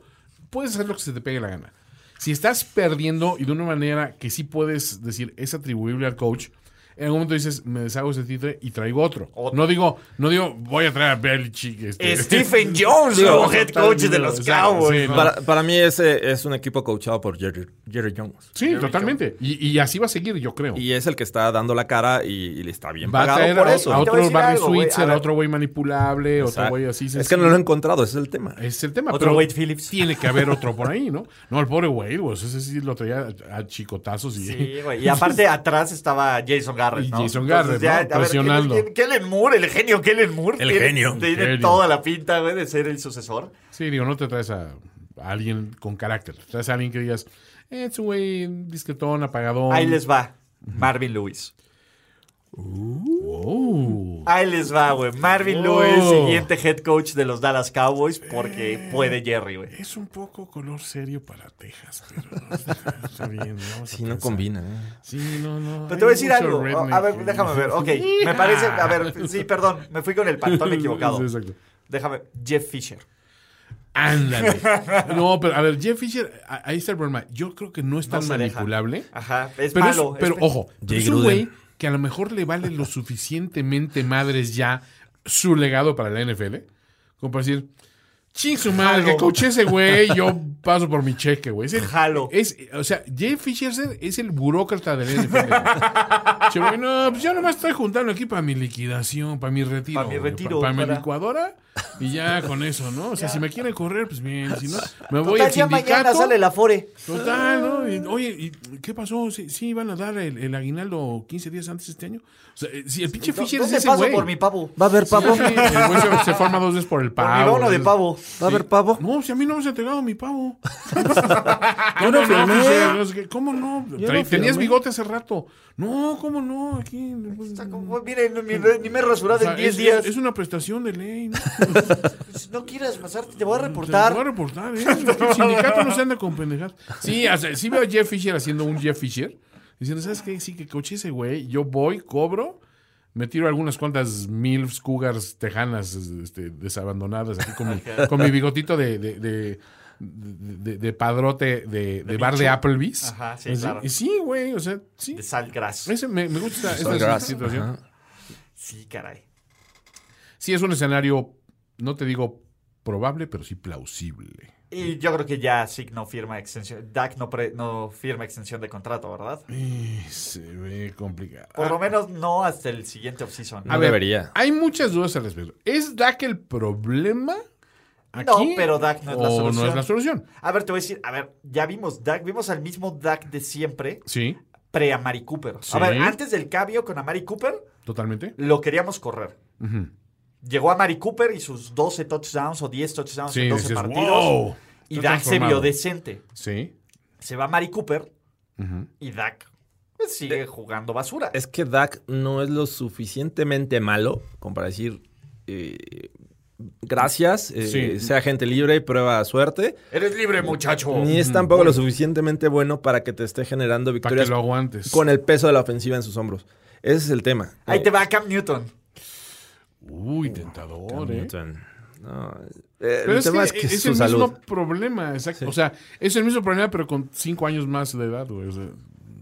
[SPEAKER 3] puedes hacer lo que se te pegue la gana. Si estás perdiendo y de una manera que sí puedes decir es atribuible al coach, en algún momento dices, me deshago ese título y traigo otro.
[SPEAKER 2] Otro.
[SPEAKER 3] No digo, no digo, voy a traer a Belichick. este-
[SPEAKER 2] Stephen Jones,
[SPEAKER 4] Digo,
[SPEAKER 2] nuevo head coach de los
[SPEAKER 3] o sea,
[SPEAKER 2] Cowboys.
[SPEAKER 3] sí, no.
[SPEAKER 4] Para, para mí ese es un equipo coachado por Jerry, Jerry Jones.
[SPEAKER 3] *laughs* Sí, totalmente. Y, y así va a seguir, yo creo.
[SPEAKER 4] Y es el que está dando la cara y, y le está bien
[SPEAKER 3] va a
[SPEAKER 4] pagado
[SPEAKER 3] traer
[SPEAKER 4] por
[SPEAKER 3] a,
[SPEAKER 4] eso.
[SPEAKER 3] a
[SPEAKER 2] Y te voy a
[SPEAKER 3] otro
[SPEAKER 2] decir
[SPEAKER 3] Barry
[SPEAKER 2] algo, güey. A
[SPEAKER 3] Switzer, a
[SPEAKER 2] ver.
[SPEAKER 3] otro güey manipulable,
[SPEAKER 4] O sea,
[SPEAKER 3] otro güey así. Eh,
[SPEAKER 4] es que no lo he encontrado, ese es el tema.
[SPEAKER 3] Ese es el tema.
[SPEAKER 2] Otro
[SPEAKER 3] pero
[SPEAKER 2] Wade Phillips.
[SPEAKER 3] Tiene que haber otro por ahí,
[SPEAKER 2] *laughs*
[SPEAKER 3] ¿no? No, el pobre Wade, pues ese sí lo traía a, a chicotazos y.
[SPEAKER 2] Sí, güey. Y aparte atrás estaba Jason Garrett.
[SPEAKER 3] Y
[SPEAKER 2] ¿no?
[SPEAKER 3] Jason Garrett,
[SPEAKER 2] Entonces, ya,
[SPEAKER 3] ¿no?
[SPEAKER 2] a ver,
[SPEAKER 3] Presionando.
[SPEAKER 2] Kellen- Kellen Moore, el genio Kellen Moore.
[SPEAKER 4] El
[SPEAKER 2] tiene-
[SPEAKER 4] genio.
[SPEAKER 2] Tiene
[SPEAKER 3] El genio.
[SPEAKER 2] toda la pinta, güey, de ser el sucesor.
[SPEAKER 3] *laughs* Sí, digo, no te traes a, a alguien con carácter. Te traes a alguien que digas, eh, es un güey discretón, apagadón.
[SPEAKER 2] Ahí les va. Marvin Lewis.
[SPEAKER 3] Oh.
[SPEAKER 2] Ahí les va, güey. Marvin
[SPEAKER 3] Oh.
[SPEAKER 2] Lewis, siguiente head coach de los Dallas Cowboys, porque puede Jerry, güey.
[SPEAKER 3] Es un poco color serio para Texas,
[SPEAKER 2] *laughs*
[SPEAKER 3] pero no está, está bien. vamos a
[SPEAKER 4] Sí, no
[SPEAKER 3] pensar.
[SPEAKER 4] combina. ¿eh?
[SPEAKER 3] Sí, no, no.
[SPEAKER 2] Pero
[SPEAKER 3] hay
[SPEAKER 2] te voy a decir
[SPEAKER 3] mucho
[SPEAKER 2] algo. Oh,
[SPEAKER 3] redneck
[SPEAKER 2] A ver,
[SPEAKER 3] ahí.
[SPEAKER 2] déjame ver. Ok, me parece. A ver, sí, perdón. Me fui con el pantón equivocado.
[SPEAKER 3] *laughs* Sí, exacto.
[SPEAKER 2] Déjame. Jeff Fisher. *laughs*
[SPEAKER 3] Ándale. No, pero a ver, Jeff Fisher, a- ahí está el problema. Yo creo que no es tan
[SPEAKER 2] se deja.
[SPEAKER 3] manipulable.
[SPEAKER 2] Ajá. Es
[SPEAKER 3] pero, es-
[SPEAKER 2] malo.
[SPEAKER 3] pero
[SPEAKER 2] es-
[SPEAKER 3] ojo, pero
[SPEAKER 4] Jay
[SPEAKER 3] es un
[SPEAKER 4] Gruden.
[SPEAKER 3] güey que a lo mejor le vale lo suficientemente madres ya su legado para la NFL. Como para decir, ching su madre, que
[SPEAKER 2] Jalo.
[SPEAKER 3] coche ese güey, yo paso por mi cheque, güey. Es el-
[SPEAKER 2] Jalo.
[SPEAKER 3] Es, o sea, Jay Fisher es el- es el burócrata de la NFL.
[SPEAKER 2] *laughs*
[SPEAKER 3] güey. Che, güey, no, pues yo nomás estoy juntando aquí para mi liquidación, para mi retiro.
[SPEAKER 2] Pa' mi
[SPEAKER 3] güey,
[SPEAKER 2] retiro,
[SPEAKER 3] pa- Para, mi
[SPEAKER 2] para-
[SPEAKER 3] licuadora. Y ya con eso, ¿no? O sea, si me quieren correr, pues bien. Si no,
[SPEAKER 2] *laughs*
[SPEAKER 3] me voy
[SPEAKER 2] Total,
[SPEAKER 3] al
[SPEAKER 2] ya mañana
[SPEAKER 3] sindicato.
[SPEAKER 2] sale la Fore.
[SPEAKER 3] Total, ¿no? Y, oye, ¿y qué pasó? ¿Sí, sí iban a dar el, el aguinaldo 15 días antes este año? O sea, eh, si el pinche Fisher es
[SPEAKER 2] ¿Dónde
[SPEAKER 3] ese
[SPEAKER 2] paso
[SPEAKER 3] güey.
[SPEAKER 2] por mi pavo?
[SPEAKER 4] ¿Va a haber pavo?
[SPEAKER 3] Sí, el güey se, se forma dos veces por el
[SPEAKER 2] Por mi
[SPEAKER 3] pavo.
[SPEAKER 2] bono de
[SPEAKER 3] ¿no?
[SPEAKER 2] pavo.
[SPEAKER 4] ¿Va a haber pavo?
[SPEAKER 3] No, si a mí no me has entregado mi pavo.
[SPEAKER 2] *laughs*
[SPEAKER 4] Yo no
[SPEAKER 3] No,
[SPEAKER 4] firmé.
[SPEAKER 3] Fisher, no sé qué. ¿Cómo no?
[SPEAKER 4] no
[SPEAKER 3] Tra- Tenías
[SPEAKER 4] firmé.
[SPEAKER 3] bigote hace rato. No, ¿cómo no? Aquí... pues,
[SPEAKER 2] Está como, Miren, ni, ni me he
[SPEAKER 3] o
[SPEAKER 2] rasurado
[SPEAKER 3] sea,
[SPEAKER 2] en 10
[SPEAKER 3] es,
[SPEAKER 2] días.
[SPEAKER 3] es una prestación de ley, ¿no?
[SPEAKER 2] No quieras pasarte, te voy a
[SPEAKER 3] Te voy a
[SPEAKER 2] reportar.
[SPEAKER 3] reportar, *laughs* ¿eh? El sindicato no se anda con pendejadas. Sí, o sea, sí veo a Jeff Fisher haciendo un Jeff Fisher. Diciendo, ¿sabes qué? Sí, que coche ese güey. Yo voy, cobro, me tiro algunas cuantas milfs, cougars, tejanas este, desabandonadas aquí
[SPEAKER 2] *laughs*
[SPEAKER 3] con mi, con mi bigotito de... de- de- de- de- de padrote de, de bar de Applebee's.
[SPEAKER 2] Ajá, sí,
[SPEAKER 3] Así.
[SPEAKER 2] claro.
[SPEAKER 3] Y sí, güey, o sea, sí.
[SPEAKER 2] De salgras.
[SPEAKER 3] Ese me, me gusta esta,
[SPEAKER 4] Sawgrass,
[SPEAKER 3] situación.
[SPEAKER 4] ajá.
[SPEAKER 2] Sí, caray.
[SPEAKER 3] Sí, es un escenario, no te digo probable, pero sí plausible.
[SPEAKER 2] Y yo creo que ya Sig no firma extensión. Dak no, pre- no firma extensión de contrato, ¿verdad?
[SPEAKER 3] Y Eh, se ve complicado. Ah,
[SPEAKER 2] Por lo menos no hasta el siguiente offseason.
[SPEAKER 4] No debería.
[SPEAKER 3] Hay muchas dudas al respecto. ¿Es Dak el problema? Aquí,
[SPEAKER 2] No, pero Dak no es la
[SPEAKER 3] ¿O
[SPEAKER 2] solución?
[SPEAKER 3] no es la solución?
[SPEAKER 2] A ver, te voy a decir, a ver, ya vimos Dak, vimos al mismo Dak de siempre,
[SPEAKER 3] Sí,
[SPEAKER 2] pre-Amari Cooper.
[SPEAKER 3] Sí.
[SPEAKER 2] A ver, antes del cambio con Amari Cooper,
[SPEAKER 3] totalmente.
[SPEAKER 2] lo queríamos correr.
[SPEAKER 3] Ujú.
[SPEAKER 2] Llegó Amari Cooper y sus 12 touchdowns o 10 touchdowns
[SPEAKER 3] Sí,
[SPEAKER 2] en 12
[SPEAKER 3] dices,
[SPEAKER 2] partidos.
[SPEAKER 3] wow.
[SPEAKER 2] Y
[SPEAKER 3] Está
[SPEAKER 2] Dak se
[SPEAKER 3] transformado.
[SPEAKER 2] vio decente.
[SPEAKER 3] Sí.
[SPEAKER 2] Se va Amari Cooper
[SPEAKER 3] Ujú.
[SPEAKER 2] y Dak pues, sigue jugando basura.
[SPEAKER 4] Es que Dak no es lo suficientemente malo como para decir eh, gracias, eh,
[SPEAKER 3] Sí.
[SPEAKER 4] sea gente libre y prueba suerte.
[SPEAKER 2] Eres libre, muchacho.
[SPEAKER 4] Ni es tampoco lo suficientemente bueno para que te esté generando
[SPEAKER 3] Para Oh. que
[SPEAKER 4] victorias
[SPEAKER 3] lo aguantes.
[SPEAKER 4] con el peso de la ofensiva en sus hombros. Ese es el tema.
[SPEAKER 2] Ahí
[SPEAKER 4] Eh,
[SPEAKER 2] te va Cam Newton.
[SPEAKER 4] Uh,
[SPEAKER 3] Uy, tentador, eh.
[SPEAKER 4] Newton. No, eh,
[SPEAKER 3] Pero
[SPEAKER 4] el
[SPEAKER 3] es,
[SPEAKER 4] tema
[SPEAKER 3] que
[SPEAKER 4] es que
[SPEAKER 3] es
[SPEAKER 4] su
[SPEAKER 3] el
[SPEAKER 4] salud.
[SPEAKER 3] mismo problema, exacto. O sea, es el mismo problema, pero con cinco años más de edad, güey. O sea,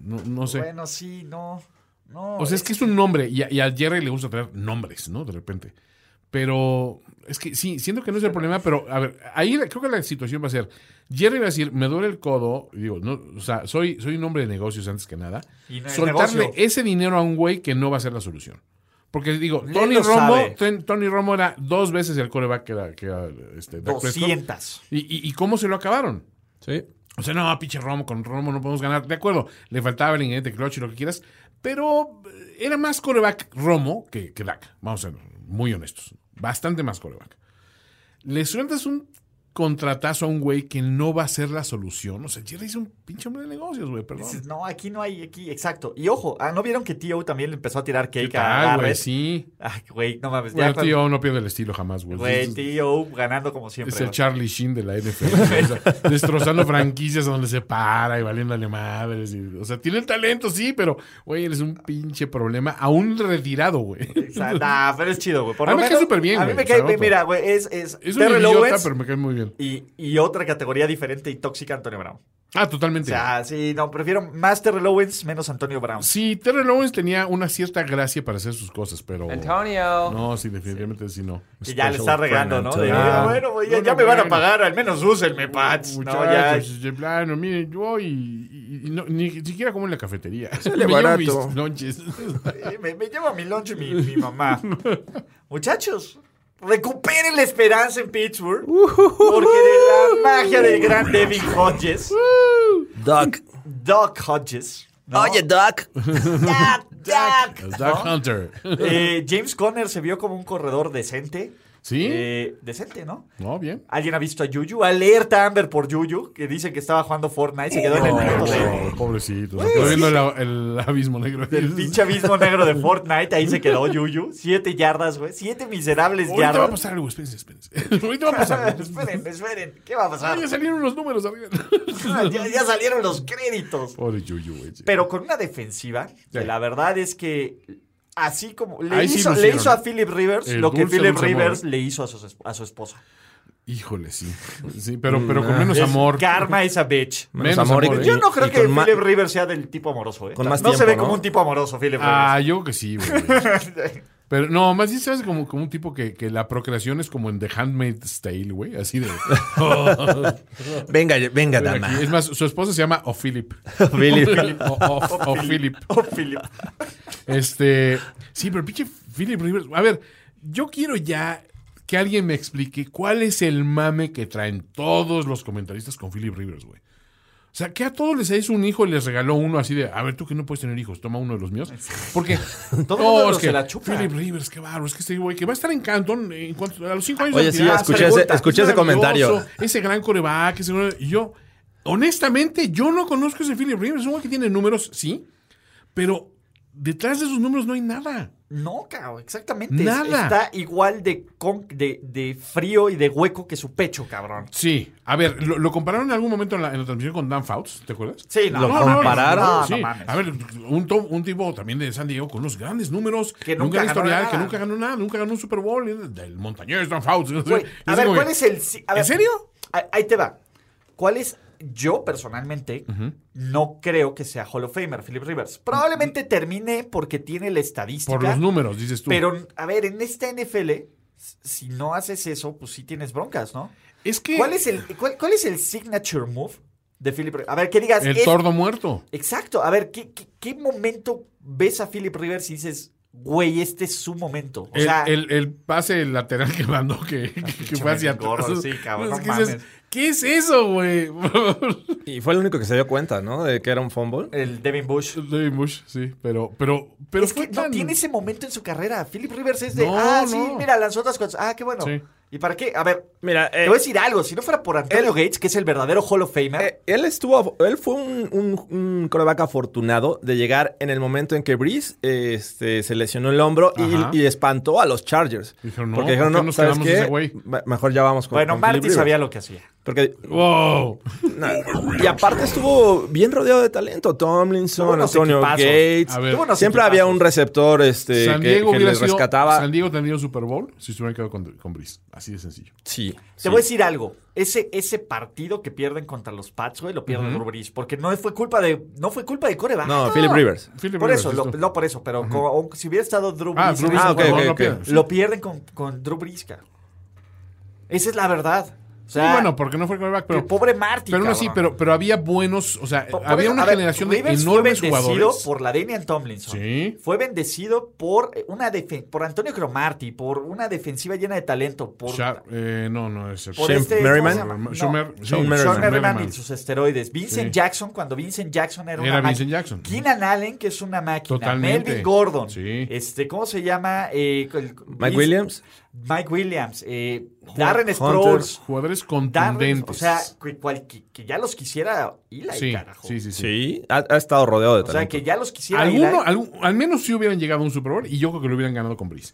[SPEAKER 3] no, no sé.
[SPEAKER 2] Bueno, sí, no. No.
[SPEAKER 3] O sea, es que es un nombre y a, y a Jerry le gusta traer nombres, ¿no? De repente. Pero es que sí, siento que no es el problema, pero a ver, ahí la- creo que la situación va a ser, Jerry va a decir, me duele el codo, y digo, no, o sea, soy, soy un hombre de negocios antes que nada,
[SPEAKER 2] Y no es
[SPEAKER 3] soltarle
[SPEAKER 2] negocio.
[SPEAKER 3] ese dinero a un güey que no va a ser la solución. Porque digo,
[SPEAKER 2] Él
[SPEAKER 3] Tony
[SPEAKER 2] lo
[SPEAKER 3] Romo,
[SPEAKER 2] sabe.
[SPEAKER 3] Ten- Tony Romo era dos veces el coreback que era, que era, este, Dak Prescott.
[SPEAKER 2] 200.
[SPEAKER 3] Y- y- ¿Y cómo se lo acabaron?
[SPEAKER 4] Sí.
[SPEAKER 3] O sea, no, pinche Romo, con Romo no podemos ganar. De acuerdo, le faltaba el ingrediente clutch y lo que quieras, Pero eh, era más coreback Romo que, que Dak. Vamos a ser muy honestos. Bastante más coreback. Le sueltas un contratazo a un güey que no va a ser la solución. O sea, Jerry es un pinche hombre de negocios, güey, perdón.
[SPEAKER 2] Dices, no, aquí no hay, aquí, exacto. Y ojo, ah, ¿no vieron que T.O. también le empezó a tirar
[SPEAKER 3] ¿Qué
[SPEAKER 2] cake a
[SPEAKER 3] tal, güey?
[SPEAKER 2] Garrett?
[SPEAKER 3] Sí.
[SPEAKER 2] Ay, güey, no mames.
[SPEAKER 3] Bueno,
[SPEAKER 2] ya cuando-
[SPEAKER 3] tío, no pierde el estilo jamás, güey.
[SPEAKER 2] *laughs* Güey,
[SPEAKER 3] Es-
[SPEAKER 2] T.O. ganando como siempre.
[SPEAKER 3] Es el
[SPEAKER 2] güey.
[SPEAKER 3] Charlie Sheen de la NFL. o
[SPEAKER 2] *laughs*
[SPEAKER 3] sea, destrozando franquicias donde se para y valiéndole madres. y- o sea, tiene el talento, sí, pero, güey, eres un pinche problema. Aún retirado, güey.
[SPEAKER 2] Exacto. Nah, pero es chido, güey. Por
[SPEAKER 3] A
[SPEAKER 2] lo
[SPEAKER 3] mí me cae
[SPEAKER 2] menos-
[SPEAKER 3] súper bien,
[SPEAKER 2] A mí
[SPEAKER 3] güey,
[SPEAKER 2] me cae
[SPEAKER 3] Saroto.
[SPEAKER 2] bien. Mira, güey, es, es,
[SPEAKER 3] Es un
[SPEAKER 2] Terrell
[SPEAKER 3] idiota,
[SPEAKER 2] Owens
[SPEAKER 3] pero me cae muy bien.
[SPEAKER 2] y, y otra categoría diferente y tóxica Antonio Brown.
[SPEAKER 3] Ah,
[SPEAKER 2] O
[SPEAKER 3] totalmente.
[SPEAKER 2] sea, sí, no, prefiero más Terrell Owens menos Antonio Brown.
[SPEAKER 3] sí, Terrell Owens tenía una cierta gracia para hacer sus cosas, pero...
[SPEAKER 7] Antonio.
[SPEAKER 3] No, sí, definitivamente sí, no.
[SPEAKER 2] Que ya le está
[SPEAKER 4] Special
[SPEAKER 2] regando, ¿no?
[SPEAKER 4] friend,
[SPEAKER 2] De,
[SPEAKER 4] Antonio.
[SPEAKER 2] "Ah, bueno, güey, ya,
[SPEAKER 3] No,
[SPEAKER 2] ya
[SPEAKER 3] no,
[SPEAKER 2] me van a
[SPEAKER 3] bueno.
[SPEAKER 2] pagar, al menos úsenme, Pats. No, ya.
[SPEAKER 3] Muchachos, de plano, miren, yo voy y, y- y no- ni siquiera como en la cafetería. *laughs*
[SPEAKER 4] Sale
[SPEAKER 3] Me llevo
[SPEAKER 4] barato.
[SPEAKER 3] mis lonches.
[SPEAKER 2] Eh, Me, me lleva mi lunch mi, mi mamá. Muchachos, recuperen la esperanza en Pittsburgh. Porque de la magia del gran Devin Hodges,
[SPEAKER 4] Duck.
[SPEAKER 2] Doc Hodges. ¿no? *laughs*
[SPEAKER 4] Duck.
[SPEAKER 2] Doc, Doc.
[SPEAKER 3] El Pues Dark Hunter. *laughs*
[SPEAKER 2] Eh, James Conner se vio como un corredor decente.
[SPEAKER 3] ¿Sí?
[SPEAKER 2] Eh, decente, ¿no?
[SPEAKER 3] no, bien.
[SPEAKER 2] Alguien ha visto a Yuyu. Alerta Amber por Yuyu, que dice que estaba jugando Fortnite. Se quedó en el minuto de-
[SPEAKER 3] Oh, pobrecito. Está viendo la- el abismo negro.
[SPEAKER 2] del pinche abismo negro de Fortnite. Ahí se quedó Yuyu. Siete yardas, güey. Siete miserables
[SPEAKER 3] Ahorita va a
[SPEAKER 2] yardas.
[SPEAKER 3] pasar algo, espérense, espérense. *laughs* Ahorita va a pasar algo.
[SPEAKER 2] esperen, esperen. ¿Qué va a pasar? Ah,
[SPEAKER 3] Ay, ya salieron los números arriba.
[SPEAKER 2] ya, ya salieron los créditos.
[SPEAKER 3] Pobre Yuyu, güey.
[SPEAKER 2] Pero con una defensiva, que la verdad es que así como le,
[SPEAKER 3] Ahí sí
[SPEAKER 2] hizo, le
[SPEAKER 3] lucieron.
[SPEAKER 2] hizo a Philip Rivers
[SPEAKER 3] El
[SPEAKER 2] lo que
[SPEAKER 3] dulce,
[SPEAKER 2] Philip
[SPEAKER 3] dulce amor.
[SPEAKER 2] Rivers le hizo a su, a su esposa.
[SPEAKER 3] Híjole, sí. Sí, pero, pero con menos amor.
[SPEAKER 2] Karma is a bitch.
[SPEAKER 3] Menos
[SPEAKER 4] Menos amor
[SPEAKER 3] amor.
[SPEAKER 4] y-
[SPEAKER 3] ¿eh?
[SPEAKER 2] Yo no
[SPEAKER 4] Y
[SPEAKER 2] creo que
[SPEAKER 4] con ma-
[SPEAKER 2] Philip Rivers sea del tipo amoroso, ¿eh?
[SPEAKER 4] Con más
[SPEAKER 2] no se
[SPEAKER 4] tiempo,
[SPEAKER 2] ve
[SPEAKER 4] ¿no?
[SPEAKER 2] como un tipo amoroso, Philip
[SPEAKER 3] Ah, yo creo que sí, güey. Pero no, más bien se hace como, como un tipo que, que la procreación es como en The Handmaid's Tale, güey. Así de.
[SPEAKER 4] Venga, venga, dama.
[SPEAKER 3] Aquí. Es más, su esposa se llama O'Philip.
[SPEAKER 4] Philip.
[SPEAKER 3] Philip. O- O- O'Philip.
[SPEAKER 2] *laughs* Rivers. Oh, Philip.
[SPEAKER 3] Este. Sí, pero pinche Philip Rivers. A ver, yo quiero ya que alguien me explique cuál es el mame que traen todos los comentaristas con Philip Rivers, güey. O sea, que a todos les hizo un hijo y les regaló uno así de, a ver, tú que no puedes tener hijos, toma uno de los míos. Porque
[SPEAKER 2] *laughs* Todo mundo
[SPEAKER 3] no, es
[SPEAKER 2] se
[SPEAKER 3] que
[SPEAKER 2] la chupa.
[SPEAKER 3] Philip Rivers, qué bárbaro, es que este güey que va a estar en Canton eh, en cuanto- a los cinco años.
[SPEAKER 4] Oye,
[SPEAKER 3] de
[SPEAKER 4] sí,
[SPEAKER 3] retirada,
[SPEAKER 4] escuché
[SPEAKER 3] se
[SPEAKER 4] ese-
[SPEAKER 3] revolta.
[SPEAKER 4] escuché
[SPEAKER 3] Es
[SPEAKER 4] ese comentario.
[SPEAKER 3] maravilloso, Ese gran coreback, ese gran- y yo, honestamente, yo no conozco ese Philip Rivers, es un güey que tiene números, sí, pero detrás de esos números no hay nada.
[SPEAKER 2] No, cabrón, exactamente. Es-
[SPEAKER 3] Nada.
[SPEAKER 2] Está igual de, con- de, de frío y de hueco que su pecho, cabrón.
[SPEAKER 3] Sí, a ver, lo, lo compararon en algún momento en la, en la transmisión con Dan Fouts, ¿te acuerdas?
[SPEAKER 2] Sí, no,
[SPEAKER 4] Lo
[SPEAKER 2] no, no,
[SPEAKER 4] compararon.
[SPEAKER 2] no, no,
[SPEAKER 3] Sí.
[SPEAKER 2] no mames.
[SPEAKER 3] A ver, un, to- un tipo también de San Diego con unos grandes números,
[SPEAKER 2] Que
[SPEAKER 3] que
[SPEAKER 2] nunca
[SPEAKER 3] nunca
[SPEAKER 2] ganó nada.
[SPEAKER 3] que nunca ganó nada, nunca ganó un Super Bowl, eh, del montañés Dan Fouts. no sé.
[SPEAKER 2] Güey,
[SPEAKER 3] *laughs*
[SPEAKER 2] a
[SPEAKER 3] Es
[SPEAKER 2] ver,
[SPEAKER 3] como
[SPEAKER 2] ¿cuál
[SPEAKER 3] que-
[SPEAKER 2] es el. si- a ver,
[SPEAKER 3] ¿En serio?
[SPEAKER 2] a- Ahí te va. ¿Cuál es. Yo personalmente no creo que sea Hall of Famer, Philip Rivers. Probablemente termine porque tiene la estadística.
[SPEAKER 3] Por los números, dices tú.
[SPEAKER 2] Pero, a ver, en esta NFL, si no haces eso, pues sí tienes broncas, ¿no?
[SPEAKER 3] es que
[SPEAKER 2] ¿Cuál es el, cuál, cuál es el signature move de Philip Rivers? A ver, que digas.
[SPEAKER 3] el
[SPEAKER 2] es-
[SPEAKER 3] tordo muerto.
[SPEAKER 2] Exacto. A ver, ¿qué, qué, qué momento ves a Philip Rivers y dices, güey, este es su momento? O
[SPEAKER 3] El,
[SPEAKER 2] sea,
[SPEAKER 3] el- el pase lateral que mandó
[SPEAKER 2] *laughs*
[SPEAKER 3] que, que- que fue hacia
[SPEAKER 2] pinche gordo,
[SPEAKER 3] atrás.
[SPEAKER 2] sí, cabrón,
[SPEAKER 3] Es que
[SPEAKER 2] no
[SPEAKER 3] dices,
[SPEAKER 2] mames.
[SPEAKER 3] ¿Qué es eso,
[SPEAKER 2] *laughs*
[SPEAKER 3] güey?
[SPEAKER 4] Y fue el único que se dio cuenta, ¿no? De que era un fumble.
[SPEAKER 2] el Devin Bush.
[SPEAKER 3] David Bush, sí, pero, pero, pero
[SPEAKER 2] es que
[SPEAKER 3] fue tan-
[SPEAKER 2] no tiene ese momento en su carrera. Philip Rivers es de,
[SPEAKER 3] No,
[SPEAKER 2] ah, sí,
[SPEAKER 3] no.
[SPEAKER 2] mira, lanzó otras cosas. Ah, qué bueno.
[SPEAKER 3] Sí.
[SPEAKER 2] ¿Y para qué? A ver,
[SPEAKER 4] Mira,
[SPEAKER 2] te voy a decir algo. Si no fuera por Antonio Gates, que es el verdadero Hall of Famer,
[SPEAKER 4] Eh, él estuvo, él fue un, un, un coreback afortunado de llegar en el momento en que Breeze eh, este, se lesionó el hombro
[SPEAKER 3] Ajá.
[SPEAKER 4] y, y espantó a los Chargers.
[SPEAKER 3] Dijeron, no,
[SPEAKER 4] porque dijeron,
[SPEAKER 3] ¿por qué
[SPEAKER 4] no,
[SPEAKER 3] nos
[SPEAKER 4] ¿sabes
[SPEAKER 3] quedamos ese güey?
[SPEAKER 4] qué? Me- Mejor ya vamos con
[SPEAKER 2] bueno,
[SPEAKER 4] con
[SPEAKER 2] Marty
[SPEAKER 4] Philip Rivers".
[SPEAKER 2] sabía lo que hacía.
[SPEAKER 4] Porque,
[SPEAKER 3] ¡Wow!
[SPEAKER 4] na- y aparte estuvo bien rodeado de talento.
[SPEAKER 2] Tuvo
[SPEAKER 4] Tomlinson,
[SPEAKER 2] unos
[SPEAKER 4] Antonio
[SPEAKER 2] equipazos.
[SPEAKER 4] Gates.
[SPEAKER 3] A ver.
[SPEAKER 2] Tuvo unos
[SPEAKER 4] Siempre había
[SPEAKER 2] equipazos.
[SPEAKER 4] un receptor este,
[SPEAKER 3] San
[SPEAKER 4] que,
[SPEAKER 3] Diego
[SPEAKER 4] que
[SPEAKER 3] hubiera
[SPEAKER 4] les
[SPEAKER 3] sido-
[SPEAKER 4] rescataba.
[SPEAKER 3] San Diego tendría un Super Bowl si se hubieran quedado con, con Breeze. Así de sencillo.
[SPEAKER 4] Sí,
[SPEAKER 2] Te
[SPEAKER 4] sí.
[SPEAKER 2] voy a decir algo. Ese, ese partido que pierden contra los Pats, güey, lo pierden por Breeze. Porque no fue culpa de, no fue culpa de Coreback.
[SPEAKER 4] No, Philip Rivers.
[SPEAKER 3] Philip
[SPEAKER 2] Por
[SPEAKER 3] Rivers,
[SPEAKER 2] eso, lo-
[SPEAKER 3] esto.
[SPEAKER 2] no por eso, pero co- si hubiera estado Drew
[SPEAKER 3] Ah,
[SPEAKER 2] Brees,
[SPEAKER 3] Drew
[SPEAKER 2] en
[SPEAKER 3] Brees
[SPEAKER 2] ese
[SPEAKER 4] Ah, ok,
[SPEAKER 3] fue-
[SPEAKER 2] juego,
[SPEAKER 4] ok,
[SPEAKER 3] no
[SPEAKER 4] ok.
[SPEAKER 3] pierdes.
[SPEAKER 2] lo pierden con, con Drew Brees, cabrón. Esa es la verdad. O
[SPEAKER 3] Sí,
[SPEAKER 2] sea,
[SPEAKER 3] bueno, porque no fue quarterback,
[SPEAKER 2] que
[SPEAKER 3] pero.
[SPEAKER 2] pobre Marty,
[SPEAKER 3] Pero aún así,
[SPEAKER 2] cabrón.
[SPEAKER 3] pero, pero había buenos, o sea,
[SPEAKER 2] Po-
[SPEAKER 3] había
[SPEAKER 2] pobre-
[SPEAKER 3] una
[SPEAKER 2] a ver,
[SPEAKER 3] generación de
[SPEAKER 2] Ravens
[SPEAKER 3] enormes
[SPEAKER 2] fue bendecido
[SPEAKER 3] jugadores.
[SPEAKER 2] por la Daniel Tomlinson.
[SPEAKER 3] Sí.
[SPEAKER 2] Fue bendecido por eh, una defen- por Antonio Cromarty, por una defensiva llena de talento, por
[SPEAKER 3] Sha- eh, no, no es el
[SPEAKER 2] por
[SPEAKER 4] Shane
[SPEAKER 2] este, ¿cómo
[SPEAKER 4] Merriman.
[SPEAKER 2] se llama? No,
[SPEAKER 3] Schumer-
[SPEAKER 2] Sean
[SPEAKER 3] Sean
[SPEAKER 2] Merriman
[SPEAKER 3] Merriman.
[SPEAKER 2] y sus esteroides. Vincent
[SPEAKER 3] Sí.
[SPEAKER 2] Jackson, cuando Vincent Jackson era,
[SPEAKER 3] Era
[SPEAKER 2] una
[SPEAKER 3] Vincent
[SPEAKER 2] máquina.
[SPEAKER 3] Jackson.
[SPEAKER 2] Keenan Allen, que es una máquina.
[SPEAKER 3] Totalmente.
[SPEAKER 2] Melvin Gordon.
[SPEAKER 3] Sí.
[SPEAKER 2] Este, ¿Cómo se llama? Eh, el-
[SPEAKER 4] Mike Williams.
[SPEAKER 2] Mike Williams. eh, Darren
[SPEAKER 4] Hunter.
[SPEAKER 2] Sproles.
[SPEAKER 3] jugadores
[SPEAKER 2] Darren,
[SPEAKER 3] contundentes.
[SPEAKER 2] o sea, que, cual- que- que ya los quisiera Eli,
[SPEAKER 3] sí,
[SPEAKER 2] carajo.
[SPEAKER 3] sí, sí, sí.
[SPEAKER 4] Sí, ha, ha estado rodeado de
[SPEAKER 2] O sea,
[SPEAKER 4] talento.
[SPEAKER 2] que ya los quisiera
[SPEAKER 3] Alguno,
[SPEAKER 2] Eli.
[SPEAKER 3] algún- al menos sí hubieran llegado a un Super Bowl y yo creo que lo hubieran ganado con Breeze.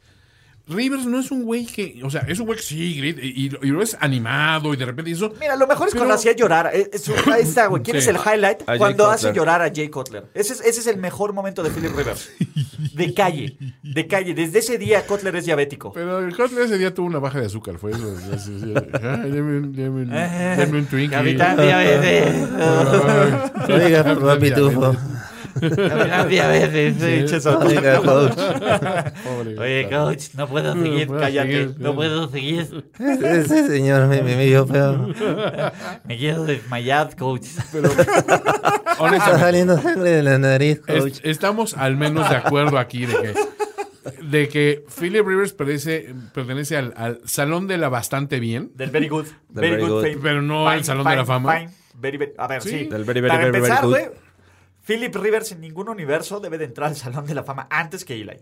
[SPEAKER 3] Rivers no es un güey que, o sea, es un güey que sí, grit- y, y- y lo es animado y de repente hizo.
[SPEAKER 2] Mira, lo mejor es
[SPEAKER 3] Pero-
[SPEAKER 2] cuando hacía llorar. Eh, eh, su- ahí está, güey. ¿Quién
[SPEAKER 3] Sí.
[SPEAKER 2] es el highlight?
[SPEAKER 4] A Jay
[SPEAKER 2] cuando hace
[SPEAKER 4] Cutler.
[SPEAKER 2] llorar a Jay Cutler. Ese es, ese es el mejor momento de Philip Rivers. De calle. De calle. Desde ese día Cutler es diabético.
[SPEAKER 3] Pero el Cutler ese día tuvo una baja de azúcar, fue eso. eso, eso, eso. Ay, deme un- deme un- deme un Twinkie.
[SPEAKER 2] Eh, Capitán
[SPEAKER 3] *laughs*
[SPEAKER 2] diabetes.
[SPEAKER 3] Oiga,
[SPEAKER 2] Capitán diabetes. sí, cheso.
[SPEAKER 3] Pobre.
[SPEAKER 2] Oye,
[SPEAKER 3] Gustavo.
[SPEAKER 2] coach, no puedo
[SPEAKER 3] No
[SPEAKER 2] seguir.
[SPEAKER 3] puedo
[SPEAKER 2] Cállate.
[SPEAKER 3] seguir.
[SPEAKER 2] No puedo seguir.
[SPEAKER 7] Ese señor me, me, me vio feo.
[SPEAKER 2] Me quiero desmayar, coach.
[SPEAKER 7] Está saliendo sangre de la nariz, coach.
[SPEAKER 3] Es- estamos al menos de acuerdo aquí de que, de que Philip Rivers pertenece, pertenece al, al salón de la bastante bien,
[SPEAKER 2] Del
[SPEAKER 4] *laughs*
[SPEAKER 2] very good.
[SPEAKER 4] Very
[SPEAKER 2] Very good.
[SPEAKER 4] good.
[SPEAKER 2] fame.
[SPEAKER 3] pero no al
[SPEAKER 2] Fine,
[SPEAKER 3] salón de
[SPEAKER 2] fine,
[SPEAKER 3] la fama.
[SPEAKER 2] fine, very, very- a ver, sí.
[SPEAKER 4] Del very, very,
[SPEAKER 2] Para
[SPEAKER 4] very, very
[SPEAKER 2] empezar,
[SPEAKER 4] good.
[SPEAKER 2] güey, Philip Rivers en ningún universo debe de entrar al Salón de la Fama antes que Eli.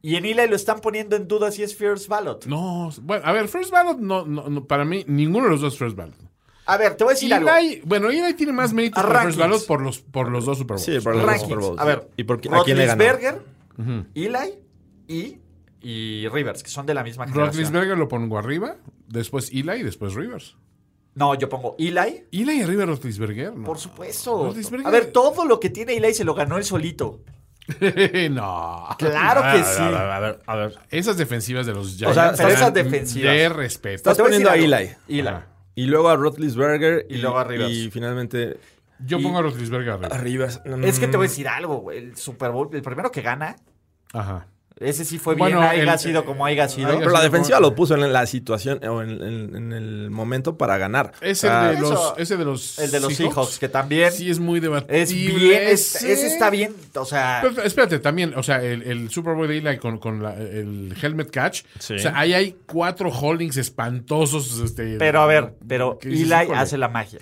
[SPEAKER 2] Y en Eli lo están poniendo en duda si es First Ballot.
[SPEAKER 3] No, bueno, a ver, First Ballot, no, no, no, para mí, ninguno de los dos First Ballot.
[SPEAKER 2] A ver, te voy a decir algo.
[SPEAKER 3] Eli, bueno, Eli tiene más mérito para
[SPEAKER 2] Rankings.
[SPEAKER 3] First Ballot por los, por los dos Super Bowls.
[SPEAKER 4] Sí, por los
[SPEAKER 2] Rankings.
[SPEAKER 4] Super Bowls.
[SPEAKER 2] A ver,
[SPEAKER 4] ¿Y por qué- a quién le ganó?
[SPEAKER 2] Roethlisberger, Eli y, y Rivers, que son de la misma generación.
[SPEAKER 3] Roethlisberger lo pongo arriba, después Eli y después Rivers.
[SPEAKER 2] No, yo pongo Eli,
[SPEAKER 3] Eli arriba de Roethlisberger, no.
[SPEAKER 2] por supuesto.
[SPEAKER 3] Roethlisberger-
[SPEAKER 2] A ver, todo lo que tiene Eli se lo ganó él solito.
[SPEAKER 3] *laughs* no.
[SPEAKER 2] Claro que sí.
[SPEAKER 3] A ver, a ver, esas defensivas de los Giants.
[SPEAKER 2] sea, pero
[SPEAKER 3] eran
[SPEAKER 2] esas defensivas.
[SPEAKER 3] De respeto.
[SPEAKER 4] Estás
[SPEAKER 2] Te voy decir
[SPEAKER 4] poniendo a
[SPEAKER 2] algo.
[SPEAKER 4] Eli.
[SPEAKER 2] Eli.
[SPEAKER 4] Y luego a Roethlisberger.
[SPEAKER 2] Y luego a Rivers.
[SPEAKER 4] Y finalmente
[SPEAKER 3] Yo
[SPEAKER 4] Y-
[SPEAKER 3] pongo a Roethlisberger arriba.
[SPEAKER 4] a Rivers.
[SPEAKER 2] Es que te voy a
[SPEAKER 4] Mm,
[SPEAKER 2] decir algo, güey. El Super Bowl, el primero que gana,
[SPEAKER 3] Ajá.
[SPEAKER 2] ese sí fue
[SPEAKER 3] Bueno,
[SPEAKER 2] bien, haya
[SPEAKER 3] el-
[SPEAKER 2] sido como haya sido.
[SPEAKER 3] haiga
[SPEAKER 4] Pero la
[SPEAKER 3] sido
[SPEAKER 4] defensiva
[SPEAKER 3] como-
[SPEAKER 4] lo puso en la situación o en, en- en el momento para ganar.
[SPEAKER 3] Es
[SPEAKER 4] O
[SPEAKER 3] el
[SPEAKER 4] sea,
[SPEAKER 3] de los,
[SPEAKER 2] Ah, eso-
[SPEAKER 3] ese de los
[SPEAKER 2] El de los Seahawks, que también
[SPEAKER 3] Sí, es muy debatible.
[SPEAKER 2] es bien, es-
[SPEAKER 3] ese.
[SPEAKER 2] ese está bien, o sea,
[SPEAKER 3] Pero, espérate, también, o sea, el, el Super Bowl de Eli con, con la- el helmet catch.
[SPEAKER 4] Sí.
[SPEAKER 3] O sea, ahí hay cuatro holdings espantosos. Este,
[SPEAKER 2] pero a ver, pero
[SPEAKER 3] que dices,
[SPEAKER 2] Eli
[SPEAKER 3] híjole.
[SPEAKER 2] hace la magia.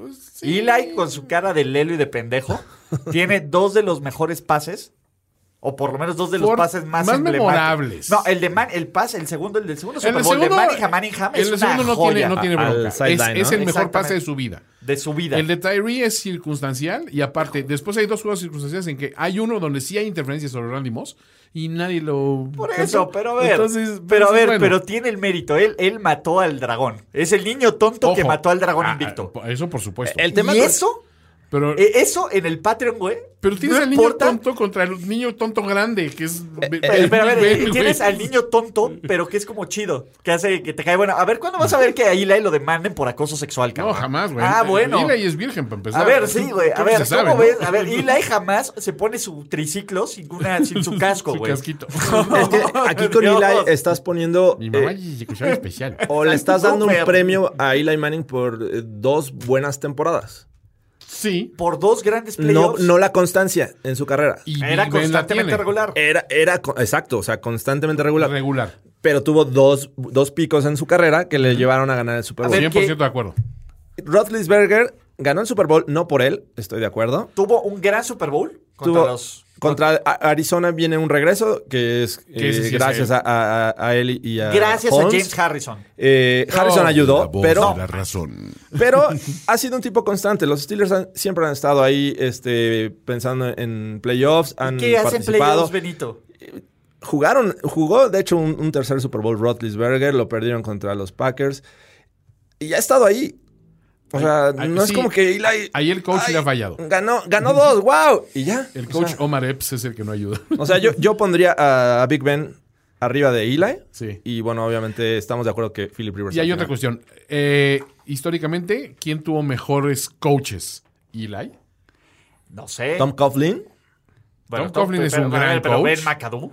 [SPEAKER 3] Pues sí.
[SPEAKER 2] Eli con su cara de lelo y
[SPEAKER 3] *laughs*
[SPEAKER 2] de pendejo tiene dos de los mejores pases. O por lo menos dos de los
[SPEAKER 3] Por-
[SPEAKER 2] pases más,
[SPEAKER 3] más
[SPEAKER 2] emblemáticos.
[SPEAKER 3] memorables.
[SPEAKER 2] No, el de Man- el pase, el segundo, el del segundo
[SPEAKER 3] En
[SPEAKER 2] Super Bowl de Manningham, Manningham
[SPEAKER 3] en
[SPEAKER 2] es
[SPEAKER 3] el
[SPEAKER 2] una
[SPEAKER 3] segundo no tiene,
[SPEAKER 2] joya
[SPEAKER 3] no tiene
[SPEAKER 4] al
[SPEAKER 3] bronca. Es,
[SPEAKER 4] sideline, ¿no?
[SPEAKER 3] es el mejor
[SPEAKER 2] Exactamente.
[SPEAKER 3] pase de su vida.
[SPEAKER 2] de su vida.
[SPEAKER 3] El de Tyree es circunstancial y aparte, después hay dos juegos circunstanciales en que hay uno donde sí hay interferencias sobre Randy Moss y nadie lo...
[SPEAKER 2] Por eso, pero a ver.
[SPEAKER 3] Entonces,
[SPEAKER 2] pero a
[SPEAKER 3] entonces,
[SPEAKER 2] ver,
[SPEAKER 3] bueno.
[SPEAKER 2] pero tiene el mérito. Él, él mató al dragón. Es el niño tonto que
[SPEAKER 3] Ojo.
[SPEAKER 2] mató al dragón
[SPEAKER 3] Ah,
[SPEAKER 2] invicto.
[SPEAKER 3] ah, Eso por supuesto.
[SPEAKER 4] El tema
[SPEAKER 2] y
[SPEAKER 4] con-
[SPEAKER 2] eso,
[SPEAKER 3] pero,
[SPEAKER 2] eh, eso en el Patreon, güey.
[SPEAKER 3] pero tienes
[SPEAKER 2] no
[SPEAKER 3] al niño
[SPEAKER 2] importa.
[SPEAKER 3] tonto contra el niño tonto grande, que es...
[SPEAKER 2] Pero, pero a ver,
[SPEAKER 3] Ben,
[SPEAKER 2] eh, tienes
[SPEAKER 3] güey.
[SPEAKER 2] al niño tonto, pero que es como chido, que hace que te cae bueno. A ver, ¿cuándo vas a ver que a Eli lo demanden por acoso sexual, cabrón?
[SPEAKER 3] No, jamás, güey.
[SPEAKER 2] Ah, bueno.
[SPEAKER 3] Eli es virgen, para empezar.
[SPEAKER 2] A ver, sí, güey. A
[SPEAKER 3] Creo que
[SPEAKER 2] ver,
[SPEAKER 3] se sabe,
[SPEAKER 2] ¿cómo
[SPEAKER 3] ¿no?
[SPEAKER 2] ves? A ver, Eli jamás se pone su triciclo sin, una,
[SPEAKER 3] *laughs*
[SPEAKER 2] sin su casco,
[SPEAKER 3] Su
[SPEAKER 2] güey.
[SPEAKER 3] casquito.
[SPEAKER 4] *laughs*
[SPEAKER 2] *laughs*
[SPEAKER 4] Es que aquí con
[SPEAKER 2] Dios.
[SPEAKER 4] Eli estás poniendo.
[SPEAKER 3] Mi mamá
[SPEAKER 4] eh,
[SPEAKER 3] y escuchaba especial.
[SPEAKER 4] o le estás dando un
[SPEAKER 2] Súper.
[SPEAKER 4] premio a Eli Manning por eh, dos buenas temporadas.
[SPEAKER 3] Sí.
[SPEAKER 2] Por dos grandes
[SPEAKER 4] No,
[SPEAKER 2] playoffs.
[SPEAKER 4] no la constancia en su carrera.
[SPEAKER 3] Y
[SPEAKER 2] era
[SPEAKER 3] Ben la
[SPEAKER 2] constantemente
[SPEAKER 3] tiene.
[SPEAKER 2] regular.
[SPEAKER 4] Era, era, co- exacto, o sea, constantemente regular.
[SPEAKER 3] Regular.
[SPEAKER 4] pero tuvo dos, dos picos en su carrera que le llevaron a ganar el Super
[SPEAKER 2] A
[SPEAKER 4] Bowl.
[SPEAKER 2] ver,
[SPEAKER 3] 100% de acuerdo.
[SPEAKER 4] Roethlisberger ganó el Super Bowl, no por él, estoy de acuerdo.
[SPEAKER 2] Tuvo un gran Super Bowl contra
[SPEAKER 4] Tuvo-
[SPEAKER 2] los
[SPEAKER 4] Contra a- Arizona viene un regreso que es
[SPEAKER 3] Que ese
[SPEAKER 4] eh,
[SPEAKER 3] sí es
[SPEAKER 4] gracias
[SPEAKER 3] él.
[SPEAKER 4] a, a- a él y
[SPEAKER 3] eh,
[SPEAKER 4] a
[SPEAKER 2] Gracias a
[SPEAKER 4] Holmes.
[SPEAKER 2] James Oh. Harrison.
[SPEAKER 4] Eh, Harrison
[SPEAKER 1] La
[SPEAKER 4] ayudó,
[SPEAKER 1] voz
[SPEAKER 4] pero,
[SPEAKER 1] de la razón.
[SPEAKER 4] pero ha sido un tipo constante. Los Steelers han- siempre han estado ahí este, pensando en playoffs, han
[SPEAKER 2] ¿Qué hacen
[SPEAKER 4] participado.
[SPEAKER 2] playoffs, Benito?
[SPEAKER 4] Jugaron, jugó de hecho un, un tercer Super Bowl Roethlisberger, lo perdieron contra los Packers y ha estado ahí. O sea,
[SPEAKER 3] ay,
[SPEAKER 4] no es
[SPEAKER 3] sí.
[SPEAKER 4] como que Eli
[SPEAKER 3] Ahí el coach
[SPEAKER 4] ay,
[SPEAKER 3] le ha fallado.
[SPEAKER 4] Ganó, ganó dos, wow, y ya.
[SPEAKER 3] El coach Omar Epps es el que no ayuda. *laughs*
[SPEAKER 4] O sea, yo, yo pondría a, a Big Ben arriba de Eli.
[SPEAKER 3] Sí.
[SPEAKER 4] Y bueno, obviamente estamos de acuerdo que Philip Rivers.
[SPEAKER 3] Y hay
[SPEAKER 4] al
[SPEAKER 3] otra
[SPEAKER 4] final.
[SPEAKER 3] cuestión. Eh, históricamente, ¿quién tuvo mejores coaches? Eli.
[SPEAKER 2] No sé.
[SPEAKER 4] Tom Coughlin.
[SPEAKER 3] Tom Coughlin es un gran
[SPEAKER 2] pero
[SPEAKER 3] coach.
[SPEAKER 2] Ben McAdoo.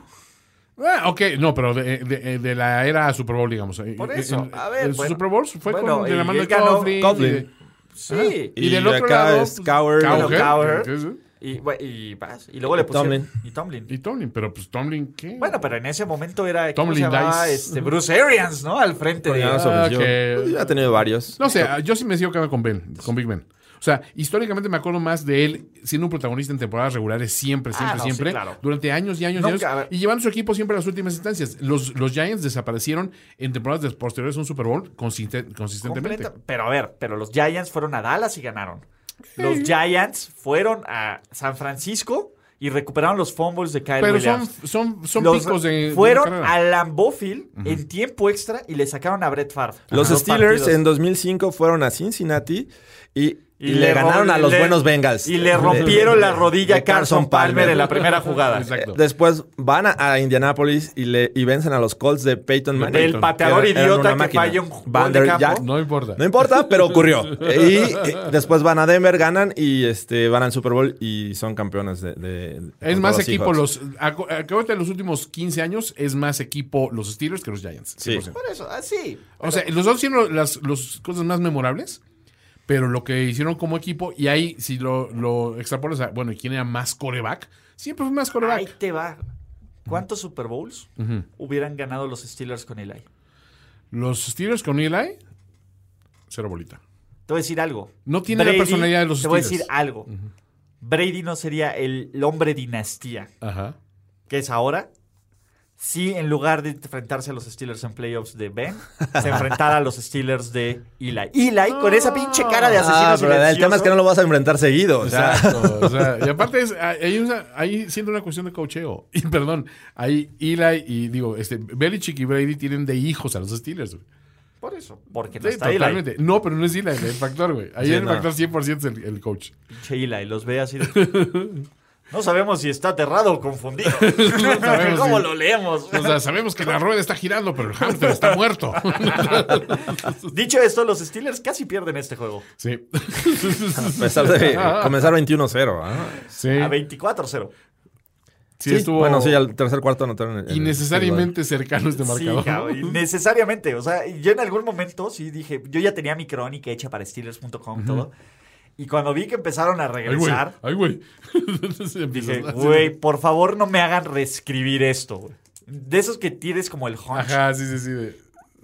[SPEAKER 3] Ah, ok, no, pero de, de- eh, de la era Super Bowl, digamos.
[SPEAKER 2] Por
[SPEAKER 3] Eh,
[SPEAKER 2] eso,
[SPEAKER 3] eh,
[SPEAKER 2] a ver,
[SPEAKER 3] el
[SPEAKER 2] bueno.
[SPEAKER 3] Super Bowl fue
[SPEAKER 2] Bueno,
[SPEAKER 3] con de la
[SPEAKER 2] y
[SPEAKER 3] mano de
[SPEAKER 2] él ganó
[SPEAKER 3] Coughlin.
[SPEAKER 4] Coughlin.
[SPEAKER 3] y de-
[SPEAKER 2] Sí.
[SPEAKER 3] Ah, Y del otro
[SPEAKER 4] acá
[SPEAKER 3] lado,
[SPEAKER 4] es
[SPEAKER 3] pues,
[SPEAKER 4] Cowher.
[SPEAKER 3] Cowher.
[SPEAKER 2] Bueno, Cowher.
[SPEAKER 3] Sí, sí.
[SPEAKER 2] Y, bueno, y vas. Y luego le pusieron.
[SPEAKER 4] Tomlin.
[SPEAKER 2] Y Tomlin.
[SPEAKER 3] Y Tomlin, pero pues Tomlin, ¿qué?
[SPEAKER 2] Bueno, pero en ese momento era. ¿cómo
[SPEAKER 3] Tomlin
[SPEAKER 2] se llamaba?
[SPEAKER 3] Dice.
[SPEAKER 2] Este, Bruce Arians, ¿no? Al frente de.
[SPEAKER 4] Coordinador
[SPEAKER 3] Ah,
[SPEAKER 4] ofensivo.
[SPEAKER 3] ok.
[SPEAKER 4] Pues ya ha tenido varios.
[SPEAKER 3] No sé, yo sí me sigo quedando con Ben, con Big Ben. O sea, históricamente me acuerdo más de él siendo un protagonista en temporadas regulares siempre,
[SPEAKER 2] Ah,
[SPEAKER 3] siempre,
[SPEAKER 2] no, sí,
[SPEAKER 3] siempre.
[SPEAKER 2] claro.
[SPEAKER 3] Durante años y años
[SPEAKER 2] Nunca,
[SPEAKER 3] y años.
[SPEAKER 2] a ver.
[SPEAKER 3] Y llevando su equipo siempre a las últimas instancias. Los, los Giants desaparecieron en temporadas des- posteriores a un Super Bowl consiste- consistentemente.
[SPEAKER 2] completa- Pero a ver, pero los Giants fueron a Dallas y ganaron. Los Giants fueron a San Francisco y recuperaron los fumbles de Kyle
[SPEAKER 3] Pero son,
[SPEAKER 2] Williams.
[SPEAKER 3] son, son
[SPEAKER 2] Los-
[SPEAKER 3] picos de- de.
[SPEAKER 2] fueron
[SPEAKER 3] carrera.
[SPEAKER 2] a Lambeau Field en tiempo extra y le sacaron a Brett Favre.
[SPEAKER 4] Los
[SPEAKER 2] Dos
[SPEAKER 4] Steelers
[SPEAKER 2] partidos.
[SPEAKER 4] en 2005 fueron a Cincinnati y, y le,
[SPEAKER 2] rom-
[SPEAKER 4] ganaron a los
[SPEAKER 2] le-
[SPEAKER 4] buenos Bengals.
[SPEAKER 2] Y le rompieron
[SPEAKER 4] De-
[SPEAKER 2] la rodilla a
[SPEAKER 4] de
[SPEAKER 2] Carson Palmer en la primera jugada.
[SPEAKER 3] Exacto.
[SPEAKER 4] Eh, Después van a, a Indianapolis y, le, y vencen a los Colts de Peyton Manning.
[SPEAKER 2] El pateador
[SPEAKER 4] Que eran una
[SPEAKER 2] idiota que
[SPEAKER 4] máquina.
[SPEAKER 2] falla un gol de
[SPEAKER 4] Vander
[SPEAKER 2] campo.
[SPEAKER 4] Jack-
[SPEAKER 3] No importa.
[SPEAKER 4] No importa, pero ocurrió.
[SPEAKER 2] *laughs*
[SPEAKER 4] Y eh, después van a Denver, ganan y este van al Super Bowl y son campeones de. de-
[SPEAKER 3] es
[SPEAKER 4] con
[SPEAKER 3] más
[SPEAKER 4] todos
[SPEAKER 3] equipo
[SPEAKER 4] Seahawks.
[SPEAKER 3] los. acu- Acuérdate de los últimos 15 años, es más equipo los Steelers que los Giants.
[SPEAKER 4] Sí.
[SPEAKER 3] 100%.
[SPEAKER 2] Por eso, ah, así.
[SPEAKER 3] O sea, los dos hicieron las los cosas más memorables, pero lo que hicieron como equipo, y ahí si lo, lo extrapolas a, bueno, ¿y quién era más coreback? Siempre fue más coreback.
[SPEAKER 2] Ahí te va. ¿Cuántos Super Bowls hubieran ganado los Steelers con Eli?
[SPEAKER 3] Los Steelers con Eli, cero bolita.
[SPEAKER 2] Te voy a decir algo.
[SPEAKER 3] No tiene la personalidad de los
[SPEAKER 2] Te voy a
[SPEAKER 3] Steelers.
[SPEAKER 2] decir algo. Brady no sería el el hombre dinastía
[SPEAKER 3] Ajá.
[SPEAKER 2] que es ahora. Si en lugar de enfrentarse a los Steelers en playoffs de Ben, se enfrentara a los Steelers de Eli. Eli con esa pinche cara de asesino
[SPEAKER 4] Ah, pero el
[SPEAKER 2] silencioso.
[SPEAKER 4] tema es que no lo vas a enfrentar seguido. O sea,
[SPEAKER 3] Exacto. o
[SPEAKER 4] *laughs*
[SPEAKER 3] sea, y aparte, es, hay una, ahí siendo una cuestión de cocheo. *laughs* Y perdón, ahí Eli y digo, este, Belichick y Brady tienen de hijos a los Steelers. güey.
[SPEAKER 2] Por eso. Porque no
[SPEAKER 3] Sí,
[SPEAKER 2] está Eli.
[SPEAKER 3] totalmente. No, pero no es Eli el factor, güey. Ahí
[SPEAKER 4] Sí,
[SPEAKER 3] el
[SPEAKER 4] no.
[SPEAKER 3] factor 100% es el, el coach.
[SPEAKER 2] Pinche Eli. Los ve así. de- No sabemos si está aterrado o
[SPEAKER 3] *laughs*
[SPEAKER 2] confundido.
[SPEAKER 3] sabemos
[SPEAKER 2] ¿Cómo
[SPEAKER 3] si-
[SPEAKER 2] lo leemos?
[SPEAKER 3] O sea, sabemos que la rueda está girando, pero el hamster está muerto. *laughs*
[SPEAKER 2] Dicho esto, los Steelers casi pierden este juego.
[SPEAKER 3] Sí. Ah,
[SPEAKER 4] a
[SPEAKER 3] *laughs*
[SPEAKER 4] pesar de comenzar 21-0. ¿ah?
[SPEAKER 3] Sí.
[SPEAKER 2] A 24-0.
[SPEAKER 3] Sí,
[SPEAKER 4] Sí,
[SPEAKER 3] estuvo
[SPEAKER 4] Bueno, sí, al tercer cuarto anotaron. el- el-
[SPEAKER 3] innecesariamente cercano este marcador.
[SPEAKER 2] Sí,
[SPEAKER 3] *laughs*
[SPEAKER 2] cabrón, y necesariamente. O sea, yo en algún momento sí dije, yo ya tenía mi crónica hecha para Steelers.com todo. Y cuando vi que empezaron a
[SPEAKER 3] Ay, güey.
[SPEAKER 2] regresar,
[SPEAKER 3] Ay, güey. *laughs* Entonces empezó
[SPEAKER 2] dije,
[SPEAKER 3] a-
[SPEAKER 2] güey, por favor no me hagan reescribir esto, güey. De esos que tienes como el hunch.
[SPEAKER 3] Ajá, sí, sí, sí. de-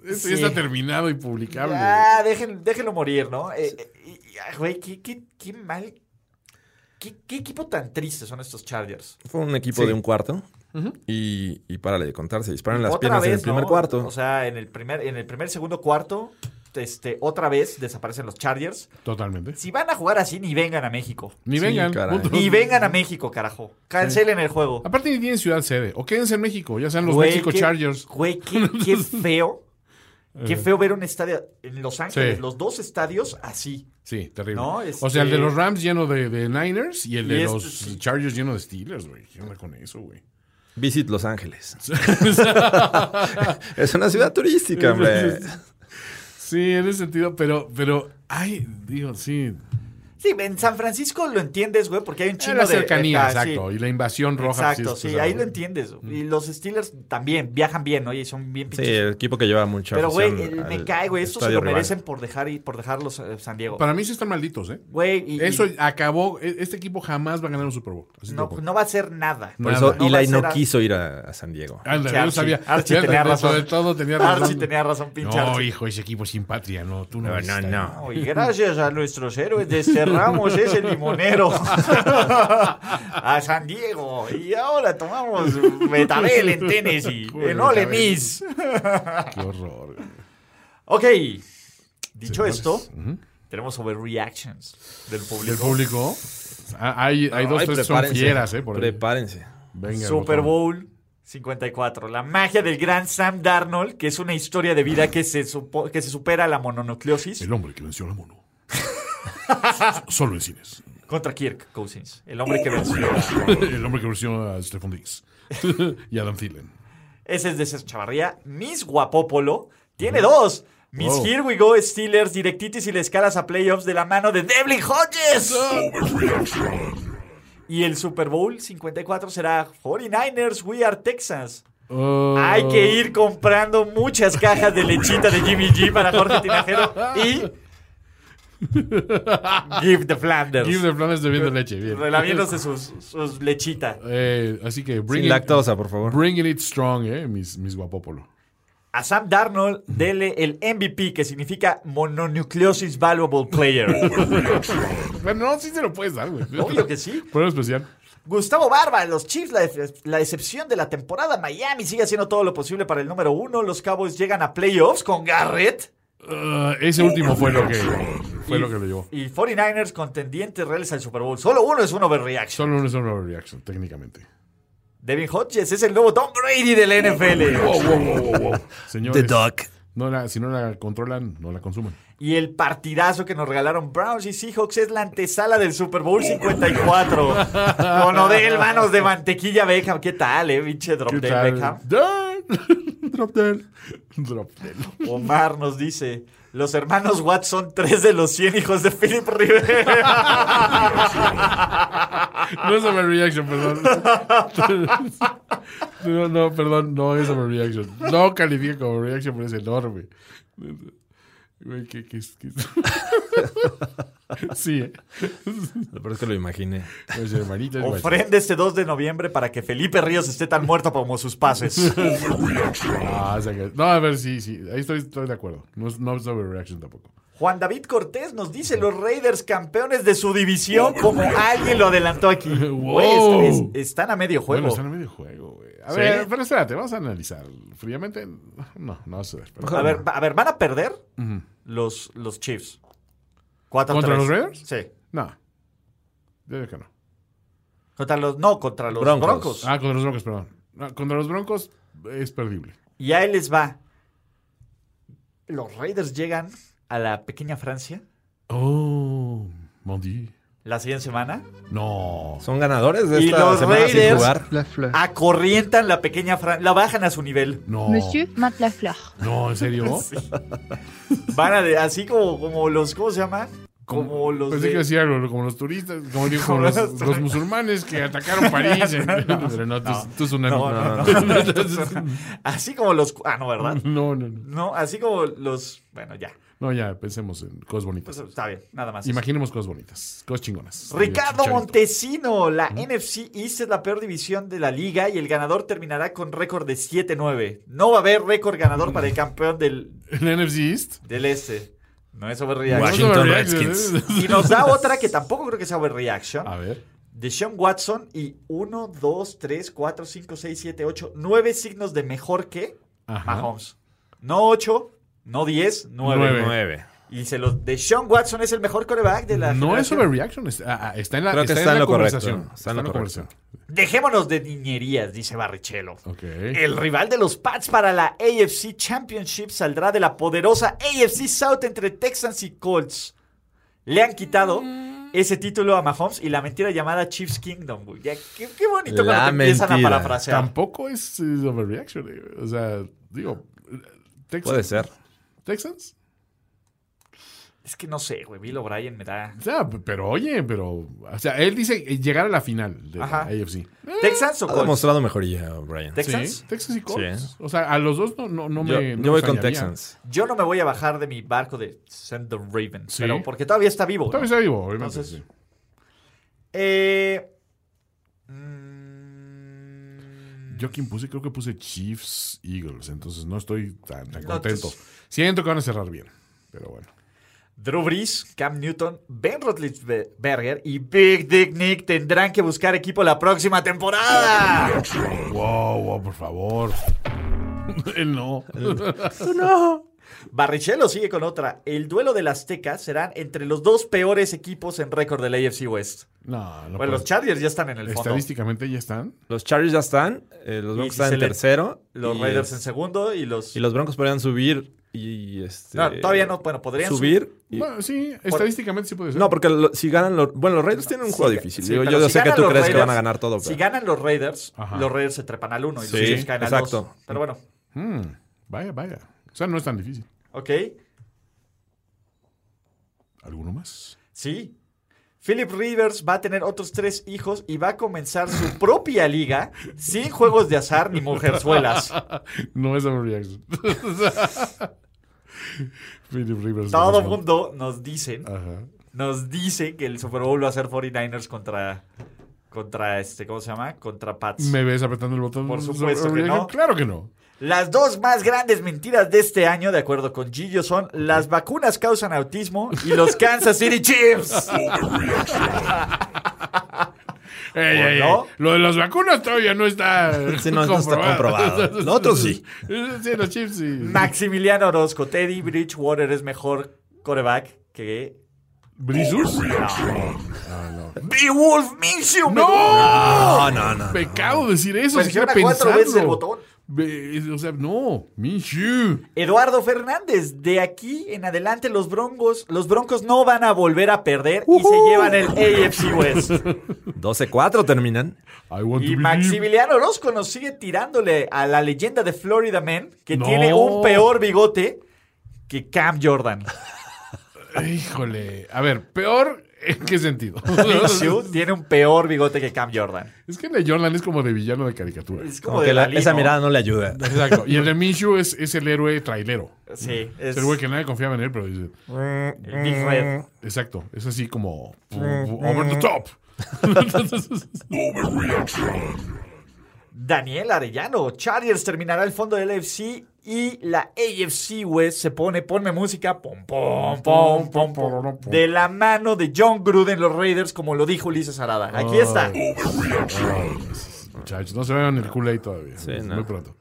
[SPEAKER 3] Esto ya
[SPEAKER 2] Sí.
[SPEAKER 3] está terminado y publicable.
[SPEAKER 2] Ah, dejen- déjenlo morir, ¿no? Eh, eh, y- ah, Güey, qué, qué- qué mal. Qué, qué equipo tan triste son estos Chargers.
[SPEAKER 4] Fue un equipo de un cuarto. y, y párale de contar, se disparan las
[SPEAKER 2] Otra
[SPEAKER 4] piernas en el
[SPEAKER 2] vez, ¿no?
[SPEAKER 4] primer cuarto.
[SPEAKER 2] O sea, en el primer, en el primer segundo cuarto, este, otra vez desaparecen los Chargers.
[SPEAKER 3] Totalmente.
[SPEAKER 2] Si van a jugar así, ni vengan
[SPEAKER 3] *laughs*
[SPEAKER 2] a México.
[SPEAKER 3] Ni
[SPEAKER 4] Sí,
[SPEAKER 3] vengan.
[SPEAKER 4] caray.
[SPEAKER 3] punto.
[SPEAKER 2] Ni vengan a México, carajo. Cancelen el juego.
[SPEAKER 3] Aparte ni tienen ciudad sede. O quédense en México, ya sean los
[SPEAKER 2] Güey,
[SPEAKER 3] México
[SPEAKER 2] qué-
[SPEAKER 3] Chargers. Eh.
[SPEAKER 2] Güey, qué,
[SPEAKER 3] *laughs*
[SPEAKER 2] qué feo. Qué feo ver un estadio en Los Ángeles,
[SPEAKER 3] Sí.
[SPEAKER 2] los dos estadios así.
[SPEAKER 3] Sí, terrible.
[SPEAKER 2] No,
[SPEAKER 3] O sea, el de
[SPEAKER 2] este-
[SPEAKER 3] los Rams lleno de, de Niners y el de
[SPEAKER 2] Y este,
[SPEAKER 3] los
[SPEAKER 2] sí.
[SPEAKER 3] Chargers lleno de Steelers, güey. ¿Qué onda con eso, güey?
[SPEAKER 4] Visit Los Ángeles. *laughs* es una ciudad turística,
[SPEAKER 2] *laughs*
[SPEAKER 4] hombre.
[SPEAKER 3] Sí, en ese sentido, pero, pero, ay, digo, sí.
[SPEAKER 2] Sí, en San Francisco lo entiendes, güey, porque hay un
[SPEAKER 3] Era
[SPEAKER 2] chingo
[SPEAKER 3] la
[SPEAKER 2] de...
[SPEAKER 3] cercanía,
[SPEAKER 2] Ajá, sí.
[SPEAKER 3] exacto. Y la invasión roja. pues,
[SPEAKER 2] Exacto, sí,
[SPEAKER 3] es- Mm. o sea,
[SPEAKER 2] ahí lo entiendes. Y los Steelers también viajan bien, oye, son bien
[SPEAKER 4] Sí,
[SPEAKER 2] pinches.
[SPEAKER 4] el equipo que lleva mucha
[SPEAKER 2] Pero, güey,
[SPEAKER 4] afición
[SPEAKER 2] el- me
[SPEAKER 4] al
[SPEAKER 2] cae, güey. Esto se
[SPEAKER 4] estadio
[SPEAKER 2] lo
[SPEAKER 4] rival.
[SPEAKER 2] merecen por dejar, y, por dejar los eh, San Diego.
[SPEAKER 3] Para mí sí están malditos, ¿eh?
[SPEAKER 2] Güey, y- y
[SPEAKER 3] Eso acabó. e- Este equipo jamás va a ganar un Super Bowl. Así te
[SPEAKER 2] no,
[SPEAKER 3] lo pongo.
[SPEAKER 2] no va a ser nada.
[SPEAKER 4] Por eso
[SPEAKER 2] No va a
[SPEAKER 4] Eli
[SPEAKER 2] ser
[SPEAKER 4] no
[SPEAKER 2] a- Ah,
[SPEAKER 4] quiso ir a, a San Diego.
[SPEAKER 3] Ándale,
[SPEAKER 2] Pinche
[SPEAKER 3] yo
[SPEAKER 2] Archie.
[SPEAKER 3] sabía.
[SPEAKER 2] Archie
[SPEAKER 3] Ya
[SPEAKER 2] tenía
[SPEAKER 3] de-
[SPEAKER 2] razón.
[SPEAKER 3] Sobre todo tenía razón.
[SPEAKER 2] Archie tenía razón, pinche
[SPEAKER 3] No,
[SPEAKER 2] Archie.
[SPEAKER 3] hijo, ese equipo sin patria, no. Tú no,
[SPEAKER 4] No,
[SPEAKER 3] vas a
[SPEAKER 4] no,
[SPEAKER 3] estar ahí.
[SPEAKER 4] no.
[SPEAKER 2] Y gracias a nuestros héroes desterramos ese
[SPEAKER 3] *laughs*
[SPEAKER 2] limonero a San Diego. Y ahora tomamos Betabel
[SPEAKER 3] *laughs*
[SPEAKER 2] en Tennessee,
[SPEAKER 3] Joder,
[SPEAKER 2] en Ole
[SPEAKER 3] Betabel.
[SPEAKER 2] Miss.
[SPEAKER 3] Qué horror. güey.
[SPEAKER 2] Ok, dicho esto, tenemos overreactions del
[SPEAKER 3] ¿Del
[SPEAKER 2] público.
[SPEAKER 3] público? Ah, Hay, hay dos,
[SPEAKER 4] Ay,
[SPEAKER 3] tres que son
[SPEAKER 4] prepárense,
[SPEAKER 3] fieras, ¿eh? Por ahí.
[SPEAKER 4] prepárense.
[SPEAKER 3] Venga,
[SPEAKER 2] Super
[SPEAKER 3] botón.
[SPEAKER 2] Bowl 54. La magia del gran Sam Darnold, que es una historia de vida que se, supo- que se supera la mononucleosis
[SPEAKER 3] El hombre que venció a la
[SPEAKER 2] *laughs*
[SPEAKER 3] mono. Solo en cines.
[SPEAKER 2] contra Kirk Cousins, el hombre que venció. a-
[SPEAKER 3] El hombre que venció a Stephen Diggs *laughs* y Adam Thielen.
[SPEAKER 2] Ese es de César Chavarría. Miss Guapopolo tiene dos. Miss
[SPEAKER 3] Wow.
[SPEAKER 2] Here We Go Steelers, directitis y le escalas a playoffs de la mano de Devlin Hodges. Y el Super Bowl 54 será 49ers We Are Texas.
[SPEAKER 3] Oh.
[SPEAKER 2] Hay que ir comprando muchas cajas de lechita de Jimmy G para Jorge Tinajero y.
[SPEAKER 3] *laughs*
[SPEAKER 2] Give the Flanders.
[SPEAKER 3] Give the Flanders de bien de leche. Bien.
[SPEAKER 2] Relamiéndose sus, sus lechitas.
[SPEAKER 3] Eh, así que bring
[SPEAKER 4] Sin lactosa, por favor.
[SPEAKER 3] Bringing it strong, eh, mis, mis guapópolo.
[SPEAKER 2] A Sam Darnold, dele el MVP, que significa Mononucleosis Valuable
[SPEAKER 3] *laughs*
[SPEAKER 2] Player.
[SPEAKER 3] Bueno, no, sí se lo puedes dar, güey.
[SPEAKER 2] Obvio
[SPEAKER 3] *laughs*
[SPEAKER 2] que sí.
[SPEAKER 3] Prueba especial.
[SPEAKER 2] Gustavo Barba, los Chiefs, la, la excepción de la temporada. Miami sigue haciendo todo lo posible para el número uno. Los Cowboys llegan a playoffs con Garrett.
[SPEAKER 3] Ah, ese último fue lo que fue lo que lo llevó.
[SPEAKER 2] Y 49ers contendientes reales al Super Bowl. Solo uno es un overreaction.
[SPEAKER 3] Solo no es una reaction, técnicamente.
[SPEAKER 2] Devin Hodges es el nuevo Tom Brady del NFL.
[SPEAKER 3] Oh, Wow, wow, wow, wow, wow. *laughs* Señores,
[SPEAKER 7] The Duck.
[SPEAKER 3] No la, si no la controlan, no la consumen.
[SPEAKER 2] Y el partidazo que nos regalaron Browns y Seahawks es la antesala del Super
[SPEAKER 3] *laughs*
[SPEAKER 2] Bowl 54. Con Odell, manos de mantequilla Beckham. ¿Qué tal, eh, pinche drop
[SPEAKER 3] ¿Qué
[SPEAKER 2] de
[SPEAKER 3] tal?
[SPEAKER 2] Beckham?
[SPEAKER 3] Dan. *laughs* Drop del. Drop del.
[SPEAKER 2] Omar nos dice, los hermanos Watt son tres de los 100 hijos de Philip
[SPEAKER 3] *laughs*
[SPEAKER 2] Rivera.
[SPEAKER 3] No es overreaction, perdón. *laughs* No, no, perdón, no es overreaction. No califica como overreaction, pero es enorme. Güey, qué, qué, qué- *laughs* Sí, eh.
[SPEAKER 4] Lo peor es que lo
[SPEAKER 2] *laughs*
[SPEAKER 4] imaginé.
[SPEAKER 3] Pues, hermanita, es guay.
[SPEAKER 2] Ofrenda este 2 de noviembre para que Felipe Ríos esté tan muerto como
[SPEAKER 3] *laughs*
[SPEAKER 2] sus pases.
[SPEAKER 3] Ah, o sea que- No, a ver, sí, sí. Ahí estoy, estoy de acuerdo. No es, no es overreaction tampoco.
[SPEAKER 2] Juan David Cortés nos dice los Raiders campeones de su división como alguien lo adelantó aquí.
[SPEAKER 3] *laughs*
[SPEAKER 2] Güey,
[SPEAKER 3] Wow.
[SPEAKER 2] es- es- están a medio
[SPEAKER 3] Bueno,
[SPEAKER 2] juego.
[SPEAKER 3] están en medio juego, güey. A ver, pero espérate, vamos a analizar fríamente. No, no vas a ver. pero-
[SPEAKER 2] A ver, va- a ver, ¿van a perder los, los Chiefs? Cuatro,
[SPEAKER 3] ¿Contra los
[SPEAKER 2] tres.
[SPEAKER 3] Raiders?
[SPEAKER 2] Sí.
[SPEAKER 3] No. Yo digo que no.
[SPEAKER 2] Contra los, no, contra los
[SPEAKER 4] Broncos.
[SPEAKER 2] broncos.
[SPEAKER 3] Ah, contra los Broncos, perdón. No, contra los Broncos es perdible.
[SPEAKER 2] Y ahí les va. Los Raiders llegan a la pequeña Francia
[SPEAKER 3] Oh, mon dieu.
[SPEAKER 2] la siguiente semana.
[SPEAKER 3] No.
[SPEAKER 4] Son ganadores de
[SPEAKER 2] Y
[SPEAKER 4] esta
[SPEAKER 2] los
[SPEAKER 4] semana
[SPEAKER 2] Raiders.
[SPEAKER 4] sin jugar.
[SPEAKER 2] Acorrientan la pequeña Francia, la bajan a su nivel.
[SPEAKER 3] No.
[SPEAKER 5] Monsieur Matt Lafleur.
[SPEAKER 3] No, ¿en serio?
[SPEAKER 2] Van a de- así como, como los, ¿cómo se llama? Como los
[SPEAKER 3] Pensé
[SPEAKER 2] de-
[SPEAKER 3] que decía algo como los turistas, como, digo, como
[SPEAKER 2] Como
[SPEAKER 3] los,
[SPEAKER 2] los-
[SPEAKER 3] los musulmanes que atacaron París. Pero no, tú, tú es una-
[SPEAKER 2] No, no, no. *laughs* Así como los. Ah, no, ¿verdad?
[SPEAKER 3] No, no, no.
[SPEAKER 2] No, así como los. Bueno, ya.
[SPEAKER 3] No, ya, pensemos en cosas
[SPEAKER 2] Pues,
[SPEAKER 3] bonitas.
[SPEAKER 2] está bien, nada más.
[SPEAKER 3] Imaginemos cosas bonitas, cosas chingonas.
[SPEAKER 2] Ricardo
[SPEAKER 3] Chicharito.
[SPEAKER 2] Montesino, la NFC East es la peor división de la liga y el ganador terminará con récord de 7-9. No va a haber récord ganador para el campeón del,
[SPEAKER 3] *laughs* En NFC East.
[SPEAKER 2] del este. No es overreaction.
[SPEAKER 3] Washington
[SPEAKER 2] Y
[SPEAKER 3] *laughs*
[SPEAKER 2] nos da otra que tampoco creo que sea overreaction.
[SPEAKER 3] A ver.
[SPEAKER 2] De Sean Watson y 1, 2, 3, 4, 5, 6, 7, 8, 9 signos de mejor que
[SPEAKER 3] Ajá.
[SPEAKER 2] Mahomes. No 8, no 10, 9.
[SPEAKER 3] Nueve.
[SPEAKER 2] Y se los de Sean Watson es el mejor coreback de la
[SPEAKER 3] No es
[SPEAKER 2] generación.
[SPEAKER 3] overreaction, es- ah, ah, está en la,
[SPEAKER 4] Creo que
[SPEAKER 3] está
[SPEAKER 4] está
[SPEAKER 3] en
[SPEAKER 4] en
[SPEAKER 3] la
[SPEAKER 4] lo correcto,
[SPEAKER 3] conversación.
[SPEAKER 4] está en lo
[SPEAKER 3] la
[SPEAKER 4] correcto.
[SPEAKER 2] Dejémonos de niñerías, dice Barrichello.
[SPEAKER 3] Ok.
[SPEAKER 2] El rival de los Pats para la AFC Championship saldrá de la poderosa AFC South entre Texans y Colts. Le han quitado
[SPEAKER 3] Mm.
[SPEAKER 2] ese título a Mahomes y la mentira llamada Chiefs Kingdom. güey. Ya, qué, qué bonito
[SPEAKER 4] La
[SPEAKER 2] cuando te empiezan a
[SPEAKER 4] mentira.
[SPEAKER 2] parafrasear.
[SPEAKER 3] Tampoco es, eh, overreaction. eh. O sea, digo, Texans.
[SPEAKER 4] Puede ser.
[SPEAKER 3] Texans.
[SPEAKER 2] Es que no sé, güey. Bill O'Brien me da.
[SPEAKER 3] O sea, p- pero oye, pero. O sea, él dice eh, llegar a la final de la
[SPEAKER 2] Ajá.
[SPEAKER 3] AFC.
[SPEAKER 2] ¿Texans o
[SPEAKER 4] Ha
[SPEAKER 2] Colts?
[SPEAKER 4] demostrado mejoría, Brian.
[SPEAKER 2] ¿Texans?
[SPEAKER 3] Mm. Sí, Texas y Colts.
[SPEAKER 4] Sí.
[SPEAKER 3] O sea, a los dos no, no, no
[SPEAKER 4] Yo,
[SPEAKER 3] me.
[SPEAKER 4] yo
[SPEAKER 3] no me
[SPEAKER 4] voy con
[SPEAKER 3] extrañaría.
[SPEAKER 4] Texans.
[SPEAKER 2] Yo no me voy a bajar de mi barco de Send the Raven.
[SPEAKER 3] Sí.
[SPEAKER 2] Pero porque todavía está vivo.
[SPEAKER 3] Todavía
[SPEAKER 2] ¿no?
[SPEAKER 3] está vivo, obviamente.
[SPEAKER 2] Entonces-
[SPEAKER 3] sí.
[SPEAKER 2] Eh, mm,
[SPEAKER 3] Yo quien puse, creo que puse Chiefs Eagles. Entonces no estoy tan, tan
[SPEAKER 2] No,
[SPEAKER 3] contento.
[SPEAKER 2] entonces-
[SPEAKER 3] Siento que van a cerrar bien. Pero bueno.
[SPEAKER 2] Drew Brees, Cam Newton, Ben Roethlisberger y Big Dick Nick tendrán que buscar equipo la próxima temporada.
[SPEAKER 3] Wow, wow, por favor. *laughs* Él no.
[SPEAKER 2] Oh, Barrichello sigue con otra. El duelo del Azteca serán entre los dos peores equipos en récord del AFC West.
[SPEAKER 3] No, no.
[SPEAKER 2] Bueno, los
[SPEAKER 3] puedo.
[SPEAKER 2] Chargers ya están en el fondo.
[SPEAKER 3] Estadísticamente ya están.
[SPEAKER 4] Los Chargers ya están. eh, los Broncos
[SPEAKER 2] si
[SPEAKER 4] están
[SPEAKER 2] se
[SPEAKER 4] en
[SPEAKER 2] le-
[SPEAKER 4] tercero.
[SPEAKER 2] Los
[SPEAKER 4] y
[SPEAKER 2] Raiders
[SPEAKER 4] es-
[SPEAKER 2] en segundo y los...
[SPEAKER 4] Y los Broncos podrían subir y este.
[SPEAKER 2] No, todavía no, bueno, podrían
[SPEAKER 4] subir. y-
[SPEAKER 3] Bueno, sí, estadísticamente sí puede ser.
[SPEAKER 4] no, porque lo- si ganan los. Bueno, los Raiders tienen un juego difícil.
[SPEAKER 2] Sí,
[SPEAKER 4] Digo,
[SPEAKER 2] pero
[SPEAKER 4] yo, yo
[SPEAKER 2] si
[SPEAKER 4] sé que
[SPEAKER 2] ganan
[SPEAKER 4] tú
[SPEAKER 2] los
[SPEAKER 4] crees que
[SPEAKER 2] Raiders-
[SPEAKER 4] van a ganar todo.
[SPEAKER 2] Si
[SPEAKER 4] pero-
[SPEAKER 2] ganan los Raiders,
[SPEAKER 3] Ajá.
[SPEAKER 2] los Raiders se trepan al uno y los
[SPEAKER 4] Sí,
[SPEAKER 2] Chiefs caen al
[SPEAKER 4] exacto.
[SPEAKER 2] dos. Pero bueno,
[SPEAKER 3] Mm, vaya, vaya. O sea, no es tan difícil.
[SPEAKER 2] ok.
[SPEAKER 3] ¿Alguno más?
[SPEAKER 2] Sí. Philip Rivers va a tener otros tres hijos y va a comenzar su *laughs* propia liga sin juegos de azar
[SPEAKER 3] *laughs*
[SPEAKER 2] ni mujerzuelas.
[SPEAKER 3] *laughs* Pues No es overreaction. *laughs* Philip Rivers.
[SPEAKER 2] Todo
[SPEAKER 3] no.
[SPEAKER 2] mundo nos dicen,
[SPEAKER 3] Ajá.
[SPEAKER 2] nos dice que el Super Bowl va a ser 49ers contra, contra este, ¿cómo se llama? Contra Pats.
[SPEAKER 3] ¿Me ves apretando el botón?
[SPEAKER 2] Por
[SPEAKER 3] de
[SPEAKER 2] supuesto que
[SPEAKER 3] overreaction?
[SPEAKER 2] no.
[SPEAKER 3] Claro que no.
[SPEAKER 2] Las dos más grandes mentiras de este año, de acuerdo con Gillo, son las vacunas causan autismo y
[SPEAKER 3] *laughs*
[SPEAKER 2] los Kansas City Chiefs.
[SPEAKER 3] Ey,
[SPEAKER 2] ¿O
[SPEAKER 3] ey,
[SPEAKER 2] no?
[SPEAKER 3] ey. Lo de las vacunas todavía no está
[SPEAKER 4] *laughs* Sí, no, no
[SPEAKER 3] *laughs*
[SPEAKER 4] está comprobado. Lo otro sí.
[SPEAKER 3] Sí, los chips sí.
[SPEAKER 2] Maximiliano Orozco, Teddy Bridgewater es mejor coreback que...
[SPEAKER 3] ¿Brisus?
[SPEAKER 2] ¡Beowulf Minshew!
[SPEAKER 3] ¡No!
[SPEAKER 4] No, no, no.
[SPEAKER 3] Pecado decir eso. siquiera
[SPEAKER 2] Presiona Pues cuatro
[SPEAKER 3] pensarlo.
[SPEAKER 2] veces el botón.
[SPEAKER 3] Ve- O sea, no. Minshew.
[SPEAKER 2] Eduardo Fernández, de aquí en adelante los broncos, los broncos no van a volver a perder y se llevan el AFC
[SPEAKER 3] *laughs*
[SPEAKER 2] West.
[SPEAKER 4] 12-4 terminan.
[SPEAKER 3] I want to
[SPEAKER 2] Y
[SPEAKER 3] believe.
[SPEAKER 2] Maximiliano Orozco nos sigue tirándole a la leyenda de Florida Man, que
[SPEAKER 3] No.
[SPEAKER 2] tiene un peor bigote que Cam
[SPEAKER 3] *laughs*
[SPEAKER 2] Jordan.
[SPEAKER 3] Híjole. A ver, peor. ¿En qué sentido?
[SPEAKER 2] *laughs* Minshew tiene un peor bigote que Cam Jordan.
[SPEAKER 3] es que el de Jordan es como de villano de caricatura.
[SPEAKER 2] Es como
[SPEAKER 4] Como
[SPEAKER 2] de
[SPEAKER 4] que la-
[SPEAKER 2] Dalí,
[SPEAKER 4] esa
[SPEAKER 2] ¿no?
[SPEAKER 4] mirada no le ayuda.
[SPEAKER 3] Exacto. Y el de Minshew es, es el héroe trailero.
[SPEAKER 2] Sí,
[SPEAKER 3] Es
[SPEAKER 2] es
[SPEAKER 3] el güey que nadie confiaba en él, pero dice.
[SPEAKER 2] el Big Red.
[SPEAKER 3] Exacto. Es así como. Over the top.
[SPEAKER 2] Daniel Arellano, Chargers terminará el fondo del AFC y la AFC West se pone, ponme música, pom, pom, pom, pom, pom, de la mano de John Gruden, los Raiders, como lo dijo Ulises Arada. Aquí
[SPEAKER 3] Ah.
[SPEAKER 2] está.
[SPEAKER 3] Oh, Muchachos, no se vean el Kool-Aid todavía.
[SPEAKER 4] Sí,
[SPEAKER 3] Es
[SPEAKER 4] no.
[SPEAKER 3] Muy pronto.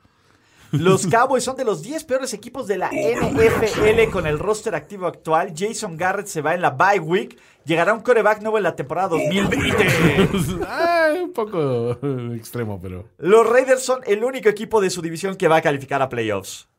[SPEAKER 2] Los Cowboys son de los 10 peores equipos de la NFL con el roster activo actual. Jason Garrett se va en la bye week. Llegará un coreback nuevo en la temporada 2020.
[SPEAKER 3] Ah, un poco *laughs* extremo, pero.
[SPEAKER 2] Los Raiders son el único equipo de su división que va a calificar a playoffs.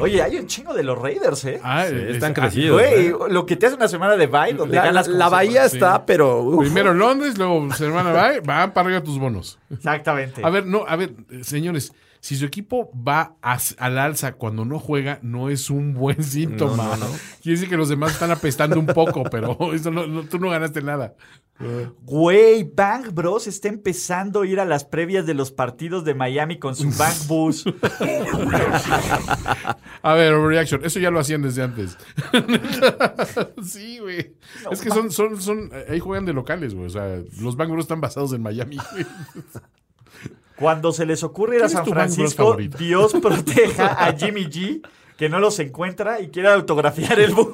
[SPEAKER 2] Oye, hay un chingo de los Raiders, ¿eh?
[SPEAKER 3] Ah, es-
[SPEAKER 4] Están
[SPEAKER 3] ah,
[SPEAKER 4] crecidos.
[SPEAKER 2] Güey, lo que te hace una semana de bye donde
[SPEAKER 4] ¿eh? La, la-
[SPEAKER 2] ganas como
[SPEAKER 4] la
[SPEAKER 2] si fuera-
[SPEAKER 4] bahía está, pero. uh, uf.
[SPEAKER 3] Primero Londres, luego Semana Bay, van para arriba tus bonos.
[SPEAKER 2] Exactamente.
[SPEAKER 3] A ver, no, a ver, eh, señores, si su equipo va a- al alza cuando no juega, no es un buen síntoma. Quiere decir que los demás están apestando un poco, pero *laughs* eso no, no- tú no ganaste nada.
[SPEAKER 4] Eh,
[SPEAKER 2] Güey, Bang Bros está empezando a ir a las previas de los partidos de Miami con su Bang Bus.
[SPEAKER 3] A ver, overreaction, eso ya lo hacían desde
[SPEAKER 2] *laughs*
[SPEAKER 3] antes. sí, güey. es que son, son, son, ahí juegan de locales, güey. O sea, los Bang Bros están basados en Miami.
[SPEAKER 2] *laughs*
[SPEAKER 3] güey.
[SPEAKER 2] Cuando se les ocurre ir a
[SPEAKER 3] ¿Quién es
[SPEAKER 2] San
[SPEAKER 3] tu Bang Bros
[SPEAKER 2] Francisco,
[SPEAKER 3] favorito?
[SPEAKER 2] Dios proteja a Jimmy G, que no los encuentra y quiere autografiar el bus.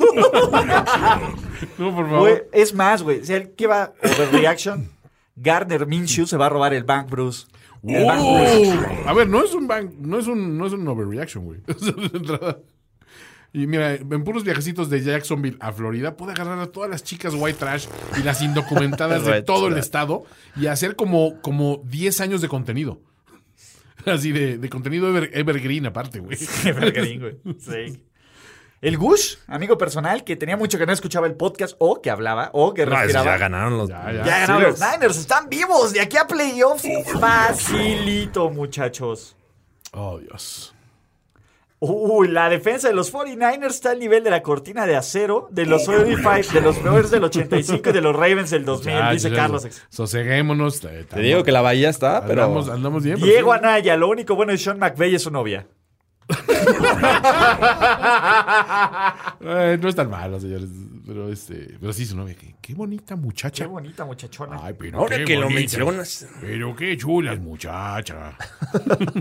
[SPEAKER 3] No, por favor.
[SPEAKER 2] Güey, es más, güey, si el que va overreaction, *coughs* Garner Minshew se va a robar el Bank Bruce. El Bang
[SPEAKER 3] *laughs* ¡Wow!
[SPEAKER 2] Bros.
[SPEAKER 3] Oh. A ver, no es un bang, no es un, no es un overreaction, güey. *laughs* O sea, de entrada. Y mira, en puros viajecitos de Jacksonville a Florida, puede agarrar a todas las chicas white trash y las indocumentadas de
[SPEAKER 4] White
[SPEAKER 3] todo el
[SPEAKER 4] trash.
[SPEAKER 3] estado y hacer como, como 10 años de contenido. *laughs* Así de, de contenido ever- evergreen aparte, güey.
[SPEAKER 2] Evergreen, güey. Sí. El Gush, amigo personal, que tenía mucho que no escuchaba el podcast, o que hablaba, o que
[SPEAKER 4] No, esos
[SPEAKER 2] respiraba.
[SPEAKER 4] ya ganaron los.
[SPEAKER 3] Ya, ya.
[SPEAKER 2] Pues, Ya ganaron los
[SPEAKER 4] Steelers.
[SPEAKER 2] Niners, están vivos de aquí a playoffs. Facilito, muchachos.
[SPEAKER 3] Oh, Dios.
[SPEAKER 2] Uy, la defensa de los 49ers está al nivel de la cortina de acero, de los 35, de los peores del 85 y de los Ravens del 2000,
[SPEAKER 3] Ya,
[SPEAKER 2] dice
[SPEAKER 3] ya,
[SPEAKER 2] Carlos.
[SPEAKER 3] Soseguémonos. eh,
[SPEAKER 4] Te digo que la bahía está, pero.
[SPEAKER 3] Andamos, andamos bien. pero
[SPEAKER 2] Diego
[SPEAKER 3] sí.
[SPEAKER 2] Anaya, lo único bueno de Sean McVay es su novia.
[SPEAKER 3] Eh, no es tan malo, señores. Pero, este, pero sí, su novia. Qué, qué bonita muchacha.
[SPEAKER 2] Qué bonita muchachona.
[SPEAKER 3] Ay, pero
[SPEAKER 4] Ahora
[SPEAKER 3] qué
[SPEAKER 4] que lo
[SPEAKER 3] bonita.
[SPEAKER 4] mencionas.
[SPEAKER 3] Pero qué chulas, muchacha.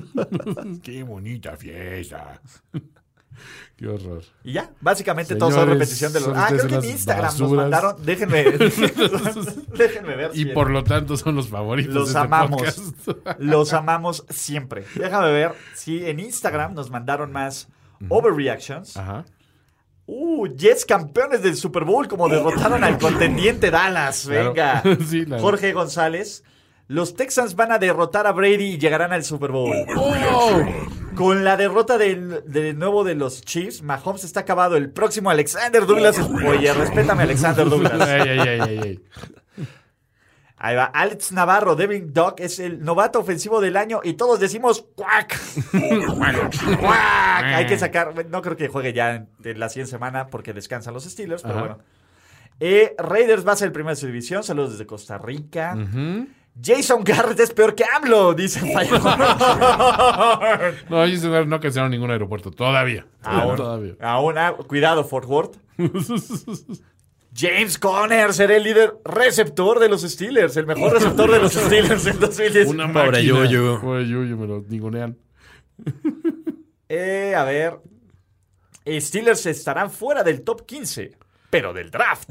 [SPEAKER 3] *laughs* qué bonita fiesta. *laughs* qué horror.
[SPEAKER 2] Y ya, básicamente todo son
[SPEAKER 3] Señores,
[SPEAKER 2] repetición de los...
[SPEAKER 3] son
[SPEAKER 2] Ah, creo
[SPEAKER 3] ustedes
[SPEAKER 2] que en
[SPEAKER 3] unas
[SPEAKER 2] Instagram nos
[SPEAKER 3] basuras. *laughs*
[SPEAKER 2] mandaron... Déjenme, *laughs* déjenme ver.
[SPEAKER 3] Y
[SPEAKER 2] si-
[SPEAKER 3] por lo tanto son los favoritos
[SPEAKER 2] Los
[SPEAKER 3] de este
[SPEAKER 2] amamos.
[SPEAKER 3] podcast. *laughs*
[SPEAKER 2] Los amamos siempre. Déjame ver si en Instagram nos mandaron más overreactions.
[SPEAKER 3] Ajá.
[SPEAKER 2] Uh, Jets campeones del Super Bowl, como
[SPEAKER 3] *laughs*
[SPEAKER 2] derrotaron al contendiente Dallas.
[SPEAKER 3] Claro.
[SPEAKER 2] Venga.
[SPEAKER 3] *laughs* Sí, la-
[SPEAKER 2] Jorge González. Los Texans van a derrotar a Brady y llegarán al Super Bowl.
[SPEAKER 3] Oh,
[SPEAKER 2] Con la derrota del, de nuevo de los Chiefs, Mahomes está acabado. El próximo Alexander Douglas. es- Oye, respétame,
[SPEAKER 3] *laughs*
[SPEAKER 2] Alexander Douglas.
[SPEAKER 3] Ay, ay, ay, ay, ay.
[SPEAKER 2] Ahí va. Alex Navarro, Devin Dock es el novato ofensivo del año y todos decimos cuac. *laughs* cuac.
[SPEAKER 3] Eh.
[SPEAKER 2] Hay que sacar. No creo que juegue ya en, en la 100 semana porque descansan los Steelers, pero
[SPEAKER 3] Ajá.
[SPEAKER 2] bueno. Eh, Raiders va a ser el primero de su división. Saludos desde Costa Rica. Jason Garrett es peor que AMLO, dice
[SPEAKER 3] *laughs*
[SPEAKER 2] Fire.
[SPEAKER 3] No, ellos no- no cancelaron ningún aeropuerto. Todavía. Todavía.
[SPEAKER 2] Aún, ah, cuidado, Fort
[SPEAKER 3] *laughs*
[SPEAKER 2] Worth. James Conner será el líder receptor de los Steelers, el mejor
[SPEAKER 3] *laughs*
[SPEAKER 2] receptor de los Steelers en 2010.
[SPEAKER 3] Una
[SPEAKER 4] Pobre
[SPEAKER 3] máquina.
[SPEAKER 4] Yuyu.
[SPEAKER 3] Pobre Yuyu, me lo ningunean.
[SPEAKER 2] Eh, a ver. eh, Steelers estarán fuera del top 15, pero
[SPEAKER 3] *laughs*
[SPEAKER 2] del draft.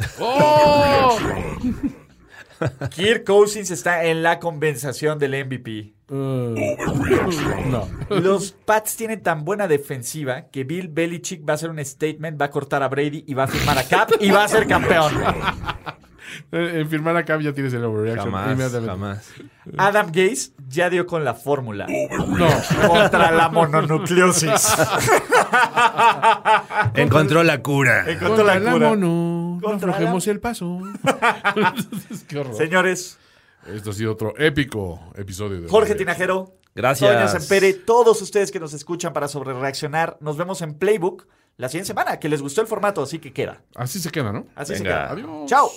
[SPEAKER 2] Kirk Cousins está en la compensación del MVP.
[SPEAKER 3] No.
[SPEAKER 2] Los Pats tienen tan buena defensiva que Bill Belichick va a hacer un statement, va a cortar a Brady y va a firmar a Cap y va a ser campeón.
[SPEAKER 3] En firmar acá ya tienes el overreaction.
[SPEAKER 4] Jamás,
[SPEAKER 3] inmediatamente.
[SPEAKER 4] jamás.
[SPEAKER 2] Adam Gaze ya dio con la fórmula
[SPEAKER 3] No.
[SPEAKER 2] contra la
[SPEAKER 3] *laughs*
[SPEAKER 2] mononucleosis.
[SPEAKER 7] Encontró la cura.
[SPEAKER 2] Encontró la cura.
[SPEAKER 3] mono.
[SPEAKER 2] Contra la-
[SPEAKER 3] el paso. *laughs* Qué horror.
[SPEAKER 2] Señores,
[SPEAKER 3] Esto ha sido otro épico episodio de
[SPEAKER 2] Jorge Tinajero,
[SPEAKER 4] Gracias.
[SPEAKER 2] Sonia Sempere, todos ustedes que nos escuchan para sobrereaccionar, nos vemos en Playbook la siguiente semana, que les gustó el formato, así que queda.
[SPEAKER 3] Así se queda, ¿no?
[SPEAKER 2] Así se
[SPEAKER 4] Venga.
[SPEAKER 2] queda.
[SPEAKER 3] Adiós.
[SPEAKER 2] Chao.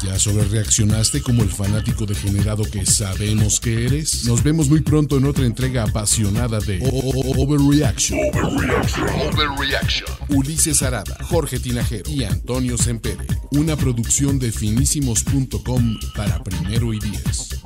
[SPEAKER 1] ¿Ya sobre reaccionaste como el fanático degenerado que sabemos que eres? Nos vemos muy pronto en otra entrega apasionada de O- O- O- Overreaction. Ulises Arada, Jorge Tinajero y Antonio Sempere. Una producción de finísimos.com para primero y diez.